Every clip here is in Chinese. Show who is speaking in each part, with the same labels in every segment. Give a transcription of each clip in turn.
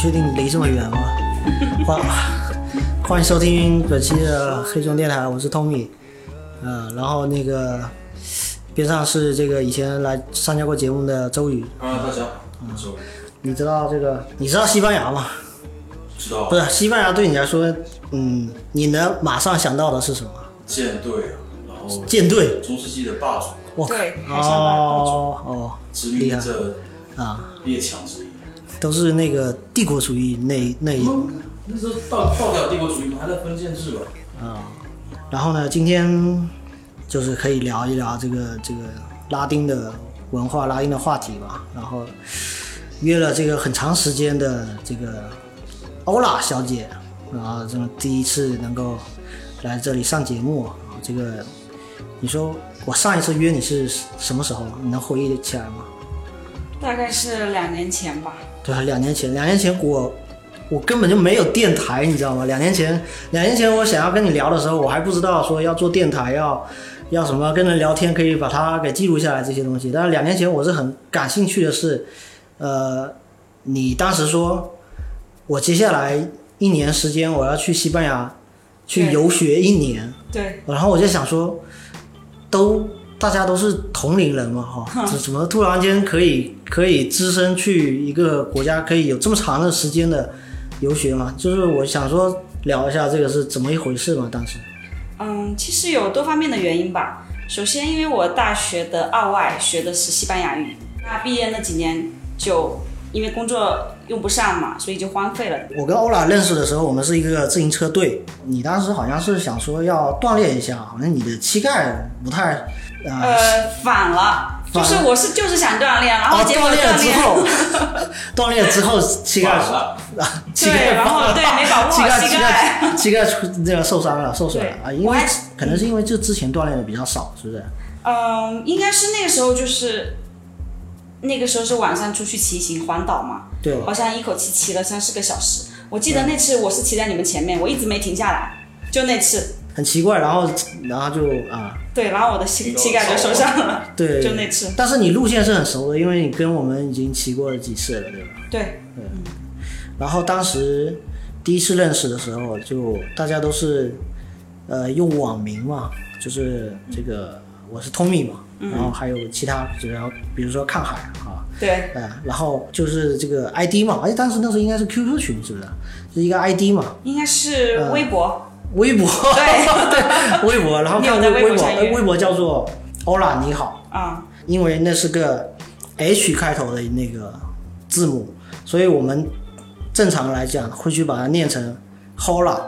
Speaker 1: 确定离这么远 吗？欢欢迎收听本期的黑熊电台，我是 Tommy，嗯、然后那个边上是这个以前来参加过节目的周宇，
Speaker 2: 啊，大家好，我是周宇
Speaker 1: 你知道这个你知道西班牙吗？
Speaker 2: 知道
Speaker 1: 不是西班牙对你来说，嗯，你能马上想到的是什么？
Speaker 2: 舰队啊，然后
Speaker 1: 舰队，
Speaker 2: 中世纪的霸主，
Speaker 1: 我靠
Speaker 3: 对还想到
Speaker 1: 哦
Speaker 2: 殖
Speaker 1: 厉
Speaker 2: 民
Speaker 1: 害
Speaker 2: 者
Speaker 1: 哦啊，
Speaker 2: 列强之一。
Speaker 1: 都是那个帝国主义那那一
Speaker 2: 嗯那时候到到掉帝国主义嘛，还在封建制吧？
Speaker 1: 啊、然后呢，今天就是可以聊一聊这个这个拉丁的文化、拉丁的话题吧。然后约了这个很长时间的这个欧拉小姐，然后这么第一次能够来这里上节目啊，这个你说我上一次约你是什么时候？你能回忆起来吗？
Speaker 3: 大概是两年前吧。
Speaker 1: 对啊，两年前，两年前我我根本就没有电台，你知道吗？两年前，两年前我想要跟你聊的时候，我还不知道说要做电台，要要什么跟人聊天，可以把它给记录下来这些东西。但是两年前我是很感兴趣的是，呃，你当时说，我接下来一年时间我要去西班牙去
Speaker 3: 对
Speaker 1: 游学一年，
Speaker 3: 对，
Speaker 1: 然后我就想说，都大家都是同龄人嘛， 哈、怎怎么突然间可以可以只身去一个国家，可以有这么长的时间的游学嘛？就是我想说聊一下这个是怎么一回事嘛，当时
Speaker 3: 嗯，其实有多方面的原因吧。首先，因为我大学的二外学的是西班牙语，那毕业那几年就因为工作用不上嘛，所以就荒废了。
Speaker 1: 我跟欧拉认识的时候，我们是一个自行车队，你当时好像是想说要锻炼一下，好像你的膝盖不太呃
Speaker 3: 呃，反了，
Speaker 1: 反
Speaker 3: 就
Speaker 1: 了
Speaker 3: 是我是就是想锻炼，然
Speaker 1: 哦
Speaker 3: 后结果
Speaker 1: 锻炼了之 后，锻炼之后膝盖
Speaker 2: 晚了，
Speaker 1: 啊膝盖
Speaker 3: 然后对没保护 好
Speaker 1: 膝盖
Speaker 3: 膝
Speaker 1: 膝盖膝盖出那个受伤了，受损了
Speaker 3: 对
Speaker 1: 啊，因
Speaker 3: 我
Speaker 1: 为
Speaker 3: 还
Speaker 1: 可能是因为就之前锻炼的比较少，是不是？
Speaker 3: 嗯，应该是那个时候就是。那个时候是晚上出去骑行环岛嘛，
Speaker 1: 对，
Speaker 3: 好像一口气骑了三四个小时。我记得那次我是骑在你们前面，我一直没停下来，就那次。
Speaker 1: 很奇怪，然后然后就啊，
Speaker 3: 对，然后我的膝
Speaker 2: 你都
Speaker 3: 膝盖就受伤了，
Speaker 1: 对，
Speaker 3: 就那次。
Speaker 1: 但是你路线是很熟的，因为你跟我们已经骑过几次了，对吧？
Speaker 3: 对，
Speaker 1: 然后当时第一次认识的时候，就大家都是呃用网名嘛，就是这个我是 Tommy 嘛，
Speaker 3: 嗯
Speaker 1: 然后还有其他，比如比如说看海啊，
Speaker 3: 对，
Speaker 1: 呃，然后就是这个 ID 嘛，哎，当时那时候应该是 QQ 群是不是？是一个 ID 嘛，
Speaker 3: 应该
Speaker 1: 嗯
Speaker 3: 是微 博。
Speaker 1: 微博，
Speaker 3: 对
Speaker 1: 对 微博，然后
Speaker 3: 你有
Speaker 1: 看
Speaker 3: 在
Speaker 1: 微
Speaker 3: 微博
Speaker 1: 博，
Speaker 3: 上
Speaker 1: 哎
Speaker 3: 约
Speaker 1: 微博叫做欧拉你好，
Speaker 3: 啊、
Speaker 1: 因为那是个 H 开头的那个字母，所以我们正常来讲会去把它念成 Hola。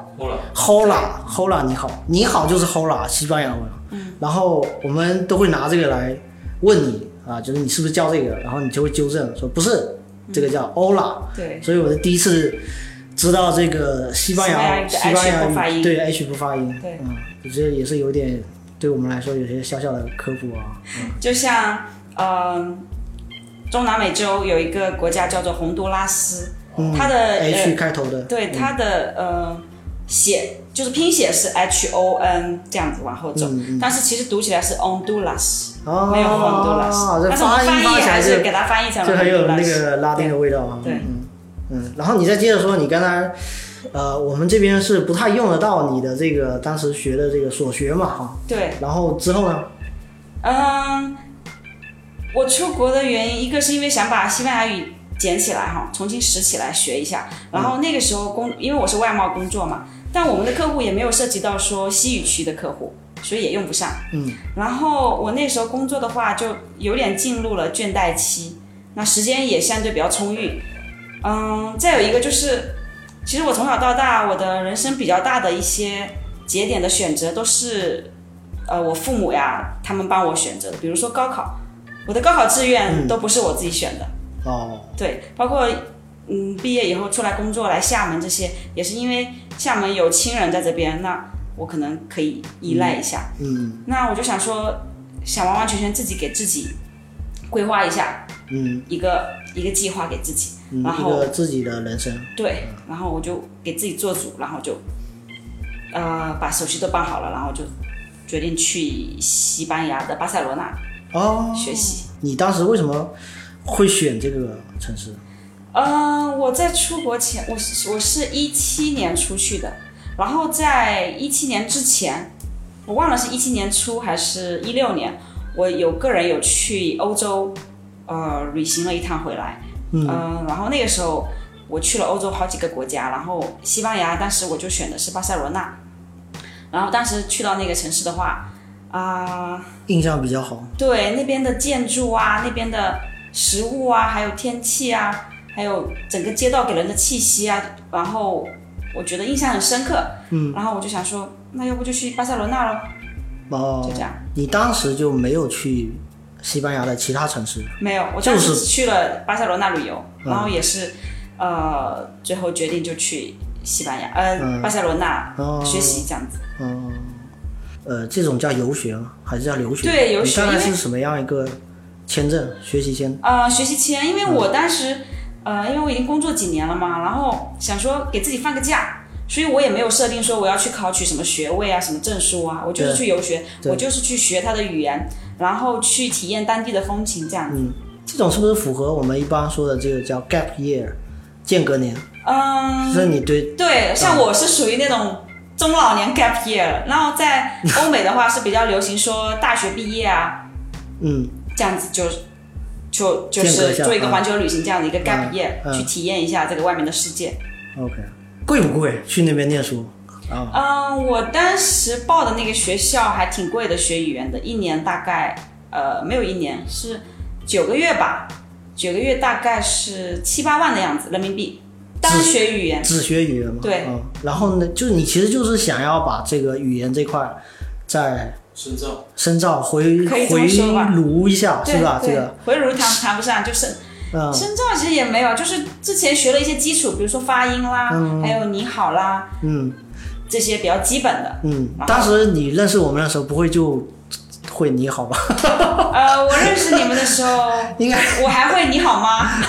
Speaker 2: 后来
Speaker 1: Hola Hola 你好，你好就是 Hola 西班牙文，啊
Speaker 3: 嗯
Speaker 1: 然后我们都会拿这个来问你啊，就是你是不是叫这个，然后你就会纠正说不是，这个叫 Hola，、
Speaker 3: 对，
Speaker 1: 所以我是第一次知道这个西班牙
Speaker 3: 西班牙语的 H 不发音
Speaker 1: 对 H 不发音，
Speaker 3: 对
Speaker 1: 嗯，这也是有点对我们来说有些小小的科普啊，
Speaker 3: 就像嗯、中南美洲有一个国家叫做洪都拉斯，
Speaker 1: 嗯
Speaker 3: 它的
Speaker 1: ，H 嗯开头的，
Speaker 3: 呃，对，它的呃写就是拼写是 H O N 这样子往后走，
Speaker 1: 嗯
Speaker 3: 但是其实读起来是 Honduras，、
Speaker 1: 哦，
Speaker 3: 没有 Honduras，
Speaker 1: 这
Speaker 3: 但是我们
Speaker 1: 发音
Speaker 3: 翻
Speaker 1: 发
Speaker 3: 译
Speaker 1: 起来
Speaker 3: 还
Speaker 1: 就是
Speaker 3: 给它翻译成
Speaker 1: 就很有那
Speaker 3: Honduras。
Speaker 1: 个拉丁的味道啊。
Speaker 3: 对
Speaker 1: 嗯嗯，然后你再接着说，你刚才，呃，我们这边是不太用得到你的这个当时学的这个所学嘛哈。
Speaker 3: 对，
Speaker 1: 然后之后呢？
Speaker 3: 嗯，我出国的原因，一个是因为想把西班牙语捡起来哈，重新拾起来学一下。然后那个时候工，因为我是外贸工作嘛，但我们的客户也没有涉及到说西语区的客户，所以也用不上。
Speaker 1: 嗯。
Speaker 3: 然后我那时候工作的话，就有点进入了倦怠期，那时间也相对比较充裕。嗯，再有一个就是，其实我从小到大，我的人生比较大的一些节点的选择都是呃，我父母呀，他们帮我选择的。比如说高考，我的高考志愿都不是我自己选的，
Speaker 1: 哦，
Speaker 3: 对，包括嗯毕业以后出来工作来厦门这些，也是因为厦门有亲人在这边，那我可能可以依赖一下。
Speaker 1: 嗯
Speaker 3: 那我就想说，想完完全全自己给自己规划一下
Speaker 1: 嗯，
Speaker 3: 一个一个计划给自己，
Speaker 1: 嗯
Speaker 3: 然
Speaker 1: 一
Speaker 3: 后
Speaker 1: 个自己的人生。
Speaker 3: 对，然后我就给自己做主，然后就呃把手续都办好了，然后就决定去西班牙的巴塞罗那
Speaker 1: 哦，
Speaker 3: 学习。
Speaker 1: 你当时为什么会选这个城市？
Speaker 3: 嗯，我在出国前，我是我是一七年出去的，然后在一七年之前，我忘了是一七年初还是一六年，我有个人有去欧洲，呃，旅行了一趟回来，嗯、然后那个时候我去了欧洲好几个国家，然后西班牙，当时我就选的是巴塞罗那，然后当时去到那个城市的话，啊、
Speaker 1: 印象比较好。
Speaker 3: 对那边的建筑啊，那边的食物啊，还有天气啊，还有整个街道给人的气息啊，然后我觉得印象很深刻。嗯，然后我就想说，那要不就去巴塞罗那咯，
Speaker 1: 哦
Speaker 3: 就，这样。
Speaker 1: 你当时就没有去西班牙的其他城市？
Speaker 3: 没有，我
Speaker 1: 就
Speaker 3: 当时
Speaker 1: 是嗯
Speaker 3: 去了巴塞罗那旅游，然后也是，呃，最后决定就去西班牙，呃，
Speaker 1: 嗯
Speaker 3: 巴塞罗那
Speaker 1: 哦，
Speaker 3: 学习这样子。
Speaker 1: 嗯，呃，这种叫游学吗？还是叫留学？
Speaker 3: 对游
Speaker 1: 你
Speaker 3: 学
Speaker 1: 大概
Speaker 3: 因为
Speaker 1: 是什么样一个签证？学习签？
Speaker 3: 呃，学习签，因为我当时，呃，因为我已经工作几年了嘛，然后想说给自己放个假，所以我也没有设定说我要去考取什么学位啊、什么证书啊，我就是去游学，
Speaker 1: 对
Speaker 3: 我就是去学他的语言，然后去体验当地的风情这
Speaker 1: 嗯
Speaker 3: 样子。
Speaker 1: 这种是不是符合我们一般说的这个叫 gap year，间隔年？
Speaker 3: 嗯，
Speaker 1: 就是你对
Speaker 3: 对，像我是属于那种中老年 gap year，了然后 在欧美的话是比较流行说大学毕业啊，
Speaker 1: 嗯
Speaker 3: 这样子就。就就
Speaker 1: 间隔
Speaker 3: 是
Speaker 1: 一下
Speaker 3: 做一个
Speaker 1: 嗯
Speaker 3: 环球旅行这样的一个
Speaker 1: 嗯
Speaker 3: gap year，、
Speaker 1: 嗯
Speaker 3: 去体验一下这个外面的世界。
Speaker 1: OK，贵不贵？去那边念书啊？
Speaker 3: 嗯，我当时报的那个学校还挺贵的，学语言的，一年大概呃没有一年是九个月吧，九个月大概是七八万的样子人民币，单学语言。
Speaker 1: 只学语言嘛。
Speaker 3: 对
Speaker 1: 嗯，然后呢，就是你其实就是想要把这个语言这块再
Speaker 2: 深造，
Speaker 1: 深造回
Speaker 3: 可以这
Speaker 1: 回
Speaker 3: 么说吧
Speaker 1: 炉一下，是吧？这
Speaker 3: 对
Speaker 1: 个，
Speaker 3: 回炉谈谈不上，就是
Speaker 1: 嗯
Speaker 3: 深造其实也没有，就是之前学了一些基础，比如说发音啦，还有你好啦
Speaker 1: 嗯
Speaker 3: 这些比较基本的。
Speaker 1: 嗯
Speaker 3: 然后。
Speaker 1: 当时你认识我们的时候，不会就会你好吧？
Speaker 3: 呃，我认识你们的时候，
Speaker 1: 应该
Speaker 3: 我还会你好吗？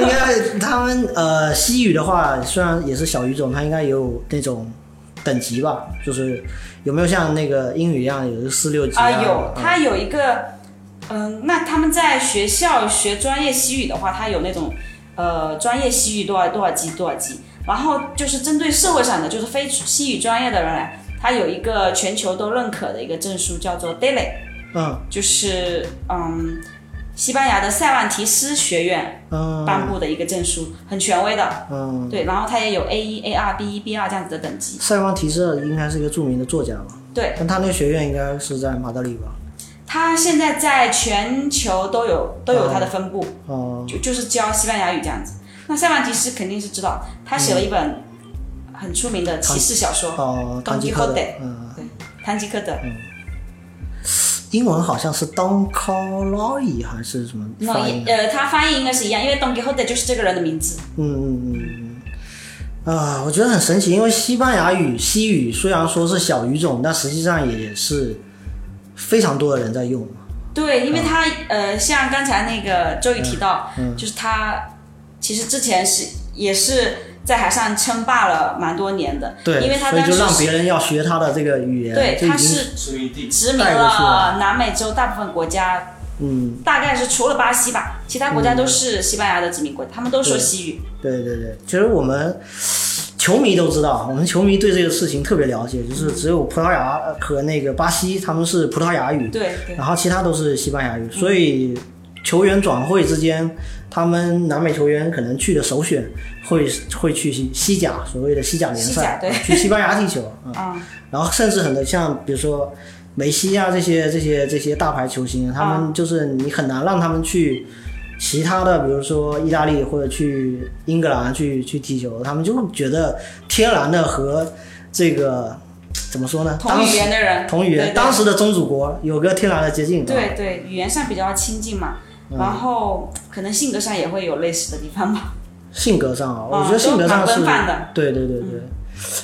Speaker 1: 应该他们呃西语的话，虽然也是小语种，它应该也有那种等级吧？就是有没有像那个英语一样有四六级
Speaker 3: 啊、有，
Speaker 1: 嗯
Speaker 3: 他有一个，嗯、那他们在学校学专业西语的话，他有那种，呃，专业西语多少多少级多少级，然后就是针对社会上的，就是非西语专业的人来，他有一个全球都认可的一个证书，叫做 DELE，
Speaker 1: 嗯
Speaker 3: 就是嗯，西班牙的塞万提斯学院
Speaker 1: 嗯
Speaker 3: 颁布的一个证书，很权威的，
Speaker 1: 嗯，
Speaker 3: 对，然后它也有 A 一、A 二、B 一、B 二这样子的等级，
Speaker 1: 塞方提舍应该是一个著名的作家吧？
Speaker 3: 对，
Speaker 1: 但他那个学院应该是在马德里吧？
Speaker 3: 它现在在全球都有都有它的分布。
Speaker 1: 哦、
Speaker 3: 就就是教西班牙语这样子。那塞万提斯肯定是知道，他写
Speaker 1: 嗯
Speaker 3: 了一本很出名的骑士小说
Speaker 1: 哦，唐吉诃德，嗯，
Speaker 3: 《堂吉诃德》。
Speaker 1: 英文好像是 Don c o l o y 还是什么
Speaker 3: 那
Speaker 1: 发音？
Speaker 3: 呃，他翻译应该是一样，因为 Don Quixote 就是这个人的名字。
Speaker 1: 嗯嗯嗯嗯。啊、我觉得很神奇，因为西班牙语、西语虽然说是小语种，但实际上也是非常多的人在用。
Speaker 3: 对，
Speaker 1: 嗯
Speaker 3: 因为他、呃，像刚才那个周宇提到，就是他其实之前是也是在海上称霸了蛮多年的，
Speaker 1: 对，
Speaker 3: 因为他
Speaker 1: 所以
Speaker 3: 当
Speaker 1: 就
Speaker 3: 时
Speaker 1: 让
Speaker 3: 是
Speaker 1: 别人要学他的这个语言，
Speaker 3: 对
Speaker 1: 就
Speaker 3: 他
Speaker 1: 已经
Speaker 3: 是
Speaker 2: 殖民地，
Speaker 3: 殖民
Speaker 1: 带过去
Speaker 3: 了
Speaker 1: 了
Speaker 3: 南美洲大部分国家，
Speaker 1: 嗯，
Speaker 3: 大概是除了巴西吧，其他国家都是西班牙的殖民国，他们都说西语。
Speaker 1: 对对对，其实我们球迷都知道，我们球迷对这个事情特别了解，就是只有葡萄牙呃和那个巴西他们是葡萄牙语，
Speaker 3: 对对。嗯
Speaker 1: 然后其他都是西班牙语，所以球员转会之间，他们南美球员可能去的首选会会去西西甲，所谓的西甲联
Speaker 3: 西甲
Speaker 1: 赛，
Speaker 3: 对
Speaker 1: 啊去西班牙踢球 啊，
Speaker 3: 啊、
Speaker 1: 然后甚至很多像比如
Speaker 3: 嗯
Speaker 1: 说。梅西啊，这些这些这些大牌球星，他们就是你很难让他们去其他的，比如说意大利或者去英格兰去去踢球，他们就会觉得天然的和这个怎么说呢？
Speaker 3: 同
Speaker 1: 当
Speaker 3: 语
Speaker 1: 时
Speaker 3: 言的人，
Speaker 1: 同语言，
Speaker 3: 对
Speaker 1: 当时的宗主国有个天然的接近。
Speaker 3: 对对，语言上比较亲近嘛，
Speaker 1: 嗯
Speaker 3: 然后可能性格上也会有类似的地方吧。
Speaker 1: 性格上啊，我
Speaker 3: 啊
Speaker 1: 觉得性格上
Speaker 3: 都蛮
Speaker 1: 是
Speaker 3: 奔放的，嗯
Speaker 1: 对对对对，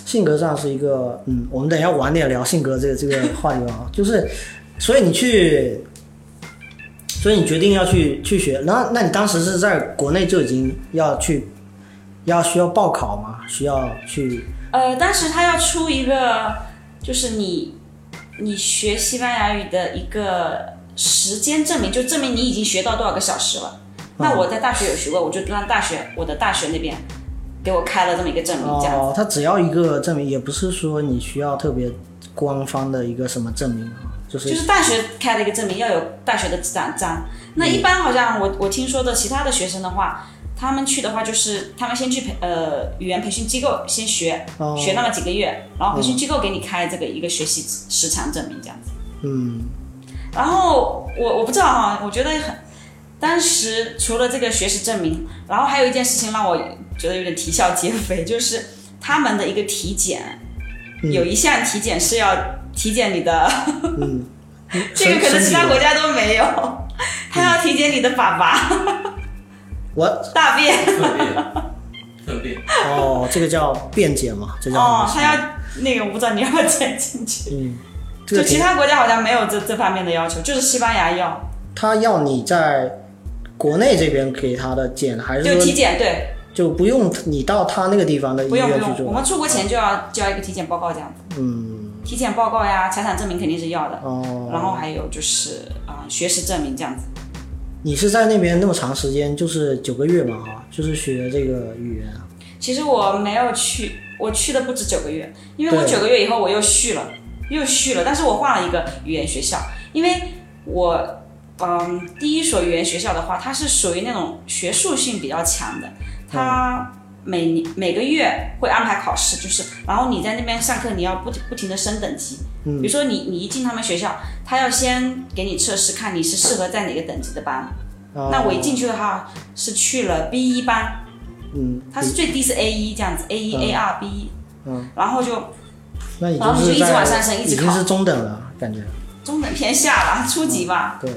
Speaker 1: 性格上是一个，嗯，我们等一下晚点聊性格这个这 个话题啊，就是，所以你去，所以你决定要去去学，那那你当时是在国内就已经要去，要需要报考吗？需要去，
Speaker 3: 呃，当时他要出一个，就是你你学西班牙语的一个时间证明，就证明你已经学到多少个小时
Speaker 1: 嗯
Speaker 3: 了。那我在大学有学过，我就让大学我的大学那边给我开了这么一个证明，这样子。
Speaker 1: 哦，它只要一个证明，也不是说你需要特别官方的一个什么证明啊，就是
Speaker 3: 就是大学开了一个证明，要有大学的章章。那
Speaker 1: 嗯
Speaker 3: 一般好像我我听说的其他的学生的话，他们去的话就是他们先去培呃语言培训机构先学，
Speaker 1: 哦
Speaker 3: 学那么几个月，然后培训机构给你开这个一个学习时长证明这样子。
Speaker 1: 嗯
Speaker 3: 然后我我不知道哈、我觉得很，当时除了这个学识证明，然后还有一件事情让我觉得有点啼笑皆非，就是他们的一个体检，
Speaker 1: 嗯
Speaker 3: 有一项体检是要体检你的，
Speaker 1: 嗯，
Speaker 3: 这个可能
Speaker 1: 身
Speaker 3: 其
Speaker 1: 体
Speaker 3: 他国家都没有，
Speaker 1: 嗯
Speaker 3: 他要体检你的粑粑、
Speaker 1: 我
Speaker 3: 大便
Speaker 2: 粪便，粪便，
Speaker 1: 哦，这个叫辩解嘛，这叫
Speaker 3: 哦，他要那个我不知道你要不要剪进去，
Speaker 1: 嗯，这
Speaker 3: 就
Speaker 1: 个
Speaker 3: 其
Speaker 1: 挺
Speaker 3: 他国家好像没有这这方面的要求，就是西班牙要，
Speaker 1: 他要你在国内这边给他的检，还
Speaker 3: 就是体
Speaker 1: 说
Speaker 3: 检对，
Speaker 1: 就不用你到他那个地方的医
Speaker 3: 不用不
Speaker 1: 院去
Speaker 3: 用，我
Speaker 1: 做？
Speaker 3: 们出国前就要交一个体检报告这样子。
Speaker 1: 嗯，
Speaker 3: 体检报告呀、财产证明肯定是要的，
Speaker 1: 哦，
Speaker 3: 然后还有就是啊、呃学识证明这样子。
Speaker 1: 你是在那边那么长时间，就是九个月嘛，哈，就是学这个语言啊。
Speaker 3: 其实我没有去，我去的不止九个月，因为我
Speaker 1: 对
Speaker 3: 九个月以后我又续了，又续了，但是我换了一个语言学校，因为我嗯第一所语言学校的话，它是属于那种学术性比较强的，它
Speaker 1: 嗯
Speaker 3: 每年每个月会安排考试，就是然后你在那边上课，你要不不停的升等级，
Speaker 1: 嗯
Speaker 3: 比如说你你一进他们学校，他要先给你测试，看你是适合在哪个等级的班。
Speaker 1: 哦
Speaker 3: 那我一进去的话是去了 B 一班，
Speaker 1: 嗯，
Speaker 3: 它是最低是 A 一这样子，A 一、A 二、B 一，嗯，然后就
Speaker 1: 那你
Speaker 3: 然后
Speaker 1: 是
Speaker 3: 你就一直
Speaker 1: 在
Speaker 3: 往上升一直
Speaker 1: 已经
Speaker 3: 考
Speaker 1: 是中等了，感觉。
Speaker 3: 中等偏下吧，初级吧，
Speaker 1: 对，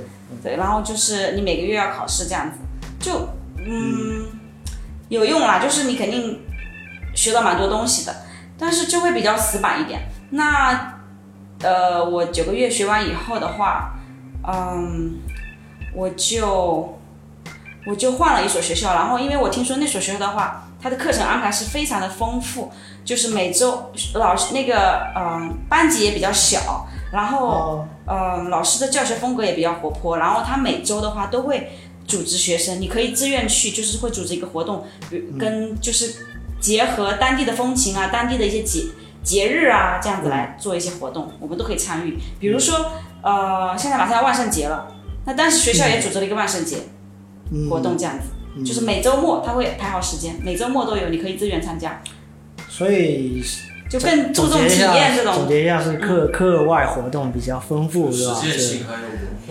Speaker 3: 对，然后就是你每个月要考试这样子，就嗯有用啦，就是你肯定学到蛮多东西的，但是就会比较死板一点。那呃，我九个月学完以后的话，嗯，我就我就换了一所学校，然后因为我听说那所学校的话，它的课程安排是非常的丰富，就是每周老师那个嗯班级也比较小，然后嗯老师的教学风格也比较活泼，然后他每周的话都会组织学生，你可以自愿去，就是会组织一个活动，比如跟就是结合当地的风情啊，当地的一些节节日啊这样子来做一些活动，我们都可以参与。比如说呃现在马上要万圣节了，那当时学校也组织了一个万圣节。
Speaker 1: 嗯，
Speaker 3: 活动这样子，就是每周末他会排好时间，每周末都有，你可以自愿参加，
Speaker 1: 所以
Speaker 3: 就更注
Speaker 1: 总
Speaker 3: 重
Speaker 1: 结一
Speaker 3: 体
Speaker 1: 下，
Speaker 3: 验这
Speaker 1: 总
Speaker 3: 种。
Speaker 1: 结一下是课课外活动比较丰富，啊是吧？
Speaker 2: 实践
Speaker 1: 是
Speaker 2: 性还有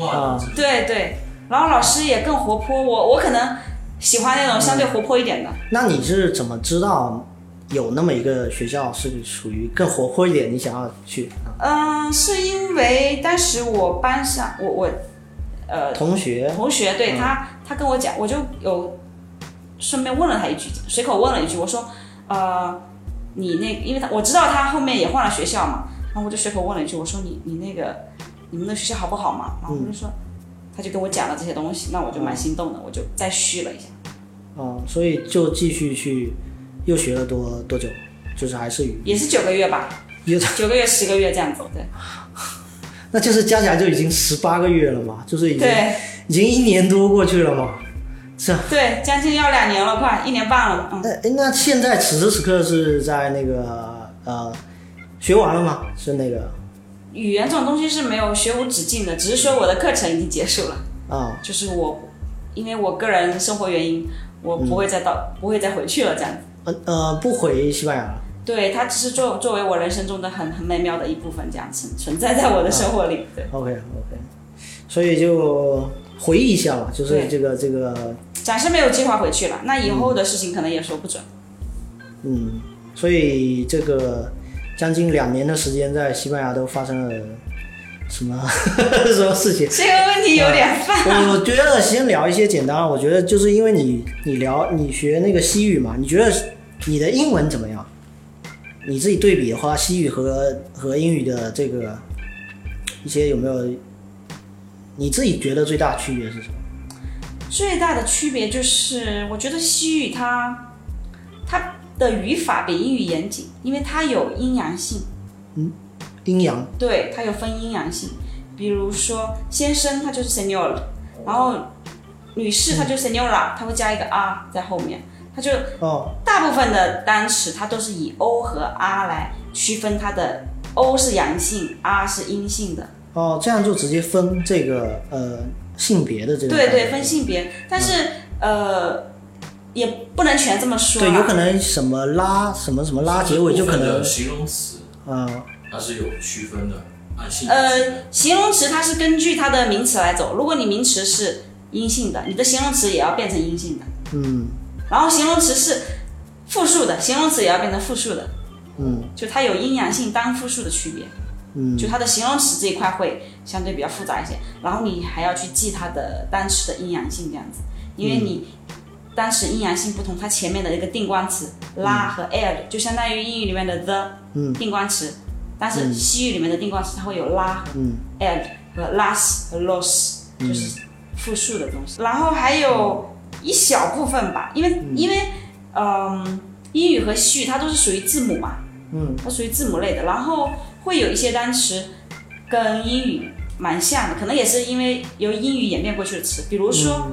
Speaker 2: 文
Speaker 1: 啊
Speaker 2: 化的这种，
Speaker 3: 对对，然后老师也更活泼，我我可能喜欢那种相对活泼一点的。
Speaker 1: 那你是怎么知道有那么一个学校是属于更活泼一点，你想要去？啊
Speaker 3: 嗯，是因为当时我班上我我呃
Speaker 1: 同学，
Speaker 3: 同学对他他跟我讲，我就有顺便问了他一句，随口问了一句，我说呃你那因为他我知道他后面也换了学校嘛，然后我就随口问了一句，我说你你那个你们的学校好不好嘛？然后他就说。他就跟我讲了这些东西，那我就蛮心动的，我就再续了一下。
Speaker 1: 嗯，所以就继续去，又学了多多久？就是还是语，
Speaker 3: 也是九个月吧，
Speaker 1: 也
Speaker 3: 九个月、十个月这样子，
Speaker 1: 那就是加起来就已经十八个月了嘛，就是已
Speaker 3: 对
Speaker 1: 经
Speaker 3: 对
Speaker 1: 已经一年多过去了嘛。
Speaker 3: 对，将近要两年了，快一年半了，嗯，
Speaker 1: 那诶哎那现在此时此刻是在那个呃，学完了吗？是那个
Speaker 3: 语言这种东西是没有学无止境的，只是说我的课程已经结束了。
Speaker 1: 啊、
Speaker 3: 就是我，因为我个人生活原因，我不会再到，不会再回去了这样子。
Speaker 1: 呃呃，不回西班牙了。
Speaker 3: 对，它只是作作为我人生中的很很美妙的一部分，这样存存在在我的生活里。对，
Speaker 1: OK OK，所以就回忆一下嘛，就是
Speaker 3: 对
Speaker 1: 这个这个
Speaker 3: 暂时没有计划回去了，那以后的事情可能也说不准。
Speaker 1: 嗯，所以这个将近两年的时间在西班牙都发生了什么 什么事情？
Speaker 3: 这个问题有
Speaker 1: 嗯
Speaker 3: 点泛。
Speaker 1: 我我觉得先聊一些简单的，我觉得就是因为你你聊你学那个西语嘛，你觉得你的英文怎么样？你自己对比的话，西语和和英语的这个一些有没有你自己觉得最大区别是什么？
Speaker 3: 最大的区别就是，我觉得西语它它的语法比英语严谨，因为它有阴阳性，
Speaker 1: 阴阳
Speaker 3: 对，它有分阴阳性。比如说先生，他就是 senior，然后女士她就 senora，她会加一个 r 在后面，她就
Speaker 1: 哦，
Speaker 3: 大部分的单词它都是以 o 和 r 来区分它的，o 是阳性，r 是阴性的。
Speaker 1: 哦，这样就直接分这个呃性别的这个
Speaker 3: 对
Speaker 1: 感觉
Speaker 3: 对，分性别，但是、呃，也不能全这么说啊。
Speaker 1: 对，有可能什么拉什么什么拉结尾就可
Speaker 2: 部分
Speaker 1: 能
Speaker 2: 的形容词
Speaker 1: 呃
Speaker 2: 它是有区分的，按性别区
Speaker 3: 呃，形容词它是根据它的名词来走。如果你名词是阴性的，你的形容词也要变成阴性的。
Speaker 1: 嗯
Speaker 3: 然后形容词是复数的，形容词也要变成复数的，
Speaker 1: 嗯
Speaker 3: 就它有阴阳性单复数的区别。
Speaker 1: 嗯
Speaker 3: 就它的形容词这一块会相对比较复杂一些，然后你还要去记它的单词的阴阳性这样子，因为你
Speaker 1: 嗯
Speaker 3: 单词阴阳性不同，它前面的一个定冠词拉和 air 就相当于英语里面的 the
Speaker 1: 嗯
Speaker 3: 定冠词，但是西语里面的定冠词它会有拉和
Speaker 1: 嗯
Speaker 3: air 和 las 和 los，就是复数的东西。然后还有一小部分吧，因为因为嗯，英语和西语它都是属于字母嘛，
Speaker 1: 嗯，
Speaker 3: 它属于字母类的，然后会有一些单词跟英语蛮像的，可能也是因为由英语演变过去的词，比如说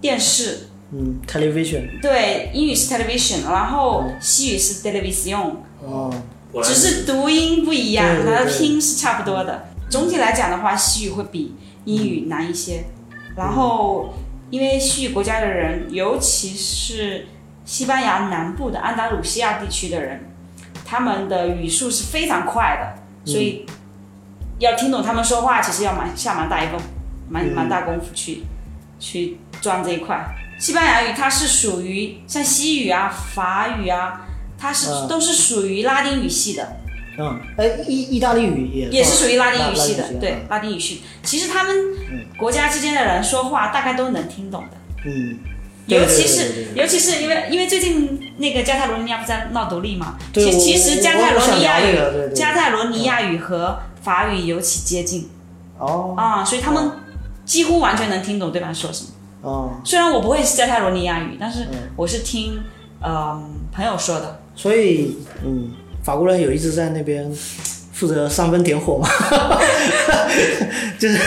Speaker 3: 电视，
Speaker 1: 嗯 television
Speaker 3: 对，英语是 television，然后西语是 television，
Speaker 1: 哦
Speaker 2: 果然
Speaker 3: 只是读音不一
Speaker 1: 对
Speaker 3: 样，
Speaker 1: 对
Speaker 3: 它的
Speaker 1: 对
Speaker 3: 拼是差不多的。总体来讲的话，西语会比英语难一些。然后，因为西语国家的人，尤其是西班牙南部的安达鲁西亚地区的人，他们的语速是非常快的，所以要听懂他们说话，其实要蛮下蛮大一功，蛮蛮大功夫去去钻这一块。西班牙语它是属于像西语啊、法语啊，它是、
Speaker 1: 嗯
Speaker 3: 都是属于拉丁语系的。
Speaker 1: 嗯哎意意大利语也
Speaker 3: 也是属于拉丁语系
Speaker 1: 拉拉
Speaker 3: 的，
Speaker 1: 丁语系
Speaker 3: 对
Speaker 1: 嗯，
Speaker 3: 拉丁语系。其实他们国家之间的人说话大概都能听懂的，
Speaker 1: 嗯
Speaker 3: 尤其
Speaker 1: 对对对
Speaker 3: 是
Speaker 1: 对
Speaker 3: 尤其是因为因为最近那个加泰罗尼亚不在闹独立嘛，
Speaker 1: 对
Speaker 3: 其
Speaker 1: 我
Speaker 3: 其实
Speaker 1: 我
Speaker 3: 加泰
Speaker 1: 我
Speaker 3: 罗
Speaker 1: 想
Speaker 3: 尼亚
Speaker 1: 聊这
Speaker 3: 语
Speaker 1: 个对对
Speaker 3: 加泰罗尼亚语和法语尤其接近
Speaker 1: 哦
Speaker 3: 啊，所以他们几乎完全能听懂对方说什么。
Speaker 1: 哦，
Speaker 3: 虽然我不会加泰罗尼亚语，但是
Speaker 1: 嗯
Speaker 3: 我是听嗯朋友说的，
Speaker 1: 所以嗯法国人有一直在那边负责煽风点火嘛， 就是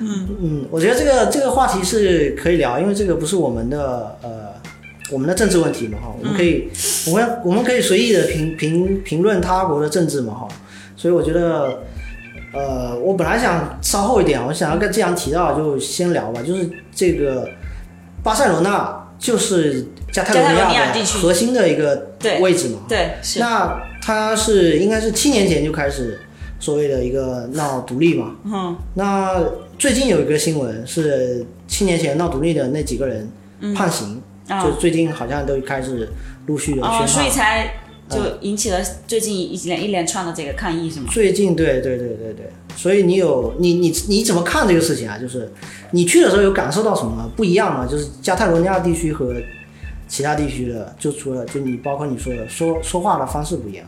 Speaker 1: 嗯嗯，我觉得这个这个话题是可以聊，因为这个不是我们的呃。我们的政治问题嘛，哈，我们可以，
Speaker 3: 嗯
Speaker 1: 我们我们可以随意的评评评论他国的政治嘛，哈，所以我觉得，呃，我本来想稍后一点，我想要跟既然提到就先聊吧，就是这个巴塞罗那就是加泰
Speaker 3: 加泰
Speaker 1: 罗
Speaker 3: 罗尼
Speaker 1: 尼
Speaker 3: 亚
Speaker 1: 亚的
Speaker 3: 地区
Speaker 1: 核心的一个
Speaker 3: 对
Speaker 1: 位置嘛，
Speaker 3: 对是。
Speaker 1: 那他是应该是七年前就开始所谓的一个闹独立嘛。嗯。那最近有一个新闻是七年前闹独立的那几个人判刑，
Speaker 3: 啊
Speaker 1: 就最近好像都开始陆续的
Speaker 3: 哦，
Speaker 1: 宣嗯
Speaker 3: 所
Speaker 1: 判。
Speaker 3: 以才就引起了最近一连一连串的这个抗议，是吗？
Speaker 1: 最近对对对对对，所以你有你你你怎么看这个事情啊？就是你去的时候有感受到什么不一样吗？就是加泰罗尼亚地区和其他地区的，就除了就你包括你说的说说话的方式不一样。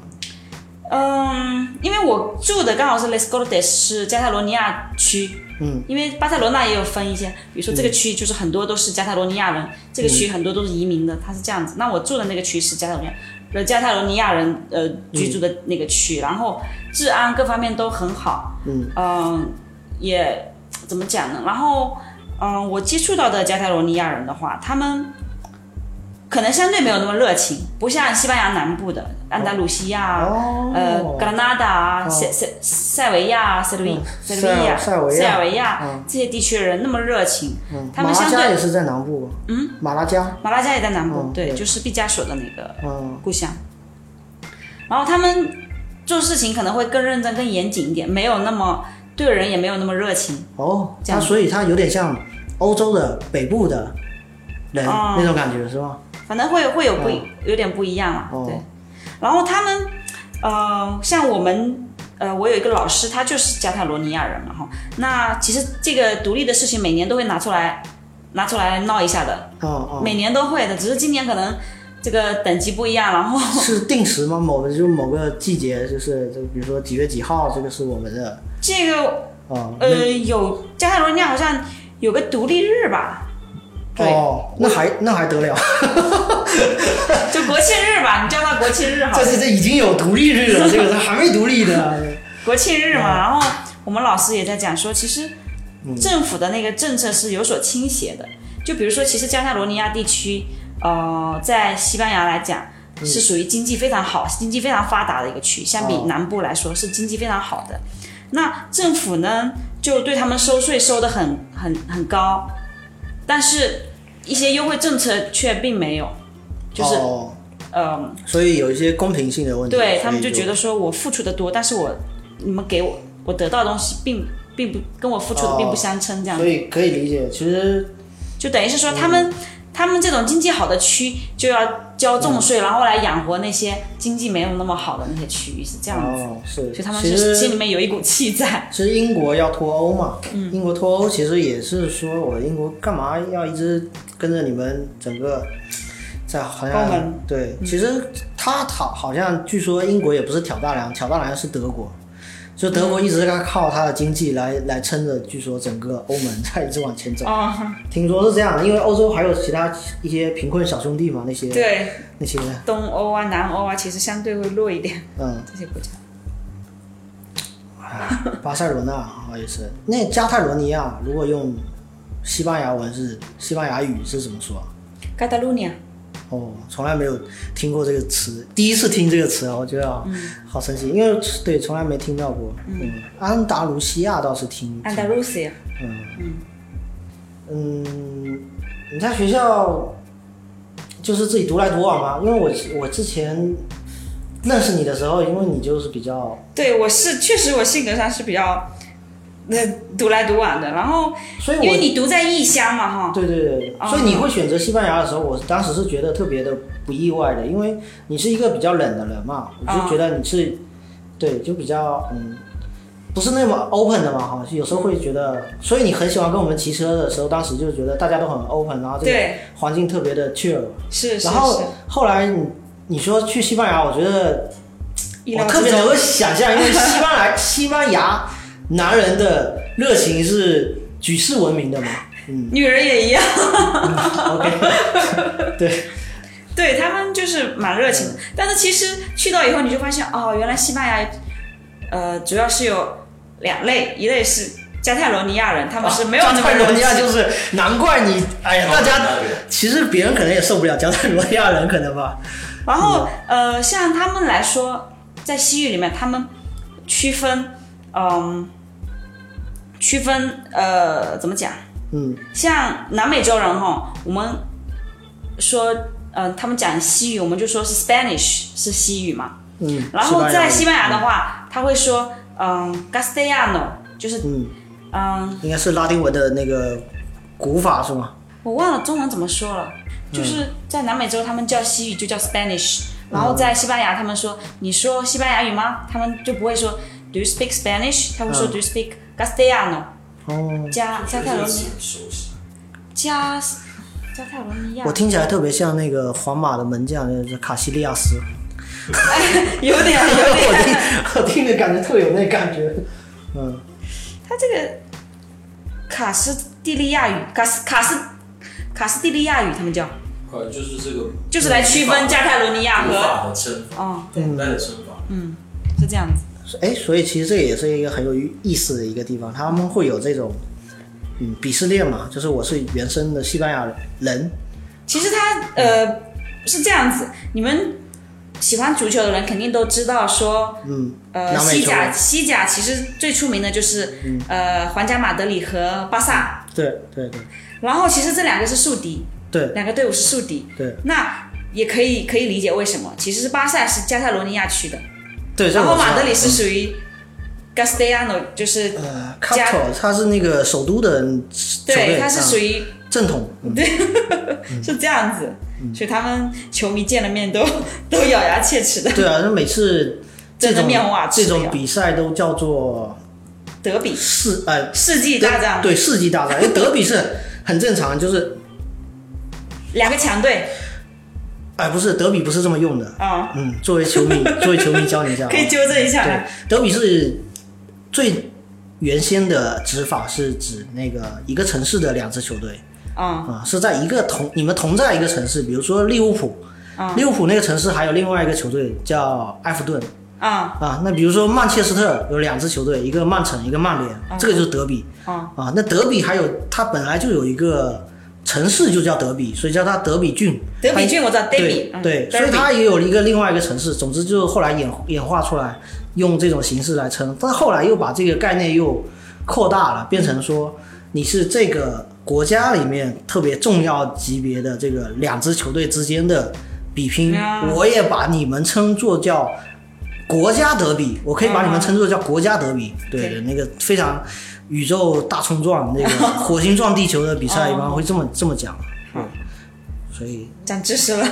Speaker 3: 嗯，因为我住的刚好是 Les Cortes，是加泰罗尼亚区。
Speaker 1: 嗯，
Speaker 3: 因为巴塞罗那也有分一些，比如说这个区就是很多都是加泰罗尼亚人，这个区
Speaker 1: 嗯
Speaker 3: 很多都是移民的，它是这样子。那我住的那个区是加泰罗尼亚，呃，加泰罗尼亚人呃居住的那个区，然后治安各方面都很好。
Speaker 1: 嗯
Speaker 3: 嗯也怎么讲呢？然后嗯、我接触到的加泰罗尼亚人的话，他们可能相对没有那么热情，不像西班牙南部的安达鲁西亚啊、
Speaker 1: 哦
Speaker 3: 呃，格拉纳达啊、
Speaker 1: 哦
Speaker 3: 塞塞塞维亚啊、塞维
Speaker 1: 嗯
Speaker 3: 塞维亚、
Speaker 1: 塞尔塞维亚
Speaker 3: 塞尔维亚
Speaker 1: 嗯
Speaker 3: 这些地区的人那么热情，
Speaker 1: 嗯
Speaker 3: 他们
Speaker 1: 马拉
Speaker 3: 相
Speaker 1: 加
Speaker 3: 对
Speaker 1: 也是在南部吧？嗯，马拉加，
Speaker 3: 马拉加也在南部
Speaker 1: 嗯，
Speaker 3: 对，
Speaker 1: 对
Speaker 3: 就是毕加索的那个
Speaker 1: 嗯
Speaker 3: 故乡。然后他们做事情可能会更认真、更严谨一点，没有那么对人也没有那么热情。
Speaker 1: 哦，
Speaker 3: 这
Speaker 1: 它
Speaker 3: 样
Speaker 1: 所以它有点像欧洲的北部的人、
Speaker 3: 哦
Speaker 1: 那种感觉是吗？
Speaker 3: 反正会会有不一、有点不一样了、
Speaker 1: 嗯哦
Speaker 3: 啊对，然后他们，呃，像我们，呃，我有一个老师，他就是加泰罗尼亚人嘛哈。那其实这个独立的事情每年都会拿出来拿出来闹一下的，
Speaker 1: 哦
Speaker 3: 每年都会的，只是今年可能这个等级不一样，然后
Speaker 1: 哦，是定时吗？某个就某个季节，就是就比如说几月几号，这个是我们的
Speaker 3: 这个
Speaker 1: 哦。
Speaker 3: 呃有加泰罗尼亚好像有个独立日吧，对
Speaker 1: 哦，那还那还得了？
Speaker 3: 就国庆日吧，你叫它国庆日好了
Speaker 1: 这。是这已经有独立日了，这个是还没独立的。
Speaker 3: 国庆日
Speaker 1: 嗯
Speaker 3: 嘛，然后我们老师也在讲说，其实政府的那个政策是有所倾斜的，就比如说，其实加泰罗尼亚地区，呃，在西班牙来讲是属于经济非常好、经济非常发达的一个区，相比
Speaker 1: 嗯哦
Speaker 3: 南部来说是经济非常好的。那政府呢，就对他们收税收的很很很高，但是一些优惠政策却并没有， 就是、
Speaker 1: 哦，
Speaker 3: 呃，
Speaker 1: 所以有一些公平性的问题，
Speaker 3: 对他们
Speaker 1: 所
Speaker 3: 就
Speaker 1: 以
Speaker 3: 觉得说我付出的多，但是我你们给我我得到的东西并并不跟我付出的并不相称，这样、
Speaker 1: 哦所以嗯可以理解，其实
Speaker 3: 就等于是说他们、他们这种经济好的区就要交
Speaker 1: 嗯
Speaker 3: 重税，然后来养活那些经济没有那么好的那些区域，是这样子。
Speaker 1: 哦是，
Speaker 3: 所以他们
Speaker 1: 其
Speaker 3: 是心
Speaker 1: 实
Speaker 3: 里面有一股气在，
Speaker 1: 其实英国要脱欧嘛，
Speaker 3: 嗯
Speaker 1: 英国脱欧其实也是说我英国干嘛要一直跟着你们整个在好
Speaker 3: 欧
Speaker 1: 像
Speaker 3: 盟
Speaker 1: 对，其实他讨好像据说英国也不是挑大梁，挑大梁是德国。就德国一直在靠它的经济来来撑着，据说整个欧盟在一直往前走。
Speaker 3: 哦，
Speaker 1: 听说是这样的，因为欧洲还有其他一些贫困小兄弟嘛，那些
Speaker 3: 对，
Speaker 1: 那些
Speaker 3: 东欧啊、南欧啊，其实相对会弱一点
Speaker 1: 嗯，
Speaker 3: 这些国家。
Speaker 1: 巴塞罗那啊也是。那加泰罗尼亚如果用西班牙文是西班牙语是怎么说啊？
Speaker 3: 加泰罗尼亚，
Speaker 1: 哦，从来没有听过这个词，第一次听这个词啊，我觉得啊，
Speaker 3: 嗯
Speaker 1: 好神奇，因为对从来没听到过。嗯，安达卢西亚倒是听。
Speaker 3: 安达卢西亚，
Speaker 1: 嗯，你在学校就是自己独来独往吗？因为我我之前认识你的时候，因为你就是比较
Speaker 3: 对我是确实我性格上是比较，那独来独往的，然后
Speaker 1: 所以我
Speaker 3: 因为你独在异乡嘛，哈，
Speaker 1: 对对对，
Speaker 3: 啊
Speaker 1: 所以你会选择西班牙的时候，我当时是觉得特别的不意外的，因为你是一个比较冷的人嘛，
Speaker 3: 哦
Speaker 1: 我就觉得你是，对，就比较嗯，不是那么 open 的嘛哈，有时候会觉得，所以你很喜欢跟我们骑车的时候，当时就觉得大家都很 open，然后这个
Speaker 3: 对，
Speaker 1: 环境特别的 chill，
Speaker 3: 是是
Speaker 1: 然后
Speaker 3: 是，
Speaker 1: 后来你你说去西班牙，我觉得
Speaker 3: 意
Speaker 1: 我
Speaker 3: 料
Speaker 1: 特
Speaker 3: 之
Speaker 1: 别能
Speaker 3: 中，
Speaker 1: 够想象，因为西班牙 西班牙男人的热情是举世闻名的嘛，嗯。
Speaker 3: 女人也一样，
Speaker 1: OK， 嗯
Speaker 3: 对他们就是蛮热情的，但是其实去到以后你就发现，哦，原来西班牙，呃，主要是有两类，一类是加泰罗尼亚人，他们是没有那
Speaker 1: 啊哦加
Speaker 3: 么
Speaker 1: 泰
Speaker 3: 热
Speaker 1: 罗尼亚，
Speaker 3: 情，
Speaker 1: 就是难怪你，哎呀，大家其实别人可能也受不了加泰罗尼亚人，可能吧。
Speaker 3: 然后
Speaker 1: 嗯
Speaker 3: 呃，像他们来说，在西语里面他们区分，嗯，区分呃怎么讲？
Speaker 1: 嗯，
Speaker 3: 像南美洲人哈，我们说，呃，他们讲西语，我们就说是 Spanish 是西语嘛。
Speaker 1: 嗯，
Speaker 3: 然后在西班牙
Speaker 1: 的，
Speaker 3: 的话，他会说，嗯、g a s t e l l a n o 就是，
Speaker 1: 嗯，
Speaker 3: 嗯、
Speaker 1: 应该是拉丁文的那个古法是吗？
Speaker 3: 我忘了中文怎么说了，就是在南美洲他们叫西语就叫 Spanish，然后在西班牙他们说，你说西班牙语吗？他们就不会说 Do you speak Spanish？他会说、
Speaker 1: 嗯
Speaker 3: Do you speak Castellano？
Speaker 1: 哦，
Speaker 3: 加加泰罗尼
Speaker 2: 很熟悉。
Speaker 3: 加加泰罗尼亚
Speaker 1: 我，听起来特别像那个皇马的门将就是卡西利亚斯，
Speaker 3: 有点有点。
Speaker 1: 我听我听着感觉特有那感觉。嗯，
Speaker 3: 它这个卡斯蒂利亚语，卡斯卡斯卡斯蒂利亚语，他们叫，
Speaker 2: 可能呃就是这个
Speaker 3: 就是来区分加泰罗尼亚
Speaker 2: 古
Speaker 3: 和
Speaker 2: 法和称法，
Speaker 3: 哦，嗯对，
Speaker 2: 古代的称法。
Speaker 3: 是这样子。
Speaker 1: 哎，所以其实这也是一个很有意思的一个地方，他们会有这种。嗯，鄙视链嘛，就是我是原生的西班牙人，
Speaker 3: 其实它呃是这样子，你们喜欢足球的人肯定都知道说，
Speaker 1: 嗯，
Speaker 3: 呃，
Speaker 1: 南美
Speaker 3: 西
Speaker 1: 洲
Speaker 3: 甲西甲其实最出名的就是、呃皇家马德里和巴萨，
Speaker 1: 对对对
Speaker 3: 然后其实这两个是宿敌，
Speaker 1: 对
Speaker 3: 两个队伍是宿敌，
Speaker 1: 对
Speaker 3: 那也可以可以理解为什么，其实是巴萨是加泰罗尼亚区的。
Speaker 1: 对，这
Speaker 3: 然
Speaker 1: 我
Speaker 3: 后
Speaker 1: 知道
Speaker 3: 马德里是属于 Castellano，就是
Speaker 1: 呃
Speaker 3: 加
Speaker 1: ，Capital，它是那个首都的球
Speaker 3: 对，
Speaker 1: 队，嗯
Speaker 3: 它是属
Speaker 1: 于
Speaker 3: 于
Speaker 1: 正统。嗯
Speaker 3: 是这样子，所以他们球迷见了面都都咬牙切齿的
Speaker 1: 对啊，那每 次这
Speaker 3: 真的
Speaker 1: 种
Speaker 3: 面无法
Speaker 1: 这
Speaker 3: 吃
Speaker 1: 种
Speaker 3: 掉
Speaker 1: 比赛都叫做
Speaker 3: 德比
Speaker 1: 世哎
Speaker 3: 世纪大战，
Speaker 1: 对世纪大战，因为德比是很很正常，就是
Speaker 3: 两个强队
Speaker 1: 哎不是德比不是这么用的。
Speaker 3: 啊，
Speaker 1: 嗯，作为球 迷，作为球迷教你一下啊，
Speaker 3: 可以纠正一下
Speaker 1: 对
Speaker 3: 来，，
Speaker 1: 德比是最原先的指法是指那个一个城市的两支球队。
Speaker 3: 啊
Speaker 1: 啊，是在一个同你们同在一个城市，比如说利物浦，
Speaker 3: 啊
Speaker 1: 利物浦那个城市还有另外一个球队叫埃弗顿
Speaker 3: 啊
Speaker 1: 啊。那比如说曼彻斯特有两支球队，一个曼城，一个曼联，这个就是德比
Speaker 3: 啊
Speaker 1: 啊。那德比还有它本来就有一个城市就叫德比，所以叫它德比郡。
Speaker 3: 德比郡我知道
Speaker 1: 对
Speaker 3: Derby，嗯，
Speaker 1: 对，
Speaker 3: Derby
Speaker 1: 所以它也有了一个另外一个城市。总之就是后来演演化出来，用这种形式来称。但后来又把这个概念又扩大了，变成说你是这个国家里面特别重要级别的这个两支球队之间的比拼
Speaker 3: 啊。
Speaker 1: 我也把你们称作叫国家德比，我可以把你
Speaker 3: 啊
Speaker 1: 们称作叫国家德比。对
Speaker 3: 对
Speaker 1: 对，那个非常宇宙大冲撞，那个火星撞地球的比
Speaker 3: 哦
Speaker 1: 赛，一般会这么这么讲。
Speaker 3: 好
Speaker 1: 所以
Speaker 3: 长知 识了。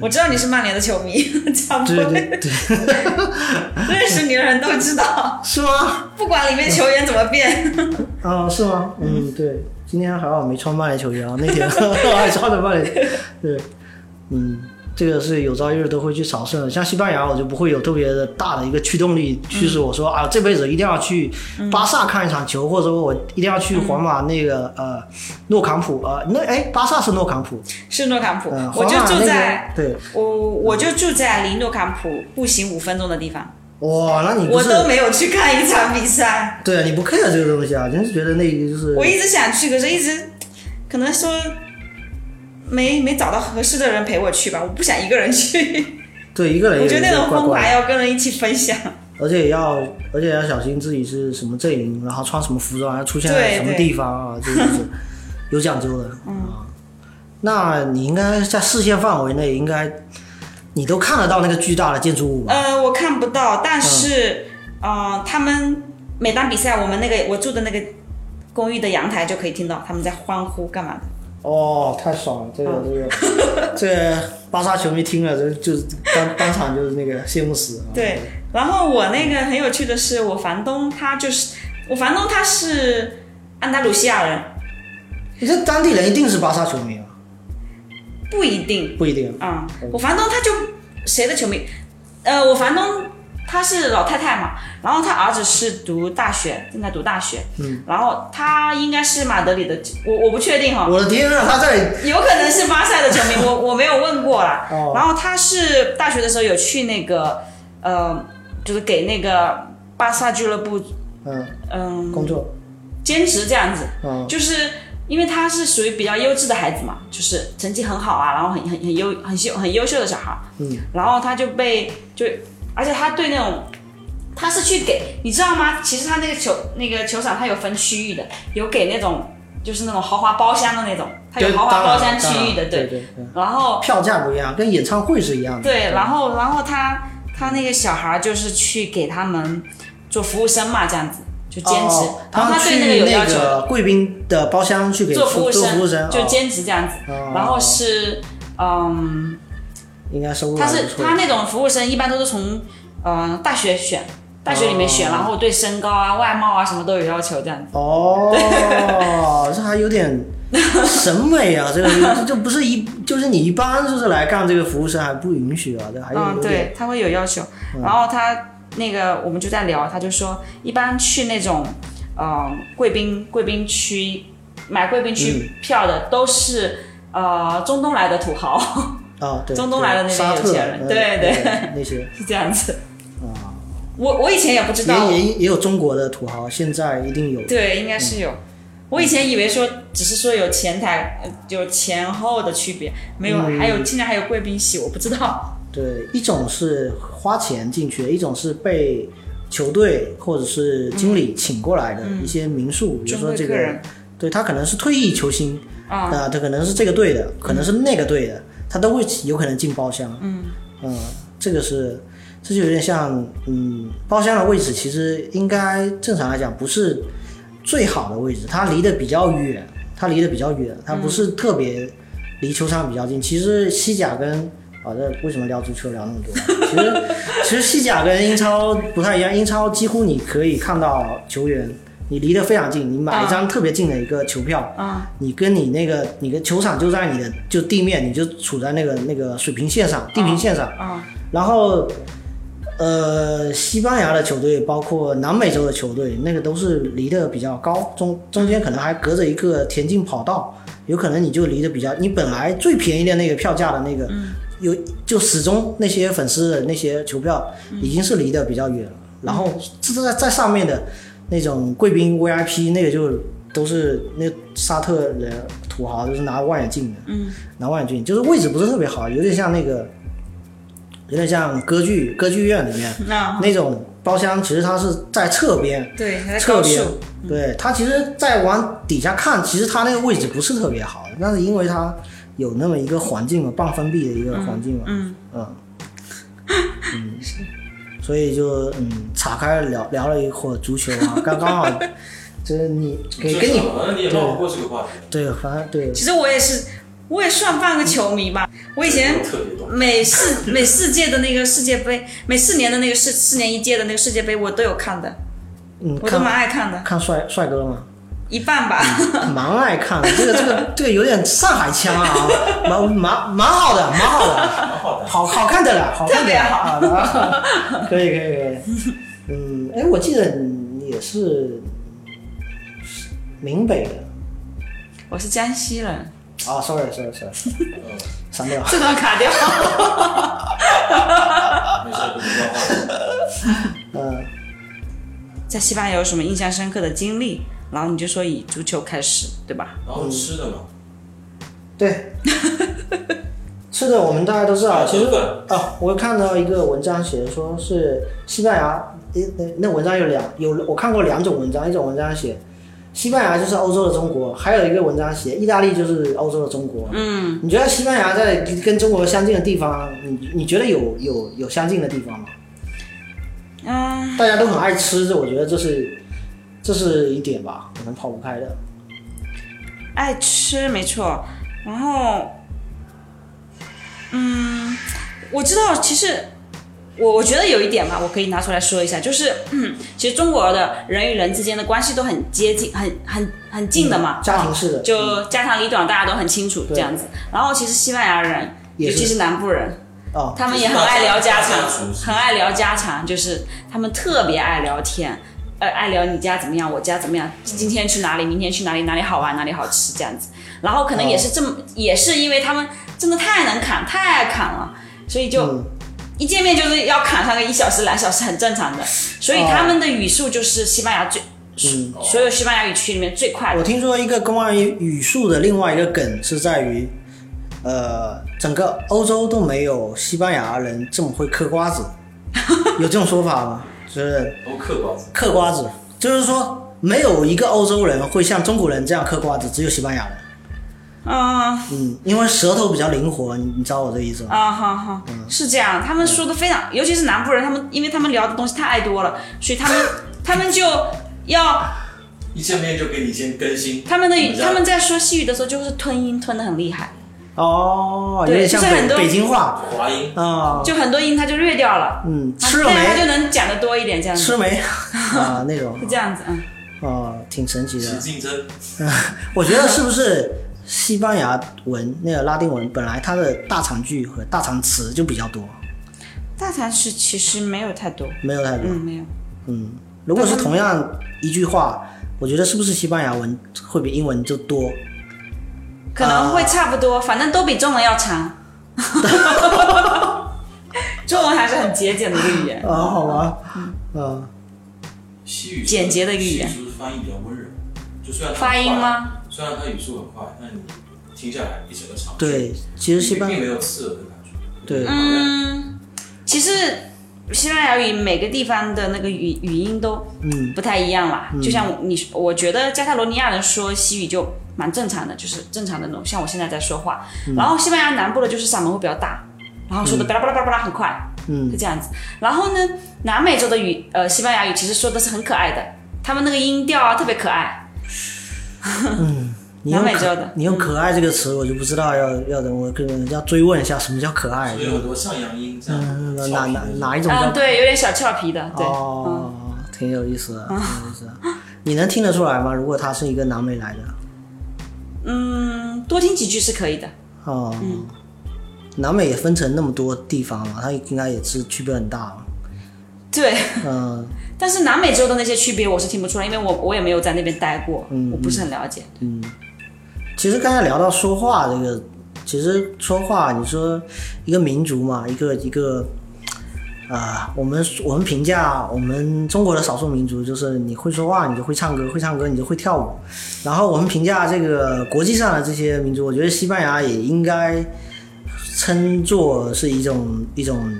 Speaker 3: 我知道你是曼联的球迷， 讲不
Speaker 1: 对对 对，
Speaker 3: 认识你的人都知道，
Speaker 1: 是吗？
Speaker 3: 不管里面球员怎么变，
Speaker 1: 啊，是吗？嗯，对，今天还好没穿曼联球衣啊，那 天 我还穿着曼联，对，嗯，这个是有朝一日都会去朝圣的。像西班牙，我就不会有特别的大的一个驱动力驱使我说、
Speaker 3: 嗯
Speaker 1: 啊，这辈子一定要去巴萨看一场球，或者说我一定要去
Speaker 3: 嗯
Speaker 1: 皇马那个、呃诺坎普呃，那哎，巴萨是诺坎普，
Speaker 3: 是诺坎普，
Speaker 1: 呃，
Speaker 3: 我
Speaker 1: 皇
Speaker 3: 就
Speaker 1: 马那
Speaker 3: 住在
Speaker 1: 个对，
Speaker 3: 我我就住在离诺坎普步行五分钟的地方，
Speaker 1: 哇，那你不
Speaker 3: 我
Speaker 1: 是
Speaker 3: 都没有去看一场比赛，
Speaker 1: 对啊，你不 care 这个东西啊，真是觉得那个就是
Speaker 3: 我一直想去，可是一直可能说没没找到合适的人陪我去吧，我不想一个人去，
Speaker 1: 对一个人，
Speaker 3: 我觉得那种
Speaker 1: 怪
Speaker 3: 风
Speaker 1: 怪的
Speaker 3: 华要跟人一起分享，
Speaker 1: 而且也要，而且要小心自己是什么阵营，然后穿什么服装，然后出现在
Speaker 3: 对
Speaker 1: 什么地方啊，这个 是有讲究的。嗯，那你应该在视线范围内，应该你都看得到那个巨大的建筑物吧？
Speaker 3: 呃，我看不到，
Speaker 1: 嗯
Speaker 3: 但是、呃，他们每当比赛，我们那个我住的那个公寓的阳台就可以听到他们在欢呼干嘛的。
Speaker 1: 哦，太爽了！这个
Speaker 3: 嗯
Speaker 1: 这个这个巴萨球迷听了就就当当场就是那个羡慕死啊！
Speaker 3: 对，然后我那个很有趣的是，我房东他就是我房东他是安达鲁西亚人，
Speaker 1: 你这当地人一定是巴萨球迷啊？
Speaker 3: 不一定
Speaker 1: 不一定，
Speaker 3: 啊、
Speaker 1: 嗯
Speaker 3: 我房东他就谁的球迷，呃，我房东他是老太太嘛，然后他儿子是读大学，正在读大学，嗯，然后他应该是马德里的，我我不确定哈、
Speaker 1: 我的天啊，他在
Speaker 3: 有可能是巴萨的球迷，我我没有问过 啦。
Speaker 1: 哦
Speaker 3: 然后他是大学的时候有去那个，呃，就是给那个巴萨俱乐部，
Speaker 1: 嗯
Speaker 3: 嗯、
Speaker 1: 工作，
Speaker 3: 兼职这样子，
Speaker 1: 嗯
Speaker 3: 就是因为他是属于比较优质的孩子嘛，就是成绩很好啊，然后很很很优很秀很优秀的小孩儿，
Speaker 1: 嗯，
Speaker 3: 然后他就被就，而且他对那种。他是去给你知道吗？其实他那个球那个球场，他有分区域的，有给那种就是那种豪华包厢的那种，他有
Speaker 1: 就
Speaker 3: 豪华
Speaker 1: 当然
Speaker 3: 包厢区
Speaker 1: 当然
Speaker 3: 域的，对
Speaker 1: 对嗯对，
Speaker 3: 然后
Speaker 1: 票价不一样，跟演唱会是一样的。
Speaker 3: 对，然后然后他他那个小孩儿就是去给他们做服务生嘛，这样子就兼职，
Speaker 1: 哦
Speaker 3: 然后他
Speaker 1: 去
Speaker 3: 对那个有要求，
Speaker 1: 那个贵宾的包厢去给
Speaker 3: 做服务
Speaker 1: 做服务生，
Speaker 3: 就
Speaker 1: 哦
Speaker 3: 兼职这样子，
Speaker 1: 哦
Speaker 3: 然后是嗯，
Speaker 1: 应该收入
Speaker 3: 他
Speaker 1: 还
Speaker 3: 是
Speaker 1: 不错
Speaker 3: 他那种服务生一般都是从呃大学选。大学里面选，
Speaker 1: 哦
Speaker 3: 然后对身高啊、外貌啊什么都有要求，这样子。
Speaker 1: 哦， 这还有点审美啊，这个 这这不是一就是你一般就是来干这个服务生还不允许啊，这还有
Speaker 3: 嗯，
Speaker 1: 有点嗯
Speaker 3: 对，他会有要求。然后他那个我们就在聊，他就说一般去那种呃贵宾贵宾区买贵宾区票的都是、呃中东来的土豪，
Speaker 1: 啊，对，
Speaker 3: 中东来的那
Speaker 1: 对
Speaker 3: 边
Speaker 1: 沙特
Speaker 3: 有钱人
Speaker 1: 呃
Speaker 3: 对对
Speaker 1: 对那些
Speaker 3: 是这样子。
Speaker 1: 啊，
Speaker 3: 我我以前也不知道，
Speaker 1: 也也也有中国的土豪，现在一定有
Speaker 3: 对，应该是有。我以前以为说只是说有前台呃有前后的区别，没有，还有竟然还有贵宾席，我不知道。
Speaker 1: 对，一种是花钱进去的，一种是被球队或者是经理请过来的一些民宿，比如
Speaker 3: 嗯中
Speaker 1: 说
Speaker 3: 贵
Speaker 1: 这
Speaker 3: 客人
Speaker 1: 对他可能是退役球星
Speaker 3: 啊
Speaker 1: 啊、他可能是这个队的，可能是那个队的，他都会有可能进包厢。
Speaker 3: 嗯
Speaker 1: 嗯，这个是，这就有点像，嗯，包厢的位置其实应该正常来讲不是最好的位置，它离得比较远，它离得比较远，它不是特别离球场比较近。其实西甲跟啊，这为什么聊足球聊那么多？其实其实西甲跟英超不太一样，英超几乎你可以看到球员，你离得非常近，你买一张特别近的一个球票，
Speaker 3: 啊、
Speaker 1: 你跟你那个你的球场就在你的就地面，你就处在那个那个水平线上，地平线上。
Speaker 3: 啊、
Speaker 1: 然后，呃，西班牙的球队，包括南美洲的球队，那个都是离得比较高，中中间可能还隔着一个田径跑道，有可能你就离得比较，你本来最便宜的那个票价的那个，有就始终那些粉丝的那些球票已经是离得比较远了，然后这在在上面的那种贵宾 VIP 那个就。都是那沙特人土豪，就是拿望远镜的，
Speaker 3: 嗯，
Speaker 1: 拿望远镜，就是位置不是特别好，有点像那个，有点像歌剧歌剧院里面
Speaker 3: 那
Speaker 1: 那种包厢，其实它是在侧边，
Speaker 3: 对还啊在
Speaker 1: 侧
Speaker 3: 高嗯
Speaker 1: 边
Speaker 3: 速，
Speaker 1: 对它其实再往底下看，其实它那个位置不是特别好，但是因为它有那么一个环境嘛，半封闭的一个环境嘛，
Speaker 3: 嗯，
Speaker 1: 嗯， 嗯，所以就嗯，岔开了聊聊了一会儿足球啊，刚刚 好，就是你给
Speaker 2: 这
Speaker 1: 给
Speaker 3: 啊
Speaker 1: 你
Speaker 2: 反正你也绕不过这个话题，
Speaker 1: 对，反正对，
Speaker 3: 其实我也是，我也算半个球迷吧。我以前
Speaker 2: 特别懂。
Speaker 3: 每四每四届的那个世界杯，每四年的那个四四年一届的那个世界杯，我都有看的，
Speaker 1: 嗯，
Speaker 3: 我都蛮
Speaker 1: 看
Speaker 3: 爱看的，
Speaker 1: 看帅帅哥嘛，
Speaker 3: 一半吧。
Speaker 1: 蛮爱看的，这个这 个这个有点上海腔啊，蛮蛮蛮好的，蛮好的，
Speaker 2: 蛮好的，
Speaker 1: 好好看的了，好看
Speaker 3: 特
Speaker 1: 的
Speaker 3: 别
Speaker 1: 了，
Speaker 3: 好
Speaker 1: 好的， 可以可以可以，嗯，哎，我记得你也是闽北的
Speaker 3: 我是江西人，
Speaker 1: 啊，sorry sorry sorry，
Speaker 2: 嗯，
Speaker 1: 删掉。
Speaker 3: 这段卡掉。
Speaker 2: 没事，不知道话题。
Speaker 1: 嗯，
Speaker 3: 在西班牙有什么印象深刻的经历？然后你就说以足球开始，对吧？
Speaker 2: 然后吃的
Speaker 1: 嗯
Speaker 2: 嘛，
Speaker 1: 对， 吃的我们大家都知道。 其实
Speaker 2: 对
Speaker 1: 啊，我看到一个文章写的说是西班牙，诶那那文章有两有我看过两种文章，一种文章写西班牙就是欧洲的中国，还有一个文章写意大利就是欧洲的中国。嗯，你觉得西班牙在跟中国相近的地方，你你觉得有有有相近的地方吗？
Speaker 3: 嗯，
Speaker 1: 大家都很爱吃，这我觉得这是这是一点吧，可能跑不开的。
Speaker 3: 爱吃没错。然后，嗯，我知道，其实我我觉得有一点吧，我可以拿出来说一下，就是，嗯，其实中国的人与人之间的关系都很接近，很很很近的
Speaker 1: 嗯
Speaker 3: 嘛，哦
Speaker 1: 家庭式的嗯
Speaker 3: 就家长里短大家都很清楚这
Speaker 1: 对
Speaker 3: 样子。然后其实西班牙人，
Speaker 1: 也
Speaker 3: 尤
Speaker 1: 是
Speaker 3: 其是南部人，
Speaker 1: 哦，
Speaker 3: 他们也很爱聊家常
Speaker 2: 大家熟，悉
Speaker 3: 很爱聊家常，就是他们特别爱聊天，呃，爱聊你家怎么样，我家怎么样，今天去哪里，明天去哪里，哪里好玩，哪里好吃这样子。然后可能也是这么，也是因为他们真的太能侃，太爱侃了，所以就
Speaker 1: 嗯
Speaker 3: 一见面就是要侃上个一小时、两小时，很正常的。所以他们的语速就是西班牙最，
Speaker 1: 嗯
Speaker 3: 所
Speaker 2: 哦
Speaker 3: 有西班牙语区里面最快的
Speaker 1: 我。听说一个关于语速的另外一个梗是在于，呃，整个欧洲都没有西班牙人这么会嗑瓜 子，有这种说法吗？就是
Speaker 2: 都嗑瓜子，
Speaker 1: 嗑瓜子，就是说没有一个欧洲人会像中国人这样嗑瓜子，只有西班牙人。
Speaker 3: 嗯
Speaker 1: 嗯，因为舌头比较灵活，你你知道我这意思吗？
Speaker 3: 啊，好好，
Speaker 1: 嗯
Speaker 3: 是这样，他们说的非常，尤其是南部人，他们因为他们聊的东西太多了，所以他 们他们就要
Speaker 2: 一见面就给你先更新
Speaker 3: 他们的
Speaker 2: 你
Speaker 3: 语，
Speaker 2: 知道
Speaker 3: 他们在说西语的时候就是吞音吞的很厉害，
Speaker 1: 哦，有
Speaker 3: 啊对
Speaker 1: 点像
Speaker 3: 就是很
Speaker 1: 北
Speaker 3: 多
Speaker 1: 北京话
Speaker 2: 滑音，
Speaker 1: 啊，
Speaker 3: 就很多音他就略掉了，啊
Speaker 1: 嗯，吃了
Speaker 3: 但他就
Speaker 1: 没？
Speaker 3: 能讲的多一点，这样子
Speaker 1: 吃 没？啊，那种
Speaker 3: 是这样子，嗯，
Speaker 1: 啊，挺神奇的
Speaker 2: 其。竞争，
Speaker 1: 我觉得是不是西班牙文那个拉丁文本来它的大长句和大长词就比较多，
Speaker 3: 大城市其实没有太多，
Speaker 1: 没有太多。
Speaker 3: 嗯，没有，
Speaker 1: 嗯，如果是同样一句话，我觉得是不是西班牙文会比英文就多？
Speaker 3: 可能会差不多，反正都比中文 要长，中文还是很节俭的一个语言，
Speaker 1: 啊，好吧，嗯，
Speaker 2: 西语
Speaker 3: 简洁的一个语言
Speaker 2: 西语是不是发音比较温柔？就虽然它很
Speaker 3: 发音
Speaker 2: 快？
Speaker 3: 吗？
Speaker 2: 虽然它语速很快，但你听下来一整个长句，
Speaker 1: 对，其实西班
Speaker 2: 并没有刺耳的感觉。
Speaker 1: 对
Speaker 2: 嗯，
Speaker 3: 嗯，其实西班牙语每个地方的那个语语音都
Speaker 1: 嗯
Speaker 3: 不太一样啦。就像你，我觉得加泰罗尼亚人说西语就蛮正常的，就是正常的那种，
Speaker 1: 嗯
Speaker 3: 像我现在在说话。然后西班牙南部的就是嗓门会比较大，然后说的巴拉巴拉巴拉巴拉很快，是
Speaker 1: 嗯
Speaker 3: 这样子。然后呢，南美洲的语，呃，西班牙语其实说的是很可爱的，他们那个音调啊特别可爱。
Speaker 1: 嗯，你
Speaker 3: 南
Speaker 1: 用
Speaker 3: 美
Speaker 1: 可
Speaker 3: 洲的
Speaker 1: 你用可爱这个词，我就不知道要要怎么跟人家追问一下什么叫可爱
Speaker 2: 所以，有很多上扬音这样
Speaker 1: 嗯，
Speaker 2: 调皮
Speaker 1: 哪
Speaker 2: 的
Speaker 1: 哪哪一种叫
Speaker 3: 嗯，对，有点小俏皮的，对，嗯
Speaker 1: 哦，挺有意思的，挺有意思的。 你能听得出来吗？如果他是一个南美来的，
Speaker 3: 嗯，多听几句是可以的。
Speaker 1: 哦，南美也分成那么多地方嘛，它应该也是区别很大嘛。
Speaker 3: 对，
Speaker 1: 嗯
Speaker 3: 但是南美洲的那些区别我是听不出来，因为我我也没有在那边待过，我不是很了解。
Speaker 1: 嗯，其实刚才聊到说话这个，其实说话，你说一个民族嘛，一个一个啊、我们我们评价我们中国的少数民族，就是你会说话，你就会唱歌，会唱歌你就会跳舞。然后我们评价这个国际上的这些民族，我觉得西班牙也应该称作是一种一种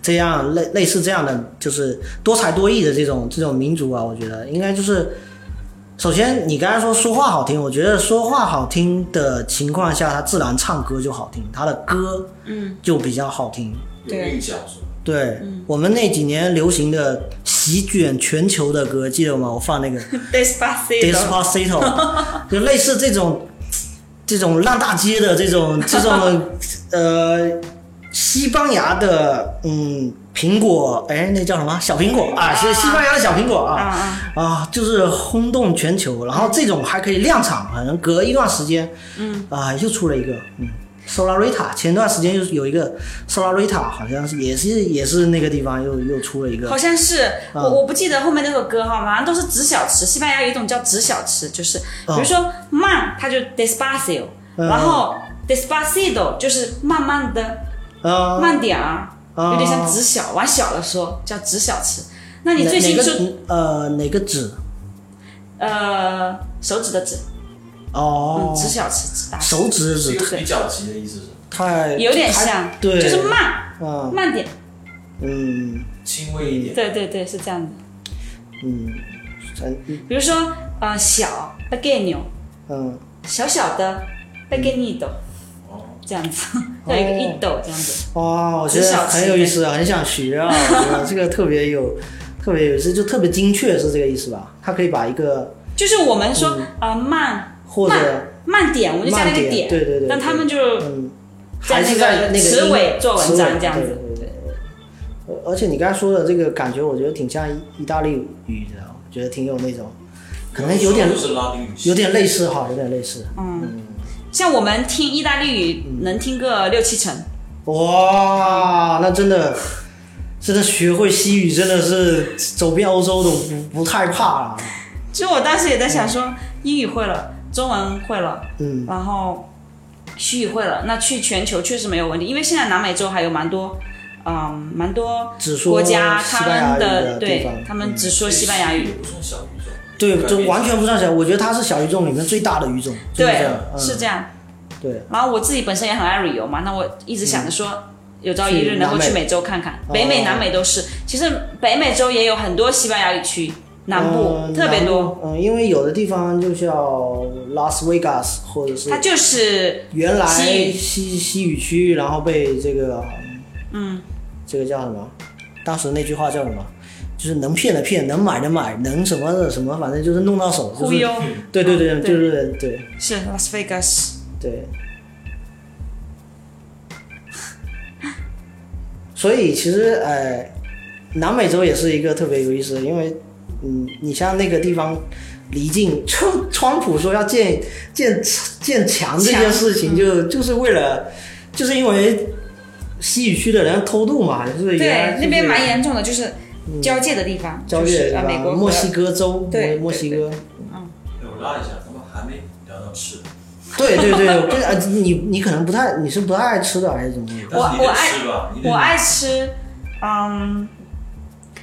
Speaker 1: 这样类类似这样的，就是多才多艺的这种这种民族啊。我觉得应该就是，首先你刚才说说话好听，我觉得说话好听的情况下，他自然唱歌就好听，他的歌
Speaker 3: 嗯
Speaker 1: 就比较好听。
Speaker 2: 有印象是吧？
Speaker 1: 对、我们那几年流行的席卷全球的歌，记得吗？我放那 个
Speaker 3: ，Despacito，
Speaker 1: Despacito，就类似这种这种烂大街的这种这种 呃西班牙的嗯苹果，哎，那叫什么小苹果啊？是西班牙的小苹果
Speaker 3: 啊
Speaker 1: 啊
Speaker 3: 啊，
Speaker 1: 啊，就是轰动全球。然后这种还可以量产，好像隔一段时间，嗯啊又出了一个嗯。Solarita 前段时间又有一个 Solarita，好像是也是也是那个地方又又出了一个
Speaker 3: 好像是我
Speaker 1: 嗯
Speaker 3: 我不记得后面那首歌哈，好像都是指小吃。西班牙有一种叫指小吃，就是比如说慢，它就 Despacito，
Speaker 1: 嗯
Speaker 3: 然后 Despacito 就是慢慢的。
Speaker 1: 呃
Speaker 3: 慢点儿，
Speaker 1: 啊
Speaker 3: 有点像直小，往小了说叫直小吃。那你
Speaker 1: 哪
Speaker 3: 最
Speaker 1: 哪
Speaker 3: 近
Speaker 1: 个
Speaker 3: 就
Speaker 1: 呃哪个指
Speaker 3: 呃手指的指，
Speaker 1: 哦
Speaker 3: 嗯，，直小吃直大吃，
Speaker 1: 手指
Speaker 2: 是一
Speaker 1: 指
Speaker 2: 个比较级的意思是
Speaker 1: 太
Speaker 3: 有点像
Speaker 1: 太，对，
Speaker 3: 就是慢
Speaker 1: 嗯
Speaker 3: 慢点，
Speaker 1: 嗯
Speaker 2: 轻微一点，
Speaker 3: 对对对，是这样的。
Speaker 1: 嗯嗯
Speaker 3: 比如说呃小 b e g i n o
Speaker 1: 嗯，
Speaker 3: 小小的 b e g i n i d o
Speaker 2: 哦，
Speaker 3: 这样子，
Speaker 1: 哦
Speaker 3: 要有一个一斗这样子。
Speaker 1: 哇，我觉得很有意思啊，很想学 啊，我觉得这个特别有特别有意思，就特别精确，是这个意思吧？它可以把一个
Speaker 3: 就是我们说呃慢
Speaker 1: 或者
Speaker 3: 慢点，我们就加了
Speaker 1: 哦慢
Speaker 3: 一个
Speaker 1: 点，
Speaker 3: 点，
Speaker 1: 对对对，
Speaker 3: 但他们就
Speaker 1: 嗯还
Speaker 3: 在
Speaker 1: 是
Speaker 3: 那
Speaker 1: 在
Speaker 3: 个
Speaker 1: 那个
Speaker 3: 词
Speaker 1: 音
Speaker 3: 尾做文
Speaker 1: 词
Speaker 3: 章
Speaker 1: 尾
Speaker 3: 这样子
Speaker 1: 对。对对呃而且你刚才说的这个感觉，我觉得挺像意意大利语的，我觉得挺有那种，可能有点
Speaker 2: 就是拉丁语系，
Speaker 1: 有点类似哈，有点类似。
Speaker 3: 嗯，像我们听意大利语能听个六七成，
Speaker 1: 哇，那真的，真的学会西语真的是走遍欧洲都不不太怕啊了。
Speaker 3: 其实我当时也在想说，英语会了，中文会了，
Speaker 1: 嗯，
Speaker 3: 然后西语会了，那去全球确实没有问题，因为现在南美洲还有蛮多，嗯，蛮多
Speaker 1: 只说
Speaker 3: 国家
Speaker 1: 西
Speaker 3: 他
Speaker 1: 班牙
Speaker 3: 们
Speaker 1: 语
Speaker 3: 的
Speaker 1: 地
Speaker 3: 对
Speaker 1: 方，，
Speaker 3: 他们
Speaker 1: 嗯
Speaker 3: 只说西班牙语，
Speaker 2: 也不算小语种，
Speaker 1: 对，就完全不算小，我觉得它是小语种里面最大的语种，就是这
Speaker 3: 对
Speaker 1: 样，嗯、
Speaker 3: 是这样。
Speaker 1: 对，
Speaker 3: 然后我自己本身也很爱旅游嘛，那我一直想着说。有朝一日能够
Speaker 1: 嗯去南美
Speaker 3: 去美洲看看，
Speaker 1: 哦
Speaker 3: 北美、南美都是。其实北美洲也有很多西班牙语区，南部
Speaker 1: 嗯
Speaker 3: 特别多。。
Speaker 1: 南部嗯，因为有的地方就叫拉斯维加斯，或者是
Speaker 3: 它就是
Speaker 1: 原来
Speaker 3: 西
Speaker 1: 西
Speaker 3: 语
Speaker 1: 西语区，然后被这个
Speaker 3: 嗯，
Speaker 1: 这个叫什么？当时那句话叫什么？就是能骗的骗，能买的买，能什么的什么，反正就是弄到手，就
Speaker 3: 忽
Speaker 1: 是
Speaker 3: 悠，
Speaker 1: 对对对，
Speaker 3: 嗯
Speaker 1: 就
Speaker 3: 对
Speaker 1: 是对
Speaker 3: 是 Las Vegas。
Speaker 1: 对。 所以其实呃，南美洲也是一个特别有意思的，因为嗯，你像那个地方离境，川川普说要建建建墙这件事
Speaker 3: 嗯
Speaker 1: 情就，就是为了，就是因为西语区的人偷渡嘛，就是原来
Speaker 3: 对，
Speaker 1: 就是
Speaker 3: 那边蛮严重的，就是
Speaker 1: 嗯
Speaker 3: 交界的地方，
Speaker 1: 交
Speaker 3: 就
Speaker 1: 界
Speaker 3: 是啊，美国
Speaker 1: 吧
Speaker 3: 和
Speaker 1: 墨西哥州，
Speaker 3: 对
Speaker 1: 墨西哥，
Speaker 2: 哎我拉一下，咱们还没聊到吃的，
Speaker 1: 对对对，我 跟啊你你可能不太，你是不太爱吃的还是怎么回事？
Speaker 2: 但是你
Speaker 3: 我
Speaker 2: 得
Speaker 3: 我爱
Speaker 2: 吃吧，你得
Speaker 3: 我爱吃，嗯，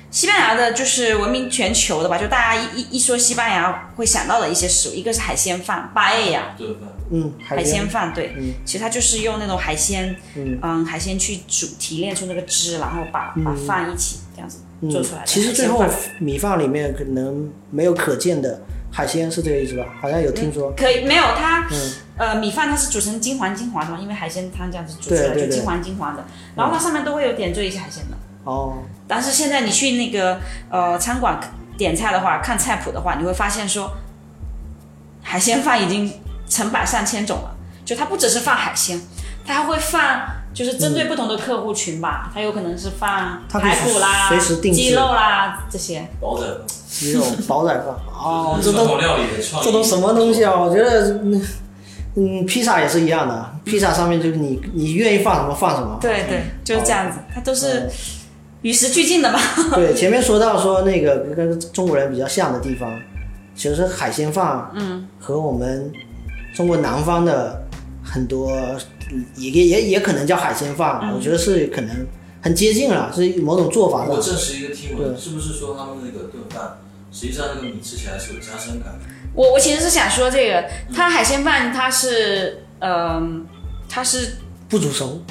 Speaker 3: 西班牙的就是闻名全球的吧，就大家一一一说西班牙会想到的一些食物，一个是海鲜饭，巴艾呀，
Speaker 2: 对吧？
Speaker 1: 嗯，
Speaker 3: 海鲜饭，对，
Speaker 1: 嗯
Speaker 3: 其实它就是用那种海鲜，
Speaker 1: 嗯
Speaker 3: 嗯海鲜去煮提炼出那个汁，然后把、把
Speaker 1: 嗯
Speaker 3: 饭一起这样子
Speaker 1: 嗯
Speaker 3: 做出来的海鲜饭。
Speaker 1: 其实最后米饭里面可能没有可见的海鲜，是这个意思吧？好像有听说，
Speaker 3: 可以没有它，
Speaker 1: 嗯
Speaker 3: 呃，米饭它是煮成金黄金黄的嘛，因为海鲜汤这样子煮出
Speaker 1: 对
Speaker 3: 来
Speaker 1: 对对
Speaker 3: 就
Speaker 1: 嗯
Speaker 3: 金黄金黄的，然后它上面都会有点缀一些海鲜的。
Speaker 1: 哦，
Speaker 3: 但是现在你去那个呃餐馆点菜的话，看菜谱的话，你会发现说，海鲜饭已经成百上千种了，就它不只是放海鲜，它还会放。就是针对不同的客户群吧，它有可能是放
Speaker 1: 它可以
Speaker 3: 排骨啦、
Speaker 1: 随时定制
Speaker 3: 鸡肉啦这些。
Speaker 2: 煲仔饭，
Speaker 1: 鸡肉煲 仔饭，哦，这
Speaker 2: 传
Speaker 1: 都
Speaker 2: 统料理的创意，
Speaker 1: 这都什么东西啊？我觉得，嗯嗯，披萨也是一样的，披萨上面就是你你愿意放什么放什么。
Speaker 3: 对对，就是这样子，它都是与时俱进的吧。
Speaker 1: 嗯 对，前面说到说那个跟中国人比较像的地方，其实海鲜饭，嗯，和我们中国南
Speaker 3: 嗯
Speaker 1: 方的很多也也也也可能叫海鲜饭，我觉得是可能很接近了，是某种做法
Speaker 2: 我
Speaker 1: 上。
Speaker 2: 证实一个听闻，
Speaker 1: 对
Speaker 2: 是不是说他们那个炖饭，实际上那个米吃起来是有加深感的？
Speaker 3: 我我其实是想说这个，它海鲜饭它是，嗯、它是
Speaker 1: 不煮熟，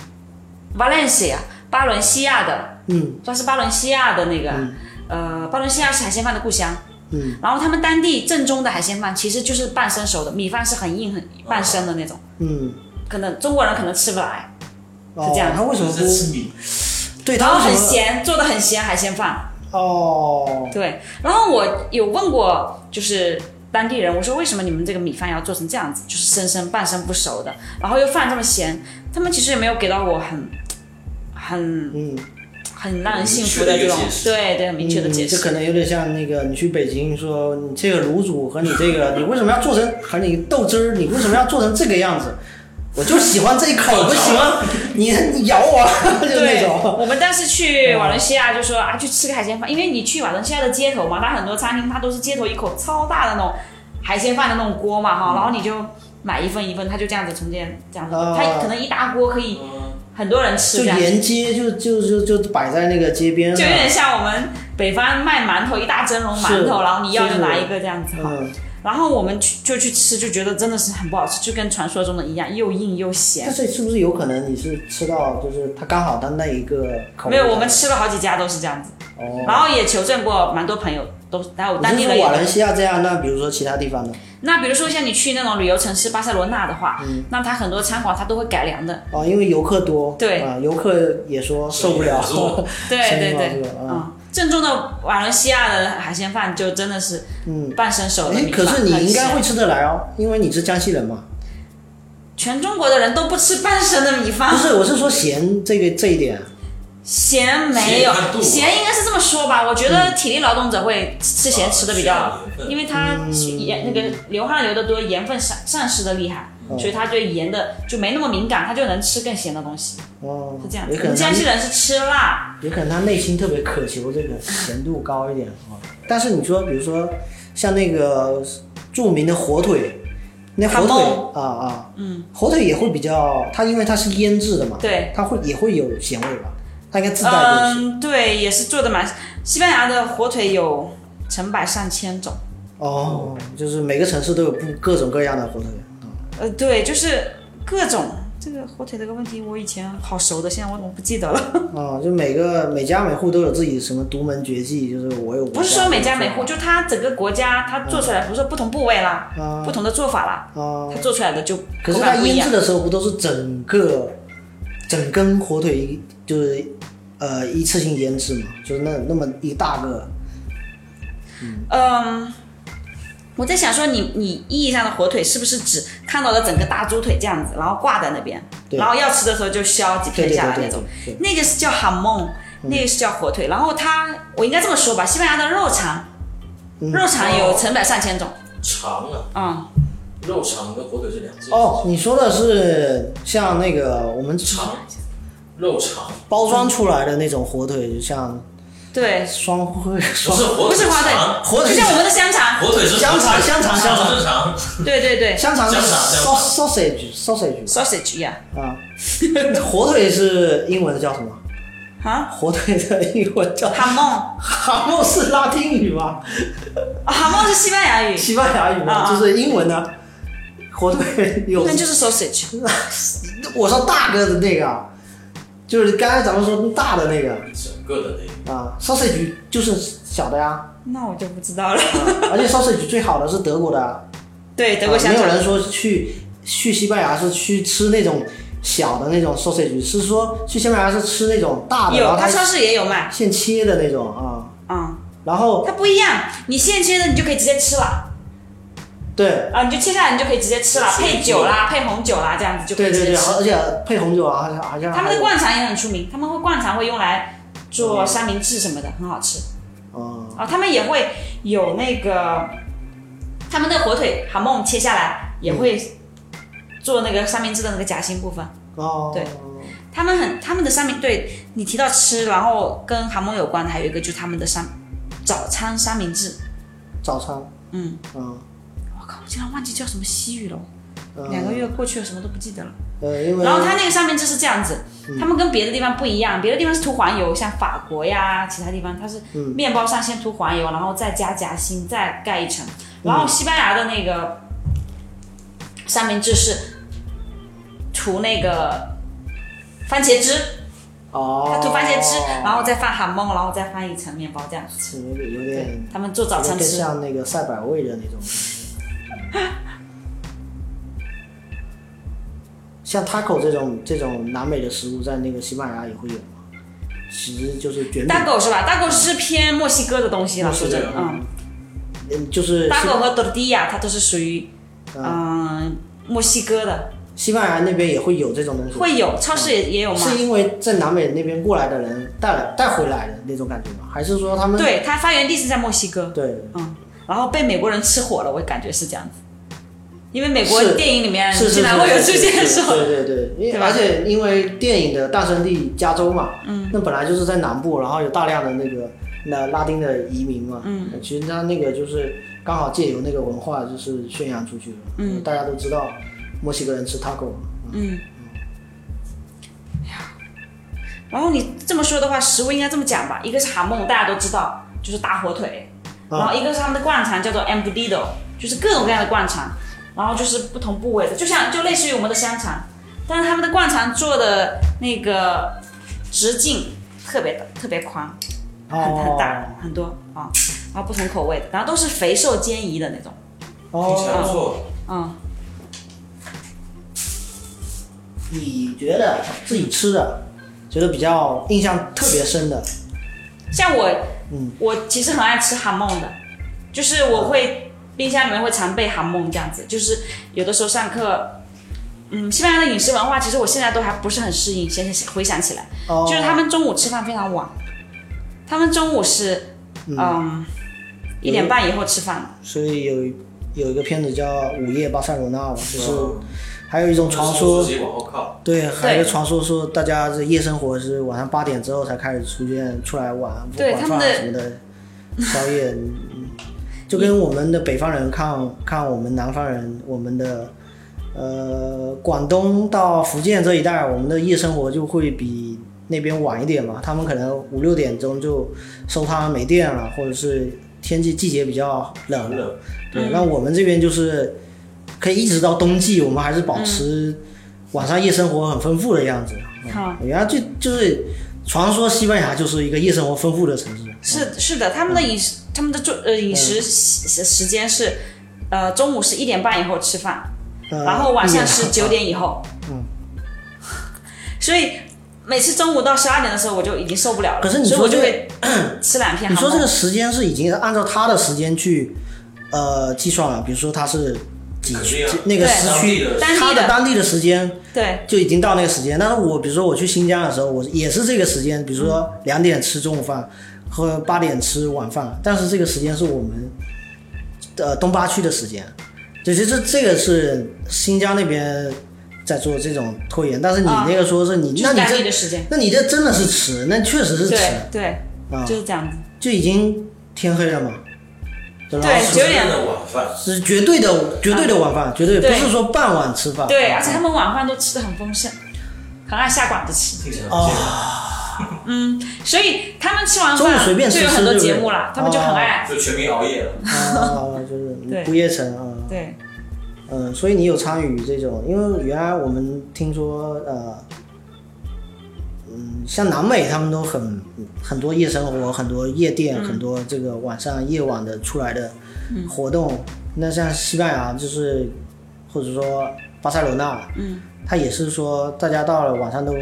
Speaker 3: Valencia 巴伦西亚的，
Speaker 1: 嗯
Speaker 3: 它是巴伦西亚的那个，呃，巴伦西亚是海鲜饭的故乡。嗯，然后他们当地正宗的海鲜饭其实就是半生熟的，米饭是很硬很半生的那种，
Speaker 1: 嗯，
Speaker 3: 可能中国人可能吃不来，
Speaker 1: 哦
Speaker 3: 是这样
Speaker 1: 他为什么
Speaker 2: 在吃
Speaker 1: 不？
Speaker 2: 米？
Speaker 1: 对
Speaker 3: 然
Speaker 1: 他
Speaker 3: 后
Speaker 1: 为什
Speaker 3: 很
Speaker 1: 么？
Speaker 3: 咸，做的很咸海鲜饭。
Speaker 1: 哦，
Speaker 3: 对，然后我有问过，就是当地人，我说为什么你们这个米饭要做成这样子，就是生生半生不熟的，然后又饭这么咸，他们其实也没有给到我很、很、
Speaker 1: 嗯，
Speaker 3: 很让人信服的这种
Speaker 2: 明确的一个解，释
Speaker 3: 对对，很明确的解
Speaker 1: 嗯这可
Speaker 3: 释。
Speaker 1: 能有点像那个你去北京说你这个卤煮和你这个 你为什么要做成和你豆汁儿，你为什么要做成这个样子？我就喜欢这一口，我喜欢你你咬我， 就那
Speaker 3: 对，
Speaker 1: 种。
Speaker 3: 我们当时去瓦伦西亚就说啊，去吃个海鲜饭，因为你去瓦伦西亚的街头嘛，它很多餐厅它都是街头一口超大的那种海鲜饭的那种锅嘛
Speaker 1: 嗯
Speaker 3: 哈，然后你就买一份一份，它就这样子从这样这样子，
Speaker 1: 啊
Speaker 3: 它可能一大锅可以
Speaker 2: 嗯，
Speaker 3: 很多人吃
Speaker 1: 就
Speaker 3: 这样子。
Speaker 1: 沿街就就就就摆在那个街边啊
Speaker 3: 就
Speaker 1: 上
Speaker 3: 有，点像我们北方卖馒头一大蒸笼馒
Speaker 1: 是
Speaker 3: 头，然后你要就是拿一个这样子哈。
Speaker 1: 嗯，
Speaker 3: 然后我们去就去吃，就觉得真的是很不好吃，就跟传说中的一样，又硬又咸
Speaker 1: 但。是是不是有可能你是吃到就是它刚好它那一个口味？
Speaker 3: 没有，我们吃了好几家都是这样子，
Speaker 1: 哦，
Speaker 3: 然后也求证过蛮多朋友都，还有当
Speaker 1: 你
Speaker 3: 地
Speaker 1: 是
Speaker 3: 人
Speaker 1: 说瓦伦
Speaker 3: 也。
Speaker 1: 西亚这样，那比如说其他地方呢？
Speaker 3: 那比如说像你去那种旅游城市巴塞罗那的话，
Speaker 1: 嗯
Speaker 3: 那它很多餐馆它都会改良的，
Speaker 1: 哦，因为游客多，
Speaker 3: 对
Speaker 1: 啊，游客也说受不了，
Speaker 2: 受不
Speaker 3: 对
Speaker 1: 生意
Speaker 3: 对
Speaker 1: 嘛
Speaker 3: 对，
Speaker 1: 这个嗯
Speaker 3: 嗯，正宗的瓦伦西亚的海鲜饭就真的是
Speaker 1: 嗯，
Speaker 3: 半生熟的
Speaker 1: 哎，
Speaker 3: 米
Speaker 1: 可
Speaker 3: 饭，
Speaker 1: 是你
Speaker 3: 很
Speaker 1: 应该
Speaker 3: 咸
Speaker 1: 会吃得来哦，因为你是江西人嘛。
Speaker 3: 全中国的人都不吃半生的米饭
Speaker 1: 不。是，我是说咸这个这一点，
Speaker 3: 咸没有
Speaker 2: 咸看肚，
Speaker 3: 咸应该是这么说吧？我觉得体力劳动者会吃咸吃的比较，因
Speaker 2: 为
Speaker 1: 嗯
Speaker 3: 为他盐那个流汗流的多，盐分散散失的厉害，
Speaker 1: 哦
Speaker 3: 所以他对盐的就没那么敏感，他就能吃更咸的东西，
Speaker 1: 哦，
Speaker 3: 是这样。
Speaker 1: 也
Speaker 3: 我
Speaker 1: 可能
Speaker 3: 们江西
Speaker 1: 他
Speaker 3: 人是吃辣，
Speaker 1: 也可能他内心特别渴求这个咸度高一点啊。但是你说，比如说像那个著名的火腿，那火
Speaker 3: 韩
Speaker 1: 腿啊啊，嗯，火腿也会比较，它因为它是腌制的嘛，
Speaker 3: 对，
Speaker 1: 它会也会有咸味吧？它应该自带这个咸。
Speaker 3: 嗯，对，也是做的蛮。西班牙的火腿有成百上千种，
Speaker 1: 哦，就是每个城市都有不各种各样的火腿。
Speaker 3: 呃，对，就是各种。这个火腿这个问题，我以前好熟的，现在我怎么不记得了？
Speaker 1: 啊、就每个每家每户都有自己什么独门绝技，就是我有我
Speaker 3: 不是说每家每户，
Speaker 1: 啊
Speaker 3: 就它整个国家它做出来，不是说不同部位啦，不同的做法啦，
Speaker 1: 啊、
Speaker 3: 它做出来的就
Speaker 1: 可
Speaker 3: 口
Speaker 1: 是它
Speaker 3: 感不一
Speaker 1: 腌制
Speaker 3: 样。
Speaker 1: 的时候不都是整个整根火腿一就是呃一次性腌制嘛，就是那那么一大个，
Speaker 3: 嗯，我在想说你你意义上的火腿是不是指看到了整个大猪腿这样子，然后挂在那边，
Speaker 1: 对
Speaker 3: 然后要吃的时候就削几
Speaker 1: 对
Speaker 3: 片
Speaker 1: 对
Speaker 3: 下
Speaker 1: 对
Speaker 3: 来那
Speaker 1: 对
Speaker 3: 种？
Speaker 1: 对对，
Speaker 3: 那个是叫哈梦，
Speaker 1: 嗯
Speaker 3: 那个是叫火腿。然后它，我应该这么说吧，西班牙的肉肠，
Speaker 1: 嗯
Speaker 3: 肉肠有成百上千种。
Speaker 2: 肠啊，
Speaker 3: 嗯，
Speaker 2: 肉肠跟火腿是两件事
Speaker 1: 哦，，你说的是像那个我们
Speaker 2: 肠，肉肠
Speaker 1: 包装出来的那种火腿，就像
Speaker 3: 对，
Speaker 1: 双汇
Speaker 2: 不
Speaker 1: 双
Speaker 2: 是火
Speaker 3: 不是
Speaker 2: 腿
Speaker 3: 花
Speaker 2: 肠，
Speaker 1: 火
Speaker 3: 腿，就
Speaker 1: 腿
Speaker 3: 像我们的香肠。
Speaker 2: 火腿是
Speaker 1: 香肠香肠
Speaker 2: 香
Speaker 1: 香肠
Speaker 2: 是肠，
Speaker 3: 对对对
Speaker 1: 香肠是
Speaker 2: 香肠香肠
Speaker 1: sausage sausage
Speaker 3: ，sausage 呀，
Speaker 1: 啊， 火腿是英文叫什么？
Speaker 3: 啊，
Speaker 1: 火腿的英文叫
Speaker 3: 哈梦。
Speaker 1: 哈莫是拉丁语吗？
Speaker 3: 啊，蛤蟆是西班牙语，
Speaker 1: 西班牙语吗？
Speaker 3: 啊
Speaker 1: 就是英文呢？火腿有
Speaker 3: 那就是 sausage。
Speaker 1: 我说大个的那个啊，就是刚才咱们说大的那个
Speaker 2: 整个的那个。
Speaker 1: 啊，sausage 就是小的呀、
Speaker 3: 那我就不知道
Speaker 1: 啊
Speaker 3: 了。
Speaker 1: 而且 sausage 最好的是德国的啊，
Speaker 3: 对，德国香
Speaker 1: 啊没有
Speaker 3: 肠。
Speaker 1: 人说去去西班牙是去吃那种小的那种 sausage，是说去西班牙是吃那种大的，然
Speaker 3: 有，
Speaker 1: 后
Speaker 3: 它超
Speaker 1: 它
Speaker 3: 市也有卖。
Speaker 1: 现切的那种啊，
Speaker 3: 嗯，
Speaker 1: 然后
Speaker 3: 它不一样，你现切的你就可以直接吃了
Speaker 1: 对。
Speaker 3: 啊，你就切下来你就可以直接吃了，
Speaker 2: 是
Speaker 3: 配酒啦、配红酒啦，这样子就可
Speaker 1: 对
Speaker 3: 以直
Speaker 1: 对
Speaker 3: 接
Speaker 1: 对，
Speaker 3: 吃。
Speaker 1: 而且配红酒啊，好像好像
Speaker 3: 他们
Speaker 1: 还
Speaker 3: 的
Speaker 1: 有
Speaker 3: 灌肠也很出名，他们会灌肠会用来做三明治什么的，很好吃
Speaker 1: 嗯
Speaker 3: 啊。他们也会有那个，他们的火腿蛤蟆切下来也会做那个三明治的那个夹心部分。
Speaker 1: 哦，
Speaker 3: 对他们很他们的三明对你提到吃，然后跟韩梦有关的还有一个就是他们的三早餐三明治，
Speaker 1: 早餐，
Speaker 3: 嗯
Speaker 1: 嗯，
Speaker 3: 我靠，我竟然忘记叫什么西语了，
Speaker 1: 呃
Speaker 3: 两个月过去了，什么都不记得了。
Speaker 1: 呃，因为
Speaker 3: 然后它那个上面就是这样子，他们跟别的地方不一样，别的地方是涂黄油，像法国呀其他地方它是面包上先涂黄油，然后再加夹心，再盖一层。然后西班牙的那个三明治是涂那个番茄汁，
Speaker 1: 哦，
Speaker 3: 它涂番茄汁，然后再放哈蒙，然后再放一层面包这样子。
Speaker 1: 是有点有
Speaker 3: 对
Speaker 1: 点，
Speaker 3: 他们做早餐
Speaker 1: 有点
Speaker 3: 吃。
Speaker 1: 像那个赛百味的那种感觉。 像 taco 这种这种南美的食物，在那个西班牙也会有吗？其实就是卷饼
Speaker 3: 大，狗是吧？大狗是偏墨西哥的东西了，
Speaker 2: 墨西
Speaker 3: 说
Speaker 2: 哥
Speaker 3: 真的，嗯，
Speaker 1: 嗯，就是啊
Speaker 3: 大
Speaker 1: 西
Speaker 3: 狗和 d o r d i a 它都是属于，嗯、墨西哥的，
Speaker 1: 西班牙那边也会有这种东西，
Speaker 3: 会有，超市也也有吗？
Speaker 1: 是因为在南美那边过来的人带来带回来的那种感觉吗？还是说他们
Speaker 3: 对，它发源地是在墨西哥，
Speaker 1: 对
Speaker 3: 然后被美国人吃火了，我感觉是这样子，因为美国
Speaker 1: 是
Speaker 3: 电影里面
Speaker 1: 是是
Speaker 3: 经常会有出现
Speaker 1: 是是
Speaker 3: 说，
Speaker 1: 对对对，因为
Speaker 3: 对吧
Speaker 1: 而且因为电影的诞生地加州嘛，嗯，那本来就是在南部，然后有大量的那个那拉丁的移民嘛，嗯，其实他那个就是刚好借由那个文化就是宣扬出去了，嗯，大家都知道墨西哥人吃 taco 嘛，
Speaker 3: 嗯。然后你这么说的话，食物应该这么讲吧？一个是韩梦，大家都知道，就是大火腿，
Speaker 1: 啊
Speaker 3: 然后一个是他们的灌肠叫做 embutido，就是各种各样的灌肠，然后就是不同部位的，就像就类似于我们的香肠，但是他们的灌肠做的那个直径特别的特别宽，
Speaker 1: 啊
Speaker 3: 很
Speaker 1: 哦
Speaker 3: 很大很多啊，然后不同口味的，然后都是肥瘦皆宜的那种，
Speaker 2: 听起来不
Speaker 1: 哦，
Speaker 2: 错。
Speaker 3: 嗯。
Speaker 1: 你觉得自己吃的觉得比较印象特别深的，
Speaker 3: 像我，
Speaker 1: 嗯
Speaker 3: 我其实很爱吃韩梦的，就是我会冰箱里面会常备韩梦这样子，就是有的时候上课，嗯，西班牙的饮食文化其实我现在都还不是很适应，现在回想起来，
Speaker 1: 哦，
Speaker 3: 就是他们中午吃饭非常晚，他们中午是嗯一点半以后吃饭的，
Speaker 1: 所以有有一个片子叫《午夜巴塞罗那》吧，就是
Speaker 2: 吧
Speaker 1: 还有一种传说
Speaker 2: 自，己往后靠，
Speaker 1: 对，啊还有一
Speaker 3: 对
Speaker 1: 个传说说大家这夜生活是晚上八点之后才开始出现出来玩
Speaker 3: 对
Speaker 1: 玩
Speaker 3: 他们
Speaker 1: 串
Speaker 3: 的
Speaker 1: 什么的，宵夜，嗯就跟我们的北方人看看我们南方人，我们的呃广东到福建这一带，我们的夜生活就会比。那边晚一点嘛，他们可能五六点钟就收摊没电了，或者是天气季节比较冷
Speaker 2: 很冷，
Speaker 3: 嗯
Speaker 1: 对，那我们这边就是可以一直到冬季，我们还是保
Speaker 3: 嗯
Speaker 1: 持晚上夜生活很丰富的样子。啊
Speaker 3: 好、
Speaker 1: 原来就就是传说西班牙就是一个夜生活丰富的城市。
Speaker 3: 是是的，他们的饮食，他们的中呃饮
Speaker 1: 嗯
Speaker 3: 食时时间是，呃中午是一点半以后吃饭，
Speaker 1: 呃
Speaker 3: 然后晚上是九。点以后。
Speaker 1: 嗯。
Speaker 3: 所以每次中午到十二点的时候，我就已经受不了了。
Speaker 1: 可是你
Speaker 3: 所以
Speaker 1: 说
Speaker 3: 我
Speaker 1: 这
Speaker 3: 就
Speaker 1: 个
Speaker 3: 会吃两片
Speaker 1: 你
Speaker 3: 汉堡。
Speaker 1: 说这个时间是已经按照他的时间去呃计算了，比如说他是几
Speaker 2: 肯
Speaker 1: 区
Speaker 2: 定啊
Speaker 1: 几那个
Speaker 3: 对
Speaker 1: 时
Speaker 2: 当地
Speaker 1: 区，
Speaker 2: 的
Speaker 3: 单
Speaker 1: 他
Speaker 3: 地
Speaker 1: 的
Speaker 3: 的
Speaker 1: 当地的时间
Speaker 3: 对
Speaker 1: 就已经到那个时间。但是我比如说我去新疆的时候，我也是这个时间，比如说两点吃中午饭和八点吃晚饭，但是这个时间是我们呃东八区的时间，对，其实这个是新疆那边在做这种拖延，但是你那个说是你，
Speaker 3: 就
Speaker 1: 那
Speaker 3: 是
Speaker 1: 你
Speaker 3: 嗯单地
Speaker 1: 这
Speaker 3: 的时间。
Speaker 1: 那你这真的是迟，那确实是迟
Speaker 3: 对对，
Speaker 1: 啊，
Speaker 3: 就是这样子。
Speaker 1: 就已经天黑了嘛，对吧？
Speaker 3: 对
Speaker 2: 是
Speaker 3: 九点
Speaker 2: 真正的晚饭，
Speaker 1: 是绝对的绝对的晚饭，绝对不
Speaker 3: 对
Speaker 1: 是说傍晚吃饭，
Speaker 3: 对，而且他们晚饭都吃的很丰盛，很爱下馆子吃。
Speaker 2: 听起来
Speaker 1: 哦
Speaker 2: 不健康，
Speaker 3: 嗯所以他们吃完
Speaker 1: 中午
Speaker 3: 饭
Speaker 1: 随便吃
Speaker 3: 就有
Speaker 1: 吃
Speaker 3: 很多
Speaker 1: 对不哦
Speaker 3: 节
Speaker 1: 对
Speaker 3: 目了，他们就很爱。
Speaker 2: 就全民熬夜了。
Speaker 1: 啊，就是
Speaker 3: 对
Speaker 1: 不夜城啊，
Speaker 3: 对，
Speaker 1: 嗯，所以你有参与这种，因为原来我们听说，呃，嗯，像南美他们都很很多夜生活，很多夜店，很多这个晚上夜晚的出来的活动。那像西班牙就是，或者说巴塞罗那，
Speaker 3: 嗯，
Speaker 1: 它也是说大家到了晚上都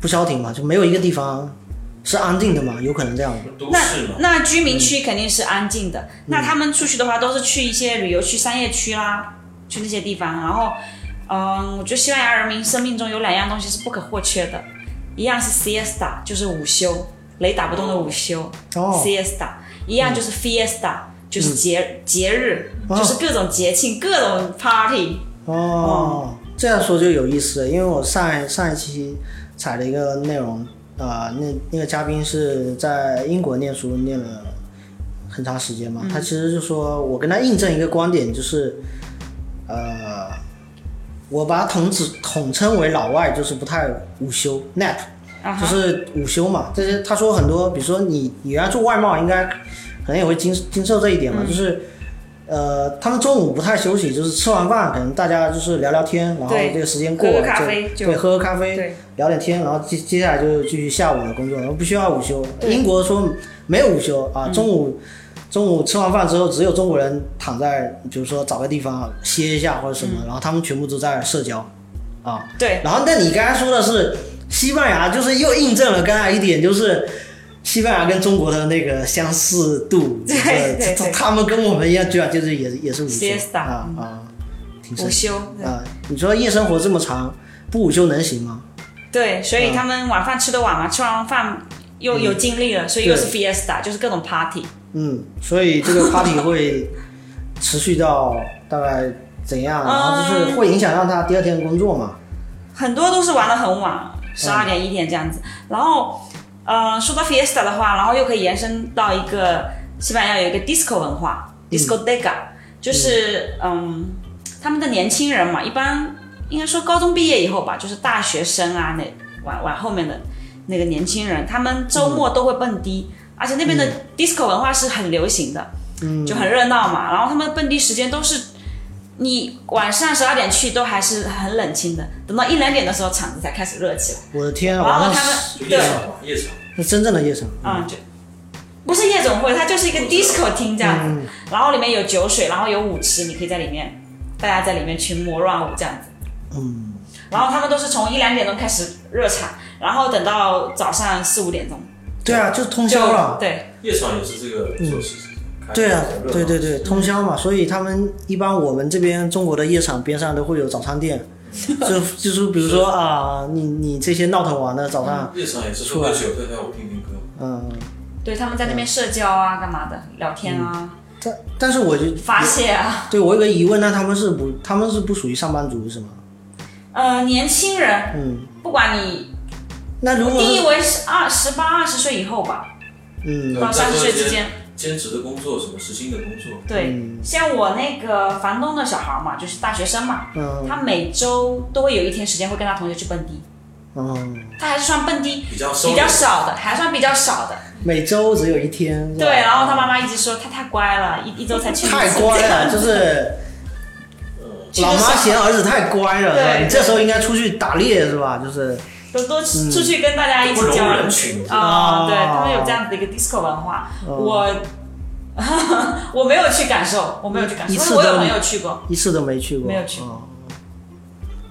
Speaker 1: 不消停嘛，就没有一个地方是安静的嘛，有可能这样吗。
Speaker 2: 都
Speaker 3: 那
Speaker 2: 市嘛，
Speaker 3: 那居民区肯定是安静的。
Speaker 1: 嗯
Speaker 3: 那他们出去的话，都是去一些旅游区、商业区啦，去那些地方。然后，嗯，我觉得西班牙人民生命中有两样东西是不可或缺的，一样是 siesta，就是午休，雷打不动的午休、
Speaker 1: 哦嗯
Speaker 3: s i e s t a 一样就是 fiesta，、就是节节日，
Speaker 1: 哦
Speaker 3: 就是各种节庆、各种 party。
Speaker 1: 哦，这样说就有意思了，因为我上一上一期采了一个内容，啊、那那个嘉宾是在英国念书念了很长时间嘛，他其实就说我跟他印证一个观点，就是，呃，我把它统指统称为老外，就是不太午休 nap，
Speaker 3: 啊
Speaker 1: 就
Speaker 3: 哈，
Speaker 1: 是午休嘛。这些他说很多，比如说你你原来做外贸，应该可能也会经经受这一点嘛，
Speaker 3: 嗯
Speaker 1: 就是呃，他们中午不太休息，就是吃完饭可能大家就是聊聊天，然后
Speaker 3: 对
Speaker 1: 这个时间过
Speaker 3: 喝
Speaker 1: 了
Speaker 3: 个
Speaker 1: 就
Speaker 3: 咖啡就
Speaker 1: 对喝个咖啡，
Speaker 3: 对，
Speaker 1: 聊点天，然后接接下来就继续下午的工作，然后不需要午休。英国说没有午休
Speaker 3: 嗯
Speaker 1: 啊，中午、中午吃完饭之后，只有中国人躺在，比如说找个地方歇一下或者什么，
Speaker 3: 嗯
Speaker 1: 然后他们全部都在社交啊。
Speaker 3: 对，
Speaker 1: 然后，那你刚才说的是西班牙，就是又印证了刚才一点，就是西班牙跟中国的那个相似度，
Speaker 3: 对
Speaker 1: 就是
Speaker 3: 对对
Speaker 1: 他们跟我们一样，居然就是也是也是午休
Speaker 3: Siesta，
Speaker 1: 啊啊，挺神
Speaker 3: 午
Speaker 1: 奇
Speaker 3: 休，
Speaker 1: 啊！你说夜生活这么长，不午休能行吗？
Speaker 3: 对，所以他们晚饭吃的晚嘛，吃完饭又有精力了，所以又是 fiesta，就是各种 party。
Speaker 1: 嗯，所以这个 party 会持续到大概怎
Speaker 3: 嗯
Speaker 1: 样？然后就是会影响到他第二天的工作嘛？
Speaker 3: 很多都是玩的很晚，十二点一点这样子。然后，呃，说到 fiesta 的话，然后又可以延伸到一个西班牙有一个 disco 文化、d i s c o d e c a 就是嗯，他们的年轻人嘛，一般应该说高中毕业以后吧，就是大学生啊，那往往后面的那个年轻人，他们周末都会蹦迪，而且那边的 disco 文化是很流行的，就很热闹嘛。然后他们蹦迪时间都是你晚上十二点去都还是很冷清的，等到一两点的时候场子才开始热起来。
Speaker 1: 我的天啊，
Speaker 3: 然后
Speaker 1: 晚
Speaker 3: 哦他
Speaker 1: 上
Speaker 3: 们
Speaker 1: 是
Speaker 2: 就夜
Speaker 3: 对，
Speaker 2: 场嘛，夜场。
Speaker 1: 那真正的夜生活。
Speaker 3: 嗯，就不是夜总会，它就是一嗯个 disco 厅这样子，然后里面有酒水，然后有舞池，你可以在里面，大家在里面群魔乱舞这样子。
Speaker 1: 嗯，
Speaker 3: 然后他们都是从一两点钟开始热场，然后等到早上四五点钟
Speaker 1: 对啊，就通
Speaker 3: 就
Speaker 1: 宵了。
Speaker 3: 对
Speaker 2: 夜场也是这个没错，其实开
Speaker 1: 对啊
Speaker 2: 很热，闹
Speaker 1: 对对对，通宵嘛，所以他们一般我们这边中国的夜场边上都会有早餐 店，就就是比如说啊，你你这些闹腾完了早上，
Speaker 2: 夜场也是喝喝酒、跳跳舞、听听歌。
Speaker 1: 嗯，
Speaker 3: 对，他们在那边社交啊，干嘛的，聊天啊，
Speaker 1: 但但是我就
Speaker 3: 发泄啊。
Speaker 1: 对我有个疑问，那他们是不他们是不属于上班族是吗？
Speaker 3: 呃，年轻人，
Speaker 1: 嗯，
Speaker 3: 不管你
Speaker 1: 那如
Speaker 3: 我
Speaker 1: 果
Speaker 3: 定
Speaker 1: 是
Speaker 3: 义为是二十八、二十岁以后吧，
Speaker 1: 嗯
Speaker 2: 对
Speaker 3: 到三十岁之间。
Speaker 2: 兼职的工作，什么时薪的工作，
Speaker 3: 对，
Speaker 1: 嗯
Speaker 3: 像我那个房东的小孩嘛，就是大学生嘛，
Speaker 1: 嗯
Speaker 3: 他每周都会有一天时间会跟他同学去蹦迪，
Speaker 1: 嗯，
Speaker 3: 他还是算蹦迪
Speaker 2: 比较啊收
Speaker 3: 比
Speaker 2: 敛
Speaker 3: 较少的，还算比较少的。
Speaker 1: 每周只有一天。是吧
Speaker 3: 对，然后他妈妈一直说他太乖了，一一周才去一次。
Speaker 1: 太乖了，就是
Speaker 2: 嗯，
Speaker 1: 老妈嫌儿子太乖了，是吧？
Speaker 3: 对
Speaker 1: 你这时候应该出去打猎是吧？就是
Speaker 3: 多多出去跟大家一
Speaker 2: 嗯
Speaker 3: 起
Speaker 2: 不融
Speaker 3: 交
Speaker 2: 入
Speaker 3: 流
Speaker 2: 人。群。
Speaker 3: 啊、
Speaker 1: 哦
Speaker 3: 对他们有这样子的一个 disco 文化，
Speaker 1: 嗯
Speaker 3: 我 我没有去感受，我没有去感受，
Speaker 1: 一
Speaker 3: 因
Speaker 1: 次
Speaker 3: 为我有
Speaker 1: 都
Speaker 3: 朋友去过，
Speaker 1: 一次都没去过，
Speaker 3: 没有去过
Speaker 1: 哦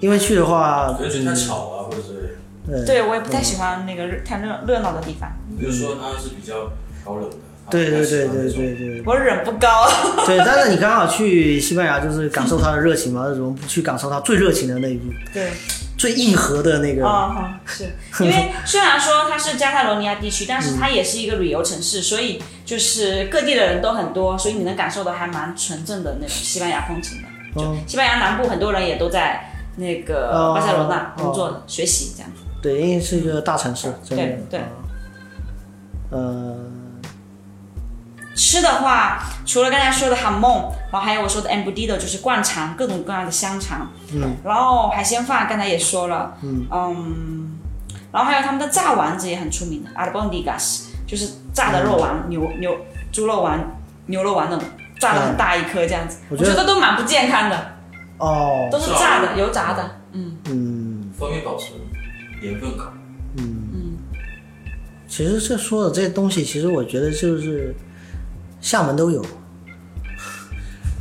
Speaker 1: 因为去的话嗯
Speaker 2: 可，能觉得太吵啊，或者是，
Speaker 1: 对
Speaker 3: 对我也不太喜欢那个热太热热闹的地方，
Speaker 2: 比如说他是比较高冷的。
Speaker 1: 嗯
Speaker 2: 他
Speaker 1: 对对
Speaker 2: 他喜
Speaker 1: 对
Speaker 2: 欢那
Speaker 1: 对
Speaker 2: 种
Speaker 1: 对对
Speaker 3: 我忍不高。
Speaker 1: 对，但是你刚好去西班牙，就是感受它的热情嘛，那种去感受它最热情的那一部，
Speaker 3: 对，
Speaker 1: 最硬核的那个，
Speaker 3: 啊、 是因为虽然说它是加泰罗尼亚地区，但
Speaker 1: 嗯
Speaker 3: 是它也是一个旅游城市，所以就是各地的人都很多，所以你能感受到还蛮纯正的那种西班牙风情的。就
Speaker 1: 嗯
Speaker 3: 西班牙南部很多人也都在那个
Speaker 1: 哦
Speaker 3: 巴塞罗那
Speaker 1: 哦
Speaker 3: 工作、学习这样子。
Speaker 1: 对，因为是一个大城市，真的
Speaker 3: 对，对
Speaker 1: 啊，呃，
Speaker 3: 吃的话，除了刚才说的哈梦，然后还有我说的 embutido，就是灌肠，各种各样的香肠。
Speaker 1: 嗯，
Speaker 3: 然后海鲜饭刚才也说了，嗯然后还有他们的炸丸子也很出名的 a l b o n d i g a s 就是炸的肉
Speaker 1: 嗯
Speaker 3: 丸、牛牛猪肉丸、牛肉丸那种，炸的很大一颗这样子，
Speaker 1: 嗯我
Speaker 3: 我
Speaker 1: 觉得
Speaker 3: 觉得都蛮不健康的，
Speaker 1: 哦，
Speaker 3: 都是炸的、油炸的。
Speaker 1: 嗯。
Speaker 2: 方便保存，盐分高。
Speaker 1: 其实这说的这些东西，其实我觉得就是厦门都有，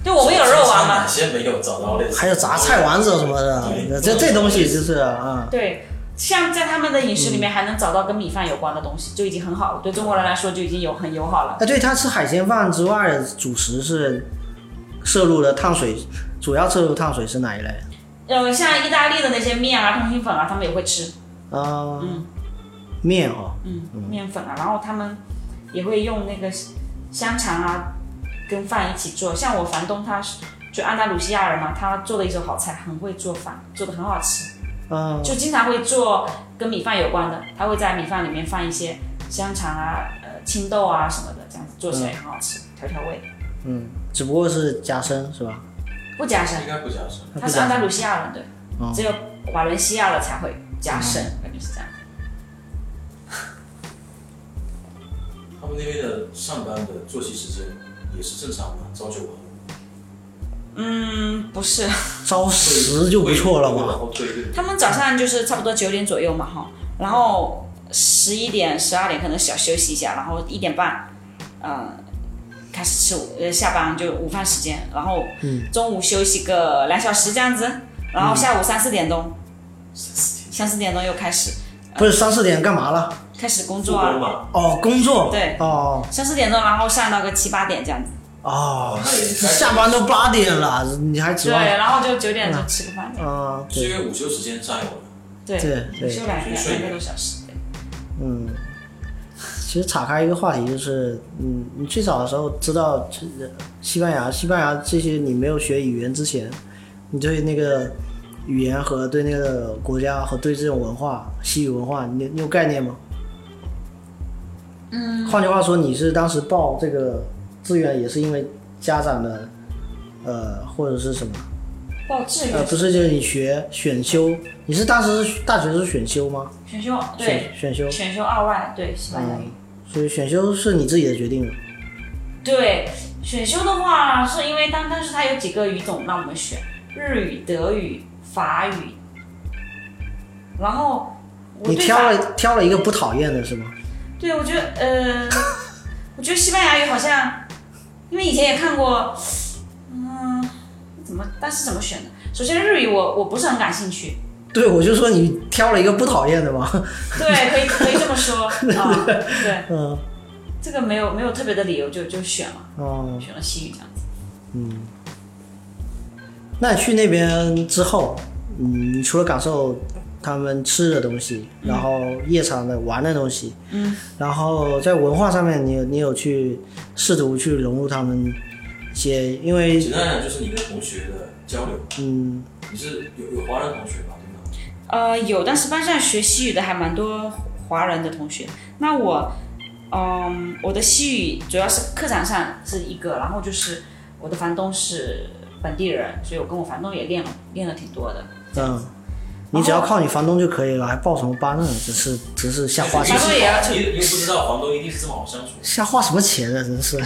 Speaker 3: 对，我们有肉丸
Speaker 2: 哪
Speaker 3: 吗？
Speaker 2: 些没有找到类似？
Speaker 1: 还有炸菜丸子什么
Speaker 2: 对
Speaker 1: 的，这这东西就是啊，
Speaker 3: 对。像在他们的饮食
Speaker 1: 嗯
Speaker 3: 里面还能找到跟米饭有关的东西，就已经很好了。对中国人来说就已经有很友好了。
Speaker 1: 哎，对，它吃海鲜饭之外，主食是摄入的碳水，主要摄入碳水是哪一类？
Speaker 3: 呃，像意大利的那些面啊、通心粉啊，他们也会吃。
Speaker 1: 啊，面哦，
Speaker 3: 嗯，面粉啊，然后他们也会用那个香肠啊，跟饭一起做。像我房东他是就安达鲁西亚人嘛，他做的一手好菜，很会做饭，做的很好吃，
Speaker 1: 啊，
Speaker 3: 就经常会做跟米饭有关的，他会在米饭里面放一些香肠啊、呃青豆啊什么的，这样子做起来也很好吃，调调味。
Speaker 1: 嗯，只不过是加深是吧？
Speaker 3: 不加生，
Speaker 2: 应该不加生。
Speaker 3: 他是安达鲁西亚人，对，
Speaker 1: 哦
Speaker 3: 只有马伦西亚了才会加深，感觉是这样。
Speaker 2: 他们那边的上班的作息时间也是正常的，朝九晚五。
Speaker 3: 嗯，不是，
Speaker 1: 朝十哦就不错了
Speaker 2: 然
Speaker 1: 嘛。
Speaker 2: 后推对，
Speaker 3: 他们早上就是差不多九点左右嘛哈，然后十一点、十二点可能小休息一下，然后一点半，嗯、开始吃午呃下班就午饭时间，然后中午休息个两小时这样子，然后下午三四点钟，三四点钟又开始
Speaker 1: 不是三四点干嘛了？
Speaker 3: 开始工
Speaker 2: 做
Speaker 3: 作啊
Speaker 2: 工，嘛。
Speaker 1: 哦，工作。
Speaker 3: 对。
Speaker 1: 哦
Speaker 3: 三四点钟然后上到个七八点这样子，
Speaker 1: 哦，
Speaker 2: 那也
Speaker 1: 下班都八点了，你还指
Speaker 3: 对，啊
Speaker 1: 望？
Speaker 3: 然后就九点钟吃个饭，
Speaker 1: 嗯，
Speaker 2: 是因
Speaker 1: 对
Speaker 2: 为午休时间占用了。
Speaker 3: 对，
Speaker 1: 对对，
Speaker 3: 休两两个多小时，对
Speaker 1: 嗯。其实岔开一个话题，就是，嗯，你最早的时候知道这西班牙，西班牙这些你没有学语言之前，你对那个语言和对那个国家和对这种文化，西语文化，你你有概念吗？嗯。换句话说，你是当时报这个志愿也是因为家长的，呃，或者是什么？
Speaker 3: 报志
Speaker 1: 呃，
Speaker 3: 愿
Speaker 1: 不是，就是你学选修，你是当时是大学是选修吗？
Speaker 3: 选修对
Speaker 1: 选选修，嗯
Speaker 3: 选修二外对西班牙语。
Speaker 1: 所以选修是你自己的决定吗。
Speaker 3: 对，选修的话是因为当当时它有几个语种让我们选，日语、德语、法语，然后我
Speaker 1: 你
Speaker 3: 对
Speaker 1: 挑
Speaker 3: 法，
Speaker 1: 了挑了一个不讨厌的是吗？
Speaker 3: 对我觉得呃，我觉得西班牙语好像，因为以前也看过，嗯，怎么当时怎么选的？首先日语我我不是很感兴趣，
Speaker 1: 对，我就说你挑了一个不讨厌的嘛。
Speaker 3: 对，可以可以这么说啊，对，
Speaker 1: 嗯，
Speaker 3: 这个没有没有特别的理由就就选了，
Speaker 1: 哦，
Speaker 3: 选了西语这样子。
Speaker 1: 那你去那边之后，嗯，你除了感受他们吃的东西，
Speaker 3: 嗯
Speaker 1: 然后夜场的玩的东西，嗯，然后在文化上面你，有你有去试图去融入他们一些，因为
Speaker 2: 简
Speaker 3: 嗯
Speaker 2: 单来讲就是你跟同学的交流，
Speaker 1: 嗯，
Speaker 2: 你是有有华人同学吗？真的？
Speaker 3: 呃，有，但是班上学西语的还蛮多华人的同学。那我，嗯，我的西语主要是课堂上是一个，然后就是我的房东是本地人，所以我跟我房东也练了练了挺多的。
Speaker 1: 嗯，你只要靠你房东就可以了，还报什么班呢？只是只是瞎花钱
Speaker 3: 房，东也要出，
Speaker 2: 你你又不知道房东一定是这么好相处。
Speaker 1: 瞎花什么钱啊！真是，啊，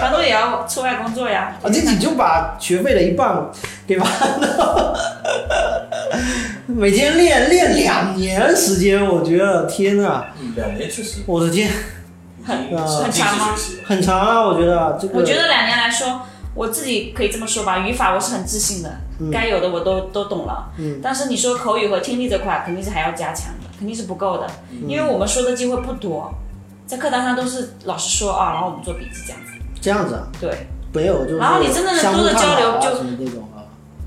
Speaker 3: 房东也要出外工作呀。
Speaker 1: 这你啊就把学费的一半给房东，每天练练两年时间，我觉得天呐，
Speaker 2: 嗯，两年确实已
Speaker 1: 我的天，
Speaker 2: 经
Speaker 1: 很
Speaker 2: 是
Speaker 3: 很
Speaker 2: 近
Speaker 3: 长吗
Speaker 2: 视学习了。
Speaker 1: 很长啊！我觉得这个，
Speaker 3: 我觉得两年来说，我自己可以这么说吧，语法我是很自信的，
Speaker 2: 嗯
Speaker 3: 该有的我都都懂了。嗯，但是你说口语和听力这块，肯定是还要加强的，肯定是不够的，
Speaker 2: 嗯
Speaker 3: 因为我们说的机会不多，在课堂上都是老师说啊，然后我们做笔记这样子。
Speaker 1: 这样子啊，
Speaker 3: 对，
Speaker 1: 没有就是
Speaker 3: 然后你真的能
Speaker 1: 相互
Speaker 3: 多的
Speaker 1: 探讨
Speaker 3: 交流
Speaker 1: 啊
Speaker 3: 就
Speaker 1: 什么那种啊，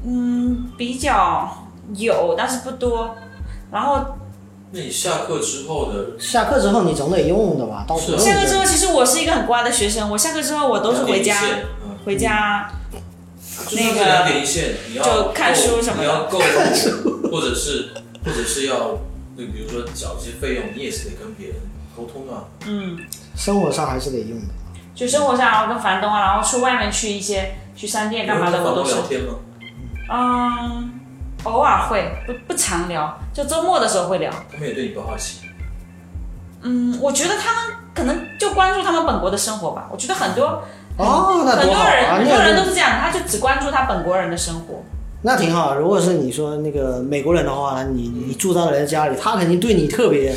Speaker 3: 嗯，比较有，但是不多。然后
Speaker 2: 那你下课之后的
Speaker 1: 下课之后你总得用的吧？到处
Speaker 2: 是
Speaker 1: 用
Speaker 2: 啊
Speaker 3: 下课之
Speaker 1: 的。
Speaker 3: 后，其实我是一个很乖的学生，我下课之后我都是回家
Speaker 2: 两点一线，嗯，
Speaker 3: 回家。
Speaker 2: 就是这两点一线，你要
Speaker 3: 就看
Speaker 2: 够
Speaker 3: 书什么的
Speaker 2: 你要 够看书，或者是或者是要，就比如说缴一些费用，你也是得跟别人沟通啊。
Speaker 1: 生活上还是得用
Speaker 3: 嗯
Speaker 1: 的。
Speaker 3: 就生活上，然后跟房东啊，然后去外面去一些去商店干嘛的，
Speaker 2: 跟
Speaker 3: 我
Speaker 2: 房
Speaker 3: 都
Speaker 2: 东
Speaker 3: 是
Speaker 2: 聊天吗？
Speaker 3: 嗯，偶尔会，不不常聊，就周末的时候会聊。
Speaker 2: 他们也对你不好奇。
Speaker 3: 嗯，我觉得他们可能就关注他们本国的生活吧。我觉得很多
Speaker 1: 哦，那多
Speaker 3: 很多
Speaker 1: 好
Speaker 3: 人
Speaker 1: 啊！
Speaker 3: 很
Speaker 1: 那
Speaker 3: 多
Speaker 1: 个
Speaker 3: 人都是这样的，他就只关注他本国人的生活。
Speaker 1: 那挺好。如果是你说那个美国人的话，你你住到人家家里，他肯定对你特别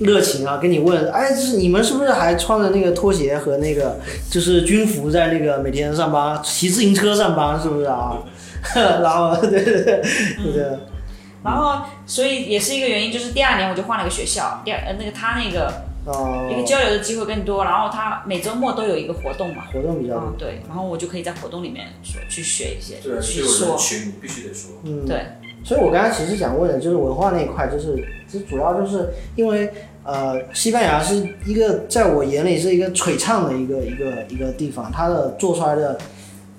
Speaker 1: 热情啊，跟你问，哎，就是你们是不是还穿着那个拖鞋和那个就是军服在那个每天上班，骑自行车上班是不是啊？ 然后对对对对对，
Speaker 3: 然后，所以也是一个原因，就是第二年我就换了个学校，第二呃那个他那个
Speaker 1: 哦、
Speaker 3: 一个交流的机会更多，然后他每周末都有一个活动嘛，
Speaker 1: 活动比较多
Speaker 3: 嗯，对，然后我就可以在活动里面说去学一些，
Speaker 2: 对，
Speaker 3: 去
Speaker 2: 就有人
Speaker 3: 说，
Speaker 2: 群，你必须得说。
Speaker 1: 嗯，
Speaker 3: 对。
Speaker 1: 所以我刚才其实想问的就是文化那一块，就是这主要就是因为呃，西班牙是一个在我眼里是一个璀璨的一个一个一个地方，它的做出来的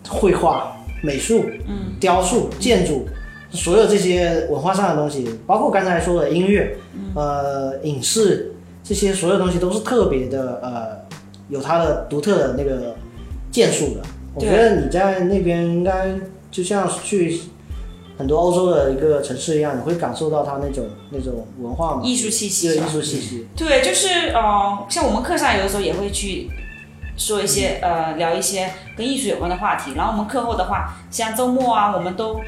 Speaker 1: 绘画、美术、嗯、雕塑、建筑，所有这些文化上的东西，包括刚才说的音乐、呃影视这些所有东西都是特别的呃，有它的独特的那个建树的。我觉
Speaker 3: 对
Speaker 1: 得你在那边应该就像去很多欧洲的一个城市一样，你会感受到它那种那种文化嘛，
Speaker 3: 艺术气息啊
Speaker 1: 对
Speaker 3: 是
Speaker 1: 艺
Speaker 3: 吧。
Speaker 1: 术气息，
Speaker 3: 对，就是呃，像我们课上有的时候也会去说一些、呃聊一些跟艺术有关的话题，然后我们课后的话，像周末啊，我们都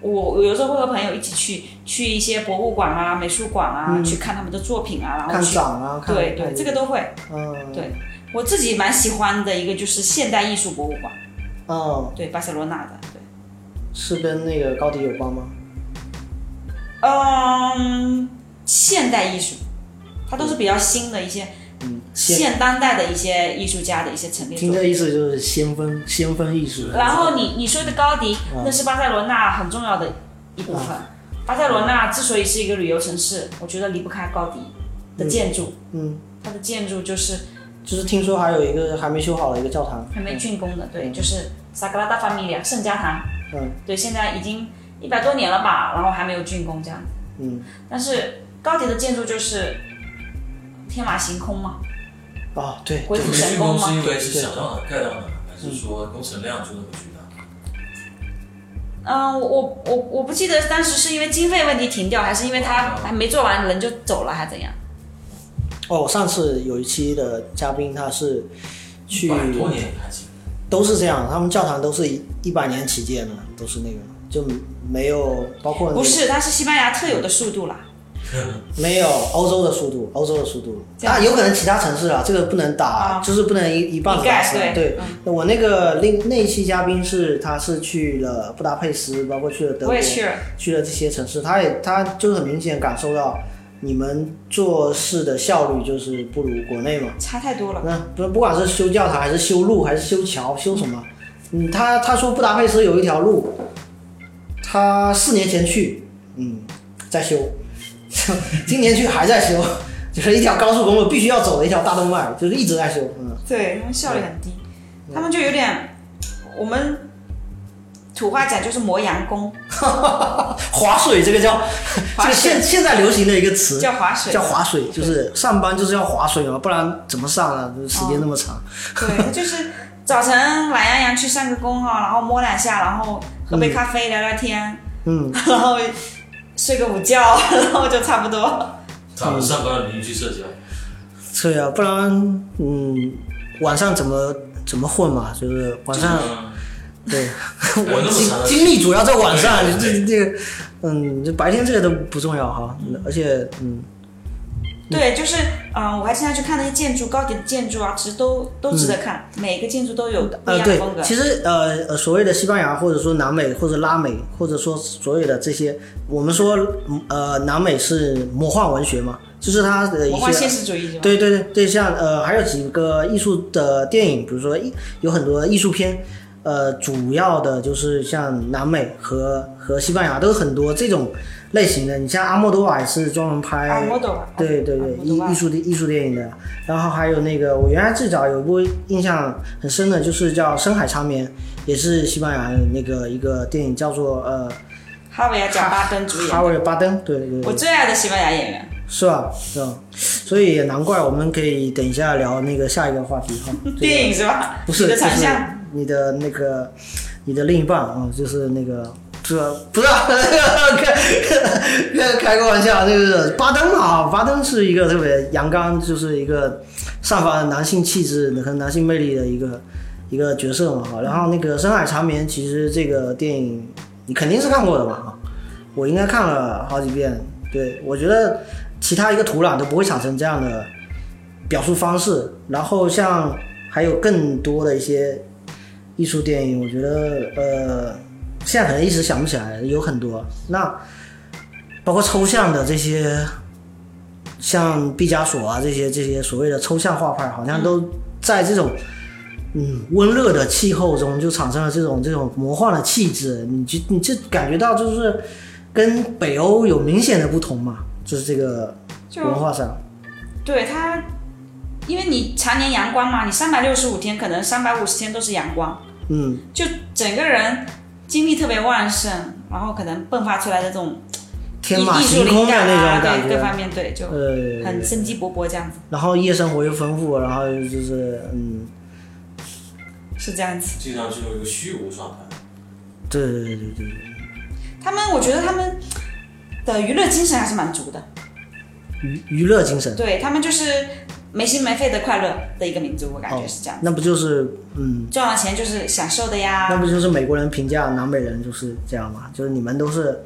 Speaker 3: 我我有时候会和朋友一起去去一些博物馆啊、美术馆啊，
Speaker 1: 嗯
Speaker 3: 去看他们的作品啊，然后
Speaker 1: 看
Speaker 3: 去
Speaker 1: 展啊，看
Speaker 3: 对对，这个都会。
Speaker 1: 嗯
Speaker 3: 对我自己蛮喜欢的一个就是现代艺术博物馆，
Speaker 1: 嗯，
Speaker 3: 对，巴塞罗那的，对，
Speaker 1: 是跟那个高迪有关吗？
Speaker 3: 嗯，现代艺术，它都是比较新的一些
Speaker 1: 嗯，先
Speaker 3: 现当代的一些艺术家的一些陈列作
Speaker 1: 听
Speaker 3: 品。
Speaker 1: 这意思就是先锋先锋艺术，
Speaker 3: 然后你你说的高迪，
Speaker 1: 嗯
Speaker 3: 那是巴塞罗那很重要的一部分。巴塞罗那之所以是一个旅游城市，我觉得离不开高迪的建筑，
Speaker 1: 嗯，
Speaker 3: 它的建筑就是
Speaker 1: 就是听说还有一个还没修好的一个教堂，
Speaker 3: 还没竣工的，对，就是萨格拉大 Familia 圣家堂，
Speaker 1: 嗯
Speaker 3: 对，现在已经一百多年了吧，然后还没有竣工这样子。
Speaker 1: 嗯，
Speaker 3: 但是高迪的建筑就是天马行空嘛，
Speaker 1: 哦对，
Speaker 3: 鬼斧神
Speaker 2: 竣
Speaker 3: 工
Speaker 2: 工
Speaker 3: 嘛
Speaker 2: 是。因为是想让它盖到哪，还是说工程量就那么巨大？
Speaker 3: 嗯，我我我我不记得当时是因为经费问题停掉，还是因为他还没做完人就走了，还怎样？
Speaker 1: 哦，上次有一期的嘉宾他是去
Speaker 2: 百多年还行。
Speaker 1: 都是这样，他们教堂都是一一百年起建的，都是那个，就没有包括
Speaker 3: 不是，它是西班牙特有的速度啦。
Speaker 1: 没有欧洲的速度，欧洲的速度，
Speaker 3: 这样
Speaker 1: 那有可能其他城市啊，这个不能打，
Speaker 3: 啊
Speaker 1: 就是不能一一棒子
Speaker 3: 一
Speaker 1: 打
Speaker 3: 概
Speaker 1: 死。
Speaker 3: 对嗯
Speaker 1: 对，我那个另那一期嘉宾是他是去了布达佩斯，包括去了德
Speaker 3: 我
Speaker 1: 国，
Speaker 3: 也去了，
Speaker 1: 去了这些城市，他也他就是很明显感受到你们做事的效率就是不如国内嘛。
Speaker 3: 差太多了。
Speaker 1: 那不不管是修教堂还是修路还是修桥修什么，嗯，他他说布达佩斯有一条路，他四年前去，嗯，在修， 今年去还在修，就是一条高速公路必须要走的一条大动脉，就是一直在修，嗯，
Speaker 3: 对，他们效率很低，他们就有点，我们土话讲就是磨洋工，
Speaker 1: 划水这个叫 这
Speaker 3: 划
Speaker 1: 个
Speaker 3: 水
Speaker 1: 现现在流行的一个词
Speaker 3: 叫划水。
Speaker 1: 叫划水，就是上班就是要划水嘛，不然怎么上啊？就是时间那么长，
Speaker 3: 哦 对，他就是早晨懒洋洋去上个工哈，然后摸两下，然后喝杯咖啡聊聊天，
Speaker 1: 嗯，
Speaker 3: 然后睡个午觉， 然后就差不多。
Speaker 2: 他们上班邻居啊社交，
Speaker 1: 对啊，不然嗯，晚上怎么怎么混嘛？就是晚上。
Speaker 2: 嗯
Speaker 1: 对，
Speaker 2: 有那么长
Speaker 1: 精
Speaker 2: 的
Speaker 1: 精力主要在晚上，这
Speaker 2: 对
Speaker 1: 这个，嗯，这白天这个都不重要哈，而且嗯，
Speaker 3: 对，就是嗯、呃我还经常去看那些建筑，高级的建筑啊，其实都都值得看，每个建筑都有不一
Speaker 1: 嗯呃，
Speaker 3: 样的
Speaker 1: 对
Speaker 3: 风格。，
Speaker 1: 其实呃呃，所谓的西班牙或者说南美或者拉美或者说所有的这些，我们说嗯呃南美是魔幻文学嘛，就是它的一
Speaker 3: 魔幻
Speaker 1: 些
Speaker 3: 现实主义是吧？
Speaker 1: 对对对对，像呃，还有几个艺术的电影，比如说艺有很多艺术片，呃，主要的就是像南美和和西班牙都有很多这种类型的。你像阿莫多瓦也是专门拍，
Speaker 3: 阿莫多瓦，
Speaker 1: 对对对
Speaker 3: 阿，莫
Speaker 1: 艺
Speaker 3: 多瓦
Speaker 1: 艺术的艺术电影的。然后还有那个，我原来最早有一部印象很深的，就是叫《深海长眠》，也是西班牙的那个一个电影，叫做呃
Speaker 3: 哈维尔·贾巴登主演
Speaker 1: 哈，维尔巴登，对对对。
Speaker 3: 我最爱的西班牙演员。
Speaker 1: 是吧？是吧？所以也难怪，我们可以等一下聊那个下一个话题哈。这个
Speaker 3: 电影是吧？
Speaker 1: 不是，就
Speaker 3: 你的
Speaker 1: 是
Speaker 3: 长项。
Speaker 1: 你的那个，你的另一半啊、就是那个，这不是啊开开开个玩笑，就是巴登啊，巴登是一个特别阳刚，就是一个散发男性气质和男性魅力的一个一个角色嘛哈。然后那个《深海长眠》，其实这个电影你肯定是看过的吧？啊，我应该看了好几遍。对，我觉得其他一个土壤都不会产生这样的表述方式。然后像还有更多的一些艺术电影，我觉得呃，现在可能一时想不起来，有很多。那包括抽象的这些，像毕加索啊这些这些所谓的抽象画派，好像都在这种。嗯，温热的气候中就产生了这种这种魔幻的气质，你就你就感觉到就是跟北欧有明显的不同嘛，就是这个
Speaker 3: 就
Speaker 1: 文化上，
Speaker 3: 对它，因为你常年阳光嘛，你三百六十五天，可能三百五十天都是阳光，
Speaker 1: 嗯，
Speaker 3: 就整个人精力特别旺盛，然后可能迸发出来的这种
Speaker 1: 天马
Speaker 3: 艺术
Speaker 1: 行
Speaker 3: 灵
Speaker 1: 空的
Speaker 3: 感
Speaker 1: 那
Speaker 3: 啊，
Speaker 1: 种感
Speaker 3: 对各
Speaker 1: 觉，
Speaker 3: 方面对，就
Speaker 1: 呃，
Speaker 3: 很生机勃勃这样子，
Speaker 1: 然后夜生活又丰富，然后就是嗯，
Speaker 3: 是这样子。
Speaker 2: 经常就有一个虚无状态。
Speaker 1: 对对对对对，
Speaker 3: 他们我觉得他们的娱乐精神还是蛮足的，
Speaker 1: 娱娱乐精神。
Speaker 3: 对他们就是没心没肺的快乐的一个民族，我感觉是这样。
Speaker 1: 哦那不就是嗯，
Speaker 3: 赚了钱就是享受的
Speaker 1: 那
Speaker 3: 呀，
Speaker 1: 不就是美国人评价南北人就是这样吗？就是你们都是，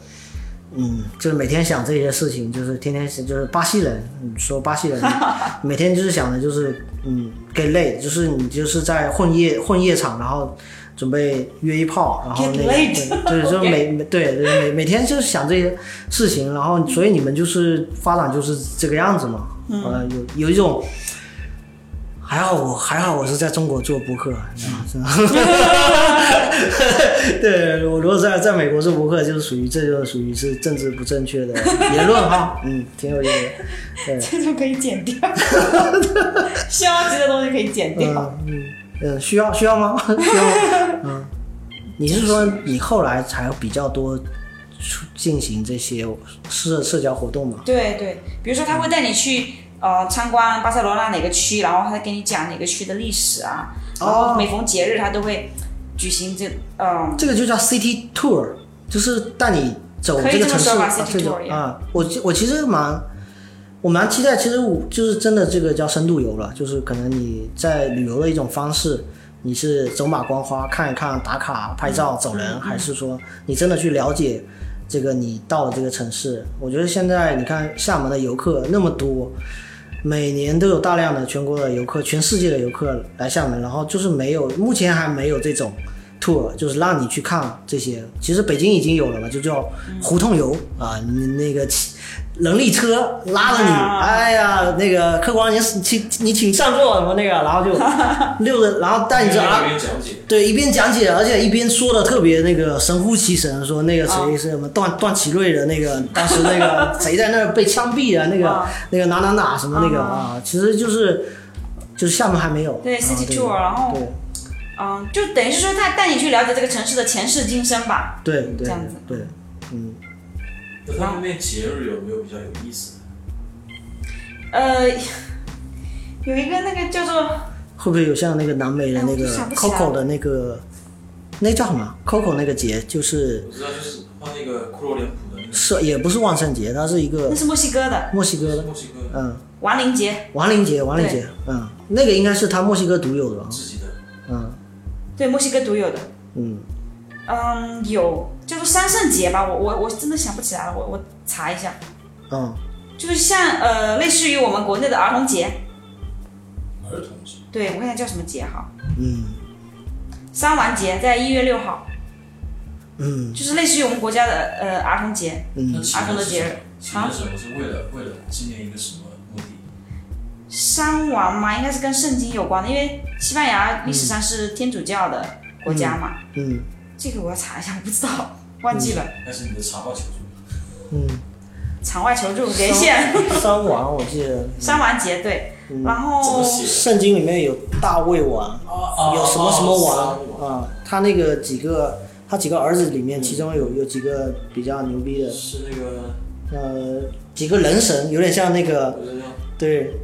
Speaker 1: 嗯，就是每天想这些事情，就是天天想就是巴西人，你说巴西人 每天就是想的就是嗯，get late，就是你就是在混夜混夜场，然后准备约一炮，然后
Speaker 3: Get
Speaker 1: 那个对，
Speaker 3: laid
Speaker 1: 就是说每每对对每每天就是想这些事情，然后所以你们就是发展就是这个样子嘛，呃，有有一种。还好我还好我是在中国做播客，你知道吗是吧？ 对我如果在在美国做博客，就是属于这就是属于是政治不正确的言论哈，嗯，挺有意思的，对，
Speaker 3: 这种可以剪掉，消极的东西可以剪掉。
Speaker 1: 嗯嗯嗯，需要需要吗？ 需要吗？嗯，你是说你后来才比较多出进行这些社社交活动吗？
Speaker 3: 对对，比如说他会带你去呃参观巴塞罗那哪个区，然后他给你讲哪个区的历史啊，然后每逢节日他都会举行这嗯、
Speaker 1: 这个就叫 city tour，就是带你走
Speaker 3: 可以
Speaker 1: 这个
Speaker 3: 这么
Speaker 1: 城市
Speaker 3: 说吧
Speaker 1: 啊
Speaker 3: city
Speaker 1: 这种
Speaker 3: tour，yeah
Speaker 1: 啊、我其我其实蛮，我蛮期待，其实我就是真的这个叫深度游了，就是可能你在旅游的一种方式，你是走马观花看一看打卡拍照走人，
Speaker 3: 嗯
Speaker 1: 还是说你真的去了解这个你到了这个城市？我觉得现在你看厦门的游客那么多。每年都有大量的全国的游客、全世界的游客来厦门，然后就是没有，目前还没有这种 tour，就是让你去看这些。其实北京已经有了嘛，就叫胡同游啊、你那个骑人力车拉着你，
Speaker 3: 啊
Speaker 1: 哎呀，那个客官，你请你请上座什么那个，然后就溜着，然后带你
Speaker 2: 一
Speaker 1: 走啊。
Speaker 2: 边讲解，
Speaker 1: 对，一边讲解，而且一边说的特别那个神乎其神，说那个谁
Speaker 3: 啊
Speaker 1: 是什么段段祺瑞的那 个，当时那个谁在那儿被枪毙了，那个
Speaker 3: 啊
Speaker 1: 那个哪哪哪什么那个
Speaker 3: 啊
Speaker 1: 啊，其实就是就是厦门还没有
Speaker 3: 对
Speaker 1: 啊
Speaker 3: city tour，然后嗯，就等于是说他带你去了解这个城市的前世今生吧。
Speaker 1: 对对对
Speaker 3: 这样子
Speaker 1: 对，嗯，
Speaker 2: 那他们那节日有没有比较有意思的？
Speaker 3: 呃，有一个那个叫做
Speaker 1: 会不会有像那个南美的
Speaker 3: 哎我
Speaker 1: 那
Speaker 3: 就
Speaker 1: 个
Speaker 3: 想不起来
Speaker 1: Coco 的那个那叫什么 Coco 那个节，就是
Speaker 2: 我知道，就是放那个库洛脸谱的那个
Speaker 1: 是也不是万圣节，它是一个
Speaker 3: 那是墨西哥的
Speaker 1: 墨西哥的，
Speaker 2: 墨西哥
Speaker 1: 嗯，
Speaker 3: 亡灵节，
Speaker 1: 亡灵节亡灵节，嗯，那个应该是他墨西哥独有的，
Speaker 2: 自己的，
Speaker 1: 嗯
Speaker 3: 对墨西哥独有的。
Speaker 1: 嗯。
Speaker 3: 嗯，有叫做三圣节吧，我我我真的想不起来了，我我查一下，
Speaker 1: 嗯，
Speaker 3: 就是像呃类似于我们国内的儿童节，
Speaker 2: 儿童节，
Speaker 3: 对我看一下叫什么节哈，
Speaker 1: 嗯
Speaker 3: 三完节在一月六号，
Speaker 1: 嗯
Speaker 3: 就是类似于我们国家的呃儿童节，
Speaker 2: 那
Speaker 1: 嗯，
Speaker 2: 请
Speaker 3: 儿童
Speaker 2: 的
Speaker 3: 的节日
Speaker 2: 是，请的什么？是为了为了纪念一个什么目的？
Speaker 3: 三完嘛应该是跟圣经有关的，因为西班牙历史上是天主教的国家嘛，
Speaker 1: 嗯
Speaker 3: 这个我要查一下，我不知道， 忘记了。
Speaker 2: 那是你的茶话求助。
Speaker 1: 嗯，
Speaker 3: 场外求助 连线，
Speaker 1: 三王我记得，
Speaker 3: 三完节对，
Speaker 1: 嗯
Speaker 3: 然
Speaker 2: 怎么
Speaker 3: 后
Speaker 2: 写
Speaker 1: 圣经里面有大卫王，
Speaker 3: 哦
Speaker 2: 啊
Speaker 1: 有什么什么王
Speaker 2: 啊？
Speaker 1: 啊？他那个几个，他几个儿子里面，其中
Speaker 3: 嗯
Speaker 1: 有有几个比较牛逼的，
Speaker 2: 是那个呃
Speaker 1: 呃，几个人神，有点像那个
Speaker 2: 我知道
Speaker 1: 对，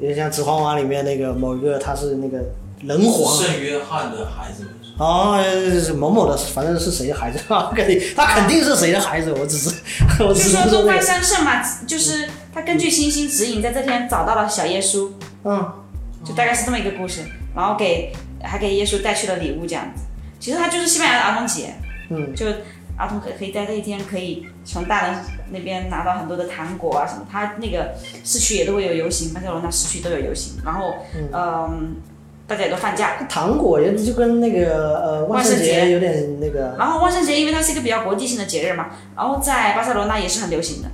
Speaker 1: 有点像《指环王》里面那个某一个，他是那个人皇。
Speaker 2: 圣约翰的孩子们，
Speaker 1: 哦，是某某的，反正是谁的孩子 啊？肯定，他肯定是谁的孩子。我只是， 我
Speaker 3: 就
Speaker 1: 只是
Speaker 3: 说
Speaker 1: 这
Speaker 3: 东
Speaker 1: 个
Speaker 3: 方三圣嘛，就是他根据星星指引，在这天找到了小耶稣，
Speaker 1: 嗯
Speaker 3: 就大概是这么一个故事，然后给还给耶稣带去了礼物这样子。其实它就是西班牙的儿童节，
Speaker 1: 嗯
Speaker 3: 就儿童可可以在这一天可以从大人那边拿到很多的糖果啊什么，他那个市区也都会有游行，巴塞罗那市区都有游行，然后嗯、大家也都放假。
Speaker 1: 糖果也就跟那个呃万圣
Speaker 3: 万圣
Speaker 1: 节
Speaker 3: 节
Speaker 1: 有点那个，
Speaker 3: 然后万圣节，因为它是一个比较国际性的节日嘛，然后在巴塞罗那也是很流行的。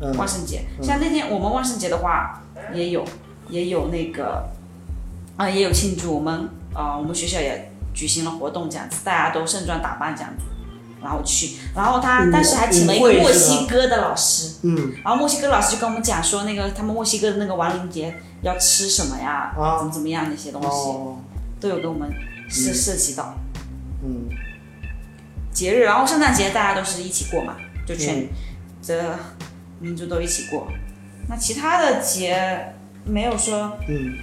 Speaker 1: 嗯
Speaker 3: 万圣节，像那天我们万圣节的话，也有也有那个，啊、也有庆祝。我们啊、我们学校也举行了活动，这样子，大家都盛装打扮这样子，然后去。然后他
Speaker 1: 舞
Speaker 3: 当时还请了一
Speaker 1: 舞
Speaker 3: 个
Speaker 1: 会是吧
Speaker 3: 墨西哥的老师，
Speaker 1: 嗯
Speaker 3: 然后墨西哥老师就跟我们讲说，那个他们墨西哥的那个亡灵节要吃什么呀，
Speaker 1: 啊
Speaker 3: 怎么怎么样那些东西，
Speaker 1: 哦
Speaker 3: 都有给我们涉涉及到。
Speaker 1: 嗯
Speaker 3: 节日，然后圣诞节大家都是一起过嘛，就
Speaker 1: 嗯
Speaker 3: 全这民族都一起过。那其他的节没有说
Speaker 1: 嗯，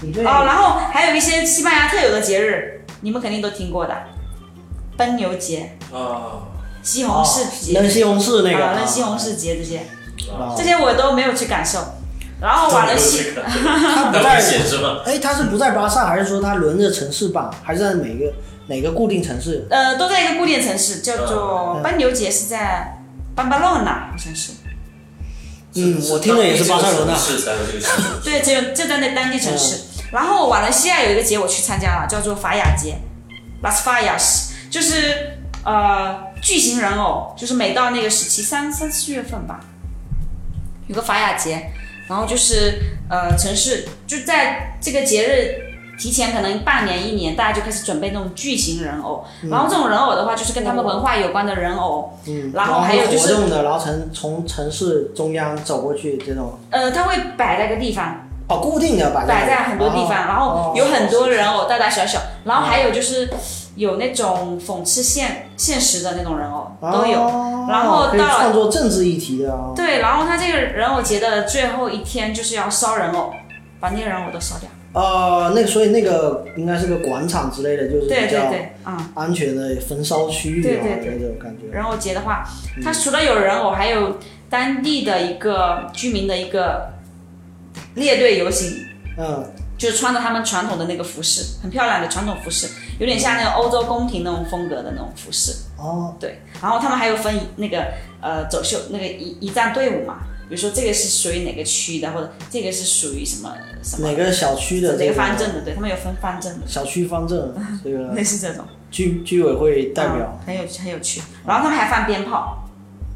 Speaker 1: 你
Speaker 3: 哦，
Speaker 1: 对
Speaker 3: 然后还有一些西班牙特有的节日，你们肯定都听过的，奔牛节，
Speaker 2: 啊，
Speaker 3: 西红柿节，
Speaker 1: 哦扔西红柿那个，哦
Speaker 3: 啊，扔西红柿节这些，
Speaker 2: 啊
Speaker 3: 这些我都没有去感受。然后完了西，
Speaker 1: 他
Speaker 2: 很
Speaker 1: 啊不在
Speaker 2: 危险是吗？
Speaker 1: 哎，他是不在巴萨，还是说他轮着城市办，还是在每个哪个固定城市？
Speaker 3: 呃，都在一个固定城市，叫做班牛节，是在班巴洛纳，好像是。
Speaker 1: 嗯我听的也是巴塞罗那
Speaker 2: 是才有这个习俗。
Speaker 3: 对，只有就在那当地城市。然后瓦伦西亚有一个节我去参加了，叫做法雅节 （Las Fallas），就是呃巨型人偶，就是每到那个时期三三四月份吧，有个法雅节，然后就是呃城市就在这个节日。提前可能半年一年，大家就开始准备那种巨型人偶。然后这种人偶的话，就是跟他们文化有关的人偶。
Speaker 1: 嗯，
Speaker 3: 然后还有就是
Speaker 1: 活动的，然后城从城市中央走过去这种，
Speaker 3: 呃，它会摆在一个地方，
Speaker 1: 哦，固定的摆哦
Speaker 3: 摆在哦很多地方，然后有很多人偶，大大小小，然后还有就是有那种讽刺现现实的那种人偶都有。然后到
Speaker 1: 哦可以创作政治议题的啊，
Speaker 3: 对，然后他这个人偶节的最后一天就是要烧人偶，把那些人偶都烧掉。
Speaker 1: 呃，那所以那个应该是个广场之类的，就是
Speaker 3: 对
Speaker 1: 比
Speaker 3: 对
Speaker 1: 较
Speaker 3: 对，嗯，
Speaker 1: 安全的焚烧区域啊，
Speaker 3: 对对对
Speaker 1: 那种感觉。
Speaker 3: 人偶节的话，它除了有人偶，还有当地的一个居民的一个列队游行。
Speaker 1: 嗯，
Speaker 3: 就是穿着他们传统的那个服饰，很漂亮的传统服饰，有点像那个欧洲宫廷那种风格的那种服饰。
Speaker 1: 哦，
Speaker 3: 对，然后他们还有分一那个呃走秀那个一一站队伍嘛，比如说这个是属于哪个区的，或者这个是属于什么什么
Speaker 1: 哪个小区的
Speaker 3: 哪
Speaker 1: 这
Speaker 3: 个
Speaker 1: 个
Speaker 3: 方啊阵的，对他们有分方阵的，
Speaker 1: 小区方阵，这个
Speaker 3: 类似这种
Speaker 1: 居居委会代表。
Speaker 3: 嗯很有很有趣。然后他们还放鞭炮，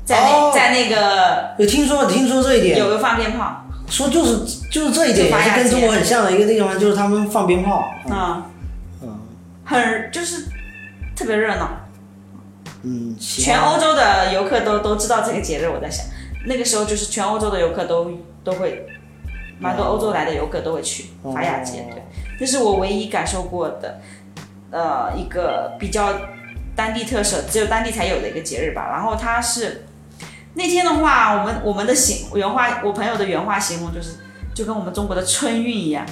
Speaker 3: 在那、
Speaker 1: 哦
Speaker 3: 在那个
Speaker 1: 有听说听说这一点
Speaker 3: 有，个放鞭炮，
Speaker 1: 说就是就是这一点也是跟中国很像的一个地方，就是他们放鞭炮。啊
Speaker 3: 嗯，
Speaker 1: 嗯
Speaker 3: 很就是特别热闹，
Speaker 1: 嗯，行
Speaker 3: 全欧洲的游客都都知道这个节日。我在想，那个时候就是全欧洲的游客都都会，蛮多欧洲来的游客都会去
Speaker 1: 哦
Speaker 3: 法雅节，对，这是我唯一感受过的，呃，一个比较当地特色，只有当地才有的一个节日吧。然后它是那天的话，我们我们的形原话，我朋友的原话形容就是，就跟我们中国的春运一 样，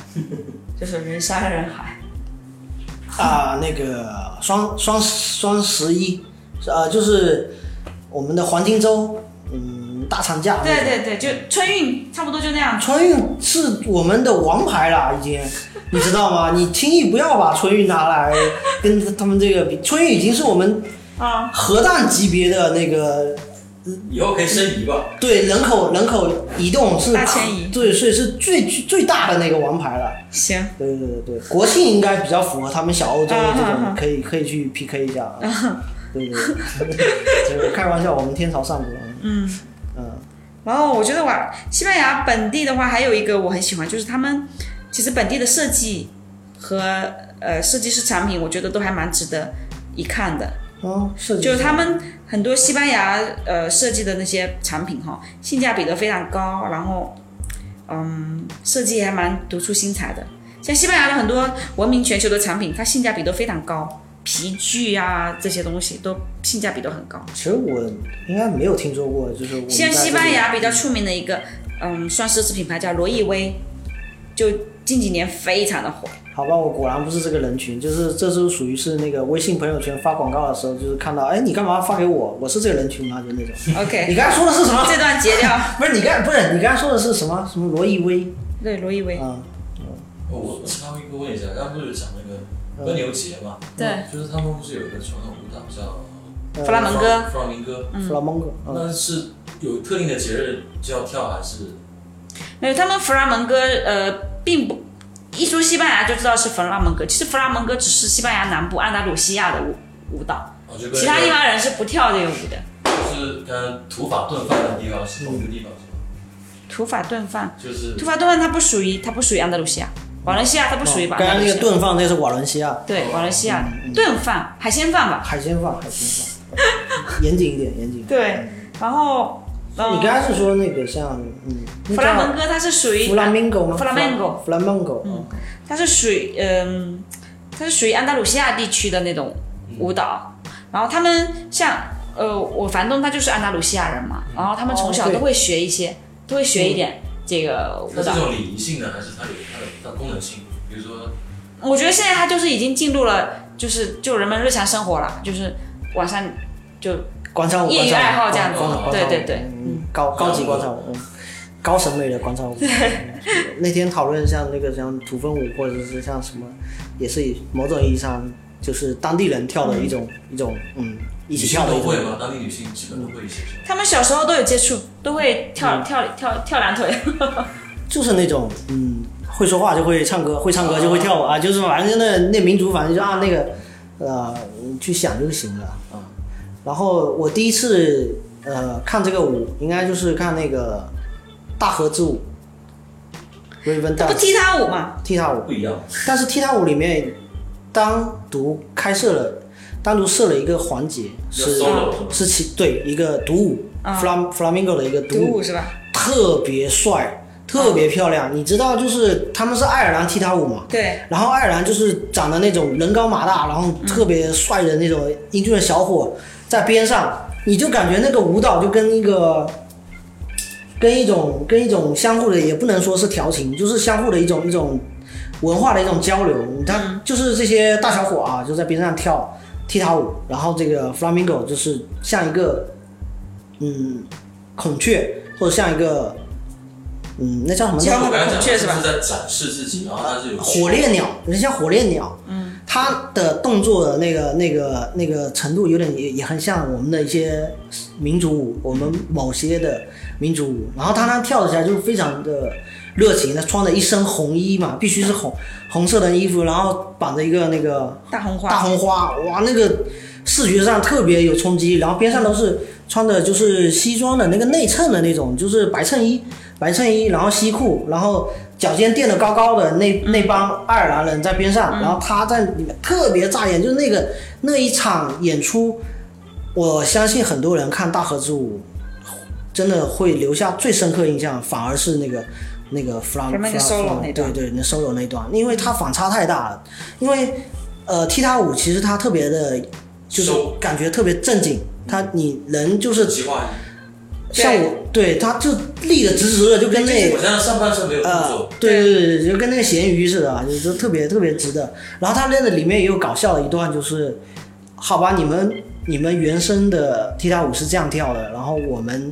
Speaker 3: 就是人山人海。
Speaker 1: 啊、那个双双双十一，呃，就是我们的黄金周，嗯，大长假。
Speaker 3: 对。对对，就春运差不多就那样。
Speaker 1: 春运是我们的王牌啦，已经，你知道吗？你轻易不要把春运拿来跟他们这个比，春运已经是我们
Speaker 3: 啊、
Speaker 1: 核弹级别的那个
Speaker 2: 以后可以申遗吧？
Speaker 1: 对人口人口移动是
Speaker 3: 大迁移
Speaker 1: 对，所以是最最大的那个王牌了。
Speaker 3: 行。
Speaker 1: 对对对对，国庆应该比较符合他们小欧洲的这
Speaker 3: 啊啊
Speaker 1: 种
Speaker 3: 啊，
Speaker 1: 可以可以去 PK 一下 啊。对对对，这个开玩笑，我们天朝上国。嗯嗯，
Speaker 3: 然后我觉得哇，西班牙本地的话，还有一个我很喜欢，就是他们其实本地的设计和呃设计师产品，我觉得都还蛮值得一看的。
Speaker 1: 哦，设计
Speaker 3: 就是
Speaker 1: 师
Speaker 3: 他们很多西班牙呃设计的那些产品哈，性价比都非常高，然后嗯设计还蛮独出心裁的。像西班牙的很多闻名全球的产品，它性价比都非常高，皮具啊这些东西都性价比都很高。
Speaker 1: 其实我应该没有听说过，就是我们
Speaker 3: 像
Speaker 1: 在
Speaker 3: 西班牙比较
Speaker 1: 这
Speaker 3: 出名的一个，嗯，算奢侈品牌叫罗意威，就近几年非常的火。
Speaker 1: 里，好吧，我果然不是这个人群，就是这是属于是那个微信朋友圈发广告的时候，就是看到，哎，你干嘛发给我？我是这个人群吗？就那种。你
Speaker 3: OK，
Speaker 1: 刚才说的是什么？
Speaker 3: 这段截掉。
Speaker 1: 不是你刚不是你刚才说的是什么？什么罗意威
Speaker 3: 对，罗意威。
Speaker 1: 啊？
Speaker 2: 我哦我稍微问一下，刚刚不是讲
Speaker 1: 嗯
Speaker 2: 那个蜗牛节嘛？
Speaker 3: 对，
Speaker 2: 就是他们不是有一个传统舞蹈叫
Speaker 1: 呃
Speaker 3: 弗拉门戈
Speaker 2: 弗朗明哥，
Speaker 1: 弗拉蒙戈。嗯
Speaker 2: 那是有特定的节日就要跳还是？
Speaker 3: 没有，他们弗拉门戈呃，并不一说西班牙就知道是弗拉门戈，其实弗拉门戈只是西班牙南部安达鲁西亚的舞舞蹈，
Speaker 2: 哦，就跟
Speaker 3: 其他地方人是不跳这个舞的。
Speaker 2: 就是跟土法炖饭的地方是同一个地方是吗？
Speaker 3: 土法炖饭，
Speaker 2: 就是
Speaker 3: 土法炖饭它不属于它不属于安达鲁西亚，瓦伦西亚它不属于
Speaker 1: 哦刚
Speaker 3: 瓦
Speaker 1: 才
Speaker 3: 伦
Speaker 1: 那
Speaker 3: 西亚。
Speaker 1: 个炖嗯饭，那是瓦伦西亚
Speaker 3: 对，瓦伦西亚的炖饭海鲜饭吧。
Speaker 1: 海鲜饭，海鲜 饭，严谨一点，严谨。
Speaker 3: 对，然后嗯，
Speaker 1: 你刚才是说那个像嗯，那
Speaker 3: 弗拉
Speaker 1: 叫
Speaker 3: 门戈它是属于
Speaker 1: 弗拉明戈吗？
Speaker 3: 弗拉门戈
Speaker 1: 弗拉门戈。嗯，
Speaker 3: 它是属于嗯，它是属于安达鲁西亚地区的那种舞蹈。然后他们像呃，我房东他就是安达鲁西亚人嘛，然后他们从
Speaker 1: 哦
Speaker 3: 小
Speaker 1: 对
Speaker 3: 都会学一些，都会学一点这个
Speaker 2: 它
Speaker 3: 舞
Speaker 2: 是
Speaker 3: 蹈
Speaker 2: 这。种礼仪性的，还是它有它的它的功能性？比如说，
Speaker 3: 我觉得现在它就是已经进入了，就是就人们日常生活了，就是晚上就
Speaker 1: 广场舞，
Speaker 3: 业
Speaker 1: 广
Speaker 3: 余
Speaker 1: 场舞
Speaker 3: 爱好这样子
Speaker 1: 广场广场舞
Speaker 3: 对对对
Speaker 1: 嗯高高级广场舞，嗯高审美的广 场舞。那天讨论像那个像土风舞，或者是像什么，也是某种意义上就是当地人跳的一种一种嗯一起跳的
Speaker 2: 都
Speaker 1: 一种
Speaker 2: 会吗？当地女性基本都会一些什么？
Speaker 3: 他们小时候都有接触，都会跳跳跳跳两腿。
Speaker 1: 就是那种嗯，会说话就会唱歌，会唱歌就会跳舞啊，就是反正那那民族反正就按那个呃去想就行了啊。然后我第一次呃看这个舞，应该就是看那个大河之舞 r a v e n
Speaker 3: 他不
Speaker 1: Dance
Speaker 3: 踢踏舞嘛？
Speaker 1: 踢踏舞，
Speaker 2: 不一样，
Speaker 1: 但是踢踏舞里面单独开设了。单独设了一个环节是
Speaker 2: 要 solo 是吗
Speaker 1: 是其对一个独舞、
Speaker 3: 啊
Speaker 1: flam flamingo 的一个独舞
Speaker 3: 独，舞是吧？
Speaker 1: 特别帅，特别漂亮。你知道，就是他们是爱尔兰踢踏舞嘛，
Speaker 3: 对，
Speaker 1: 然后爱尔兰就是长得那种人高马大，然后特别帅的那种英俊的小伙，在边上，你就感觉那个舞蹈就跟一个。跟一种跟一种相互的，也不能说是调情，就是相互的一种一种文化的一种交流。他就是这些大小伙啊，就在边上跳踢踏舞，然后这个 flamingo 就是像一个嗯孔雀，或者像一个嗯那叫什么
Speaker 3: 交
Speaker 1: 鸟
Speaker 3: 换？
Speaker 2: 我刚才
Speaker 3: 孔雀
Speaker 2: 讲
Speaker 3: 是吧
Speaker 2: 是在展示自己，然后它是有
Speaker 1: 火烈鸟，有点像火烈鸟。嗯，它的动作的那个、那个、那个程度，有点也也很像我们的一些民族舞，我们某些的民族舞。然后它那跳起来就非常的热情，他穿着一身红衣嘛，必须是红红色的衣服，然后绑着一个那个
Speaker 3: 大红
Speaker 1: 大
Speaker 3: 花。
Speaker 1: 红花，哇，那个视觉上特别有冲击。然后边上都是穿的就是西装的那个内衬的那种，就是白衬衣、白衬衣，然后西裤，然后脚尖垫得高高的那
Speaker 3: 嗯
Speaker 1: 那帮爱尔兰人在边上，然后他在里面特别扎眼，就是那个那一场演出，我相信很多人看大河之舞，真的会留下最深刻印象，反而是那个。那个 flam
Speaker 3: 那个
Speaker 1: flam-
Speaker 3: solo
Speaker 1: flam-
Speaker 3: 那段
Speaker 1: 对对，那 solo 那段，因为它反差太大了。因为呃，踢踏舞其实它特别的，就是
Speaker 2: 收
Speaker 1: 感觉特别正经。它你人就是
Speaker 2: 计划。
Speaker 1: 像我，对，它就立的直直的，就跟那
Speaker 2: 我现在上半身没有动
Speaker 1: 呃
Speaker 2: 作，，
Speaker 1: 对对对，对就跟那个咸鱼似的啊，就是特别特别直的。然后它那个里面也有搞笑的一段，就是好吧，你们你们原生的踢踏舞是这样跳的，然后我们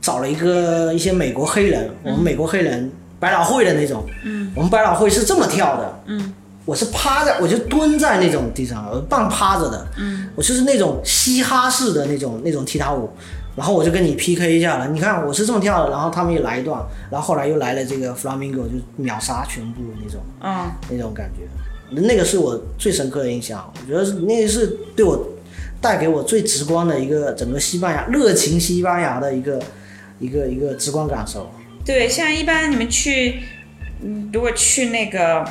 Speaker 1: 找了一个一些美国黑人，我们美国黑人百老汇的那种，嗯，我们百老汇是这么跳的，嗯，我是趴在，我就蹲在那种地上，我半趴着的，嗯，我就是那种嘻哈式的那种那种踢踏舞。然后我就跟你 PK 一下了，你看我是这么跳的，然后他们也来一段，然后后来又来了这个 flamingo，就秒杀全部那种
Speaker 3: 嗯，
Speaker 1: 那种感觉，那个是我最深刻的印象，我觉得是那个是对我带给我最直观的一个整个西班牙热情西班牙的一个一个一个直观感受。
Speaker 3: 对，像一般你们去，嗯，如果去那个，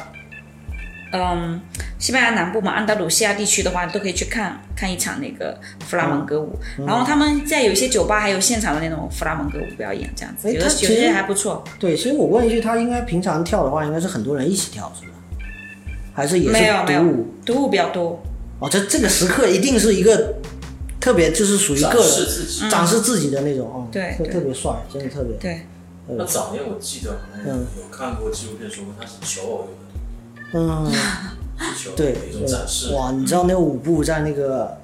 Speaker 3: 嗯，西班牙南部嘛，安达鲁西亚地区的话，都可以去看看一场那个弗拉门戈舞。
Speaker 1: 嗯
Speaker 3: 然后他们在有些酒吧还有现场的那种弗拉门戈舞表演，这样子，
Speaker 1: 哎
Speaker 3: 有的
Speaker 1: 他其
Speaker 3: 有
Speaker 1: 实
Speaker 3: 些还不错。
Speaker 1: 对，其实我问一句，他应该平常跳的话，应该是很多人一起跳是吧？还是也
Speaker 3: 没有
Speaker 1: 是
Speaker 3: 没
Speaker 1: 独
Speaker 3: 有
Speaker 1: 舞？，
Speaker 3: 独舞比较多。
Speaker 1: 哦，这这个时刻一定是一个特别就是属于个
Speaker 2: 展示
Speaker 1: 人。
Speaker 2: 自己。
Speaker 1: 展示自己的那种，哦，
Speaker 3: 对
Speaker 1: 特
Speaker 3: 对
Speaker 1: 特别帅，真的特别。
Speaker 3: 对，
Speaker 2: 那早年我记得好像有看过纪录片说过，它是求偶用
Speaker 1: 嗯，
Speaker 2: 的，是求偶
Speaker 1: 对
Speaker 2: 的一种展示。
Speaker 1: 哇，你知道那个舞步在那个，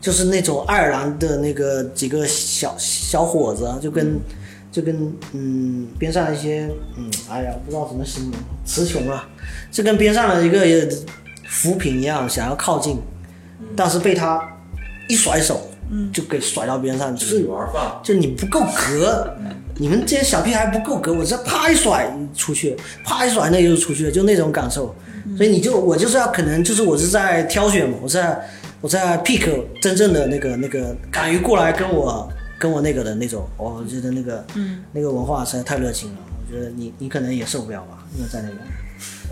Speaker 1: 就是那种爱尔兰的那个几个小小伙子啊，就跟、就跟嗯边上一些嗯，哎呀，不知道怎么形容，词穷了，就跟边上的一个也扶贫一样，想要靠近，
Speaker 2: 嗯
Speaker 1: 但是被他一甩手，嗯，就给甩到边上，就
Speaker 2: 就是是玩放，
Speaker 1: 就你不够格，你们这些小屁孩不够格，我这啪一甩出去，啪一甩那就出去了，就那种感受。所以你就我就是要可能就是我是在挑选嘛，我在我在 pick 真正的那个那个敢于过来跟我跟我那个的那种，哦我觉得那个嗯那个文化实在太热情了，我觉得你你可能也受不了吧，因为在那边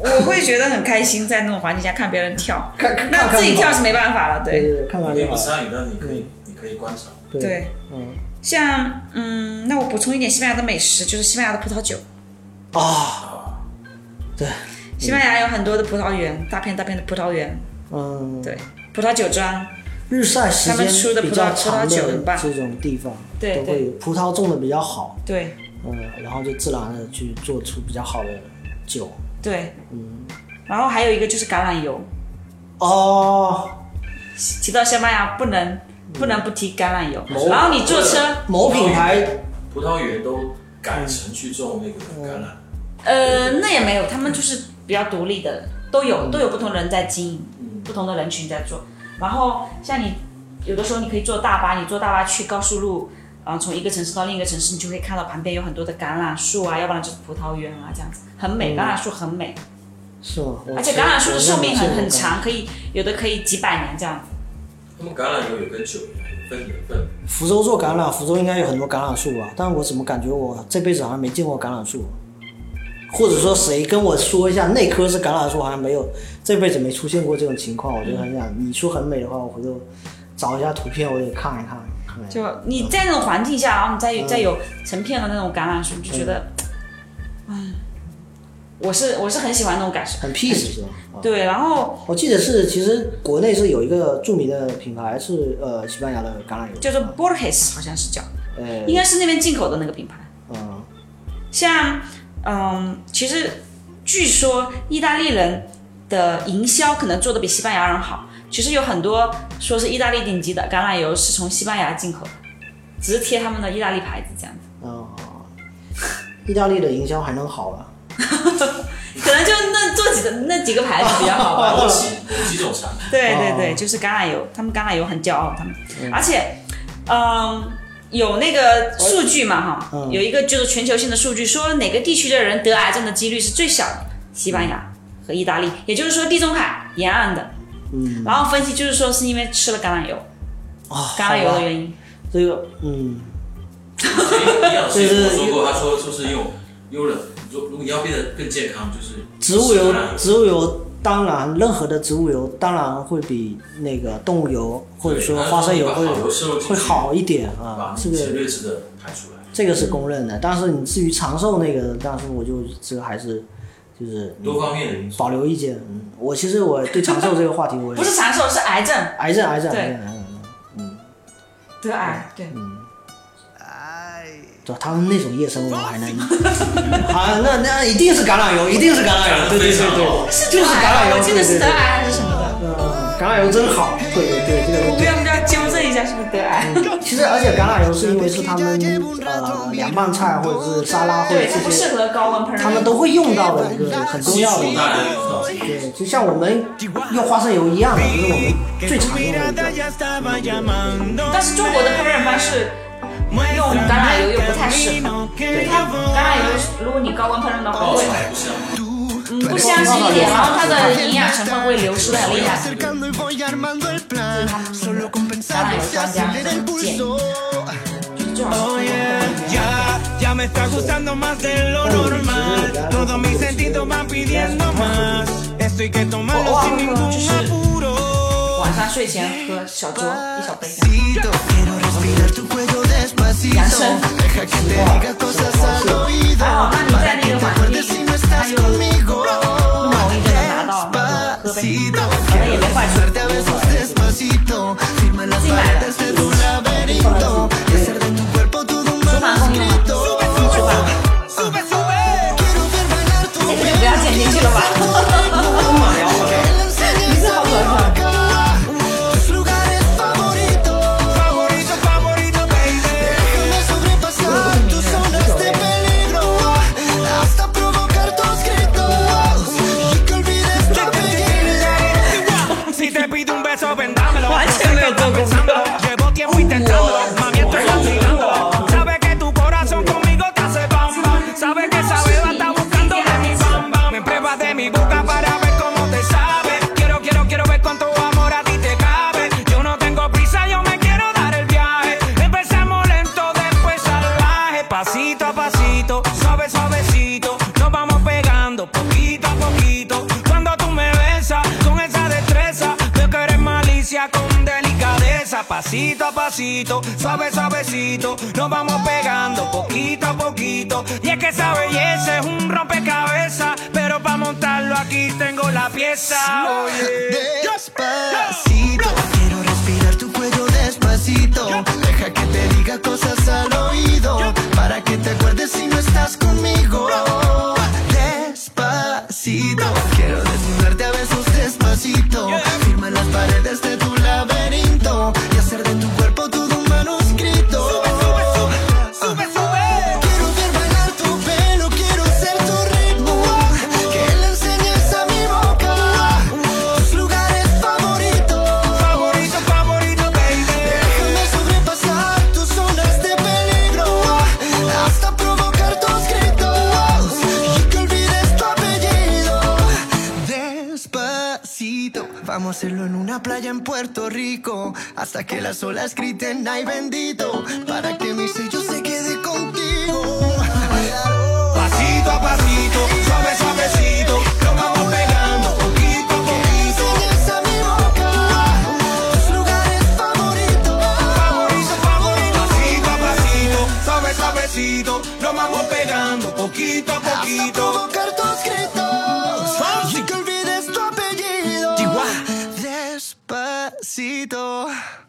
Speaker 3: 我会觉得很开心，在那种环境下看别人 跳，
Speaker 1: 看看
Speaker 3: 那
Speaker 1: 看
Speaker 3: 自己跳是没办法了。
Speaker 1: 对
Speaker 3: 对
Speaker 1: 对对，看完
Speaker 2: 你
Speaker 1: 就
Speaker 2: 不
Speaker 1: 好了，
Speaker 2: 参与，但你可
Speaker 1: 嗯
Speaker 2: 以，你可以观察。
Speaker 1: 对
Speaker 3: 对，
Speaker 1: 嗯
Speaker 3: 像嗯，那我补充一点西班牙的美食，就是西班牙的葡萄酒。
Speaker 1: 啊
Speaker 3: 西班牙有很多的葡萄园，大片大片的葡萄园，
Speaker 1: 嗯，
Speaker 3: 对，葡萄酒庄，
Speaker 1: 日晒时
Speaker 3: 他们出的
Speaker 1: 间
Speaker 3: 葡萄
Speaker 1: 比较长
Speaker 3: 葡萄酒很
Speaker 1: 的
Speaker 3: 棒
Speaker 1: 这种地方，
Speaker 3: 对
Speaker 1: 都会葡萄种的比较好，
Speaker 3: 对
Speaker 1: 嗯，然后就自然的去做出比较好的酒。
Speaker 3: 对，
Speaker 1: 嗯
Speaker 3: 然后还有一个就是橄榄油，
Speaker 1: 哦，嗯
Speaker 3: 提到西班牙不能不能不提橄榄油
Speaker 1: 某。
Speaker 3: 然后你坐车，
Speaker 1: 某品牌
Speaker 2: 葡萄园都改
Speaker 1: 嗯
Speaker 2: 成去种那个橄榄，
Speaker 3: 呃，那也没有，他们就是比较独立的，都
Speaker 1: 嗯
Speaker 3: 有都有不同人在经营，不同的人群在做。然后像你有的时候你可以坐大巴，你坐大巴去高速路，啊、从一个城市到另一个城市，你就会看到旁边有很多的橄榄树啊，要不然就是葡萄园啊，这样子很美，橄榄树很美，
Speaker 1: 是吗？嗯我
Speaker 3: 而且
Speaker 1: 其实
Speaker 3: 橄榄树的
Speaker 1: 我
Speaker 3: 寿命
Speaker 1: 没
Speaker 3: 很
Speaker 1: 见
Speaker 3: 很
Speaker 1: 过
Speaker 3: 长，可以有的可以几百年这样子。
Speaker 2: 他们橄榄油也跟酒一样，也分年份。
Speaker 1: 福州做橄榄，福州应该有很多橄榄树吧？但我怎么感觉我这辈子好像没见过橄榄树，啊或者说谁跟我说一下那棵是橄榄树，好像没有，这辈子没出现过这种情况。我就很想，你说很美的话，我回头找一下图片，我得看一看。看一下
Speaker 3: 就你在那种环境下，然后你再有
Speaker 1: 嗯
Speaker 3: 再有成片的那种橄榄树，你就觉得，唉，我是我是很喜欢那种感受。
Speaker 1: 嗯很 peace 是吧？啊
Speaker 3: 对，然后
Speaker 1: 我记得是，其实国内是有一个著名的品牌是呃西班牙的橄榄油，啊
Speaker 3: 叫做 Borges，好像是叫，
Speaker 1: 呃
Speaker 3: 应该是那边进口的那个品牌。
Speaker 1: 嗯
Speaker 3: 像，嗯，其实据说意大利人的营销可能做的比西班牙人好。其实有很多说是意大利顶级的橄榄油是从西班牙进口的，只是贴他们的意大利牌子这样子，
Speaker 1: 嗯，意大利的营销还能好啊了。
Speaker 3: 可能就那做几个那几个牌子比较好吧。
Speaker 2: 某几某几种产品，
Speaker 3: 对
Speaker 1: 哦
Speaker 3: 对对，就是橄榄油，他们橄榄油很骄傲，他们，而且，嗯，有那个数据嘛哈，
Speaker 1: 嗯
Speaker 3: 有一个就是全球性的数据，说哪个地区的人得癌症的几率是最小的，西班牙和意大利，
Speaker 1: 嗯
Speaker 3: 也就是说地中海沿岸的，嗯，然后分析就是说是因为吃了橄榄油，
Speaker 1: 啊，
Speaker 3: 哦橄榄油
Speaker 1: 好吧
Speaker 3: 的原因，
Speaker 1: 这个，嗯，
Speaker 2: 营养师跟我说过，他说就是用用了，如如果你要变得更健康，就是
Speaker 1: 植物
Speaker 2: 吃
Speaker 1: 油
Speaker 2: 橄榄，
Speaker 1: 植物油当然，任何的植物油当然会比那个动物油或者说花生油会
Speaker 2: 对它是把好油摄入进去
Speaker 1: 会好一点
Speaker 2: 把
Speaker 1: 啊，这
Speaker 2: 你
Speaker 1: 个
Speaker 2: 前劣质的排出来，
Speaker 1: 这个是公认的。但是你至于长寿那个，但是我就这个还是就是
Speaker 2: 多方面的因素。
Speaker 1: 保留意见。嗯，我其实我对长寿这个话题，我也
Speaker 3: 不是长寿是癌症
Speaker 1: 癌症，癌症，
Speaker 3: 对
Speaker 1: 癌症，癌嗯症，
Speaker 3: 得癌，对，
Speaker 1: 嗯对，他们那种夜生活还 能，啊，那那一定是橄榄油，一定是橄榄油，对对对对，就是橄榄油，
Speaker 3: 我记得
Speaker 1: 对
Speaker 3: 是得
Speaker 1: 对对
Speaker 3: 癌还是什么的，
Speaker 1: 嗯，橄榄油真好，对对对，这个
Speaker 3: 我们要不要纠正一下是不是得癌？
Speaker 1: 其实，而且橄榄油是因为是他们呃凉拌菜或者是沙拉或者
Speaker 3: 对，它不
Speaker 1: 这些，
Speaker 3: 适合高温烹饪，
Speaker 1: 他们都会用到的一个很重
Speaker 2: 吸
Speaker 1: 要的
Speaker 2: 收
Speaker 1: 一
Speaker 2: 大
Speaker 1: 个。
Speaker 2: 量的营养素
Speaker 1: 哦对，就像我们用花生油一样的，就是我们最常用的一个。
Speaker 3: 但是中国的烹饪方式用橄榄油又不太适合，对它橄榄油，如果你高温烹饪的话
Speaker 2: 爆
Speaker 3: 会
Speaker 2: 炒不香，
Speaker 3: 嗯不相信一点，然后它的营养成分会流失的很厉害。
Speaker 4: acercando y voy armando el plan. Solo con
Speaker 3: Ah, no,
Speaker 4: pensarlo se
Speaker 3: ya, ya,
Speaker 4: acelera el
Speaker 3: ya.
Speaker 4: pulso.
Speaker 3: 这种
Speaker 4: Oye, ya, ya me está gustando más de lo normal. Todos mis sentidos van pidiendo más. Esto hay que tomarlo
Speaker 3: Oh, oh,
Speaker 4: sin
Speaker 3: oh,
Speaker 4: ningún
Speaker 3: yo sé.
Speaker 4: apuro.
Speaker 3: 晚上睡前喝小酌一小杯，
Speaker 4: Quiero respirar tu cuello
Speaker 3: 养
Speaker 4: despacito.
Speaker 3: 生。
Speaker 4: Deja que te diga cosas al oído.
Speaker 3: 哦，那你在那个
Speaker 4: Te
Speaker 3: 环境
Speaker 4: acuerdes si no
Speaker 3: 里，它
Speaker 4: estás
Speaker 3: 有
Speaker 4: conmigo.
Speaker 3: 某一个能拿到，那 就喝呗，
Speaker 4: Despacito.
Speaker 3: 反正也没坏处。
Speaker 4: Besarte a veces despacito. Firma las
Speaker 3: Sí, madre.
Speaker 4: paredes de tu laberinto. Y hacer de tu cuerpo todo un
Speaker 3: Suba, suba.
Speaker 4: manuscrito. Sube, sube, sube, sube. Quiero ver bailar tu
Speaker 3: 这个就不要剪进去了吧。
Speaker 4: piel, enseñes a mi boca. Tus lugares favoritos. Favorito, favorito, baby. Déjame sobrepasar tus zonas de peligro. Hasta provocar tus gritos. Y que olvides tu peligro. Si te pido un beso, vendámelo.
Speaker 3: Guacho,
Speaker 4: Sé que
Speaker 3: me
Speaker 4: estás
Speaker 3: tocó.
Speaker 4: pensando, Llevo tiempo intentándolo, mami, estoy vacilando. Sabes que tu corazón conmigo te hace bam bam. Sabes que esa beba está buscando de mi bam bam. Me pruebas de mi boca para ver cómo te sabe. Quiero, quiero, quiero ver cuánto amor a ti te cabe. Yo no tengo prisa, yo me quiero dar el viaje. Empezamos lento, después salvaje. Pasito a pasito, suave, suavecito. Nos vamos pegando poquito a poquito. Cuando tú me besas con esa destreza, veo que eres malicia con delicadeza. Pasito a pasito, suave, suavecito. Nos vamos pegando poquito a poquito. Y es que esa belleza es un rompecabezas. Pero para montarlo aquí tengo la pieza. Oye. Despacito, quiero respirar tu cuello despacito. Deja que te diga cosas al oído. Para que te acuerdes si no estás conmigo. Despacito, quiero desnudarte a besos despacito. Firma las paredes de tu laberinto. Y hacer de tu cuerpo. Vamos a hacerlo en una playa en Puerto Rico. Hasta que las olas griten, ay bendito. Para que mi sello se quede contigo.
Speaker 5: Pasito a pasito, suave, suavecito, lo vamos pegando poquito a poquito.
Speaker 4: Enseñas a mi boca tus lugares favoritos.
Speaker 5: Favorito, favorito, pasito a pasito, suave, suavecito, lo vamos pegando poquito a
Speaker 4: Hasta
Speaker 5: poquito.
Speaker 4: provocar tus gritos.
Speaker 5: Fancy.
Speaker 4: Y que olvides tu apellido.
Speaker 5: Chihuahua.
Speaker 4: Despacito.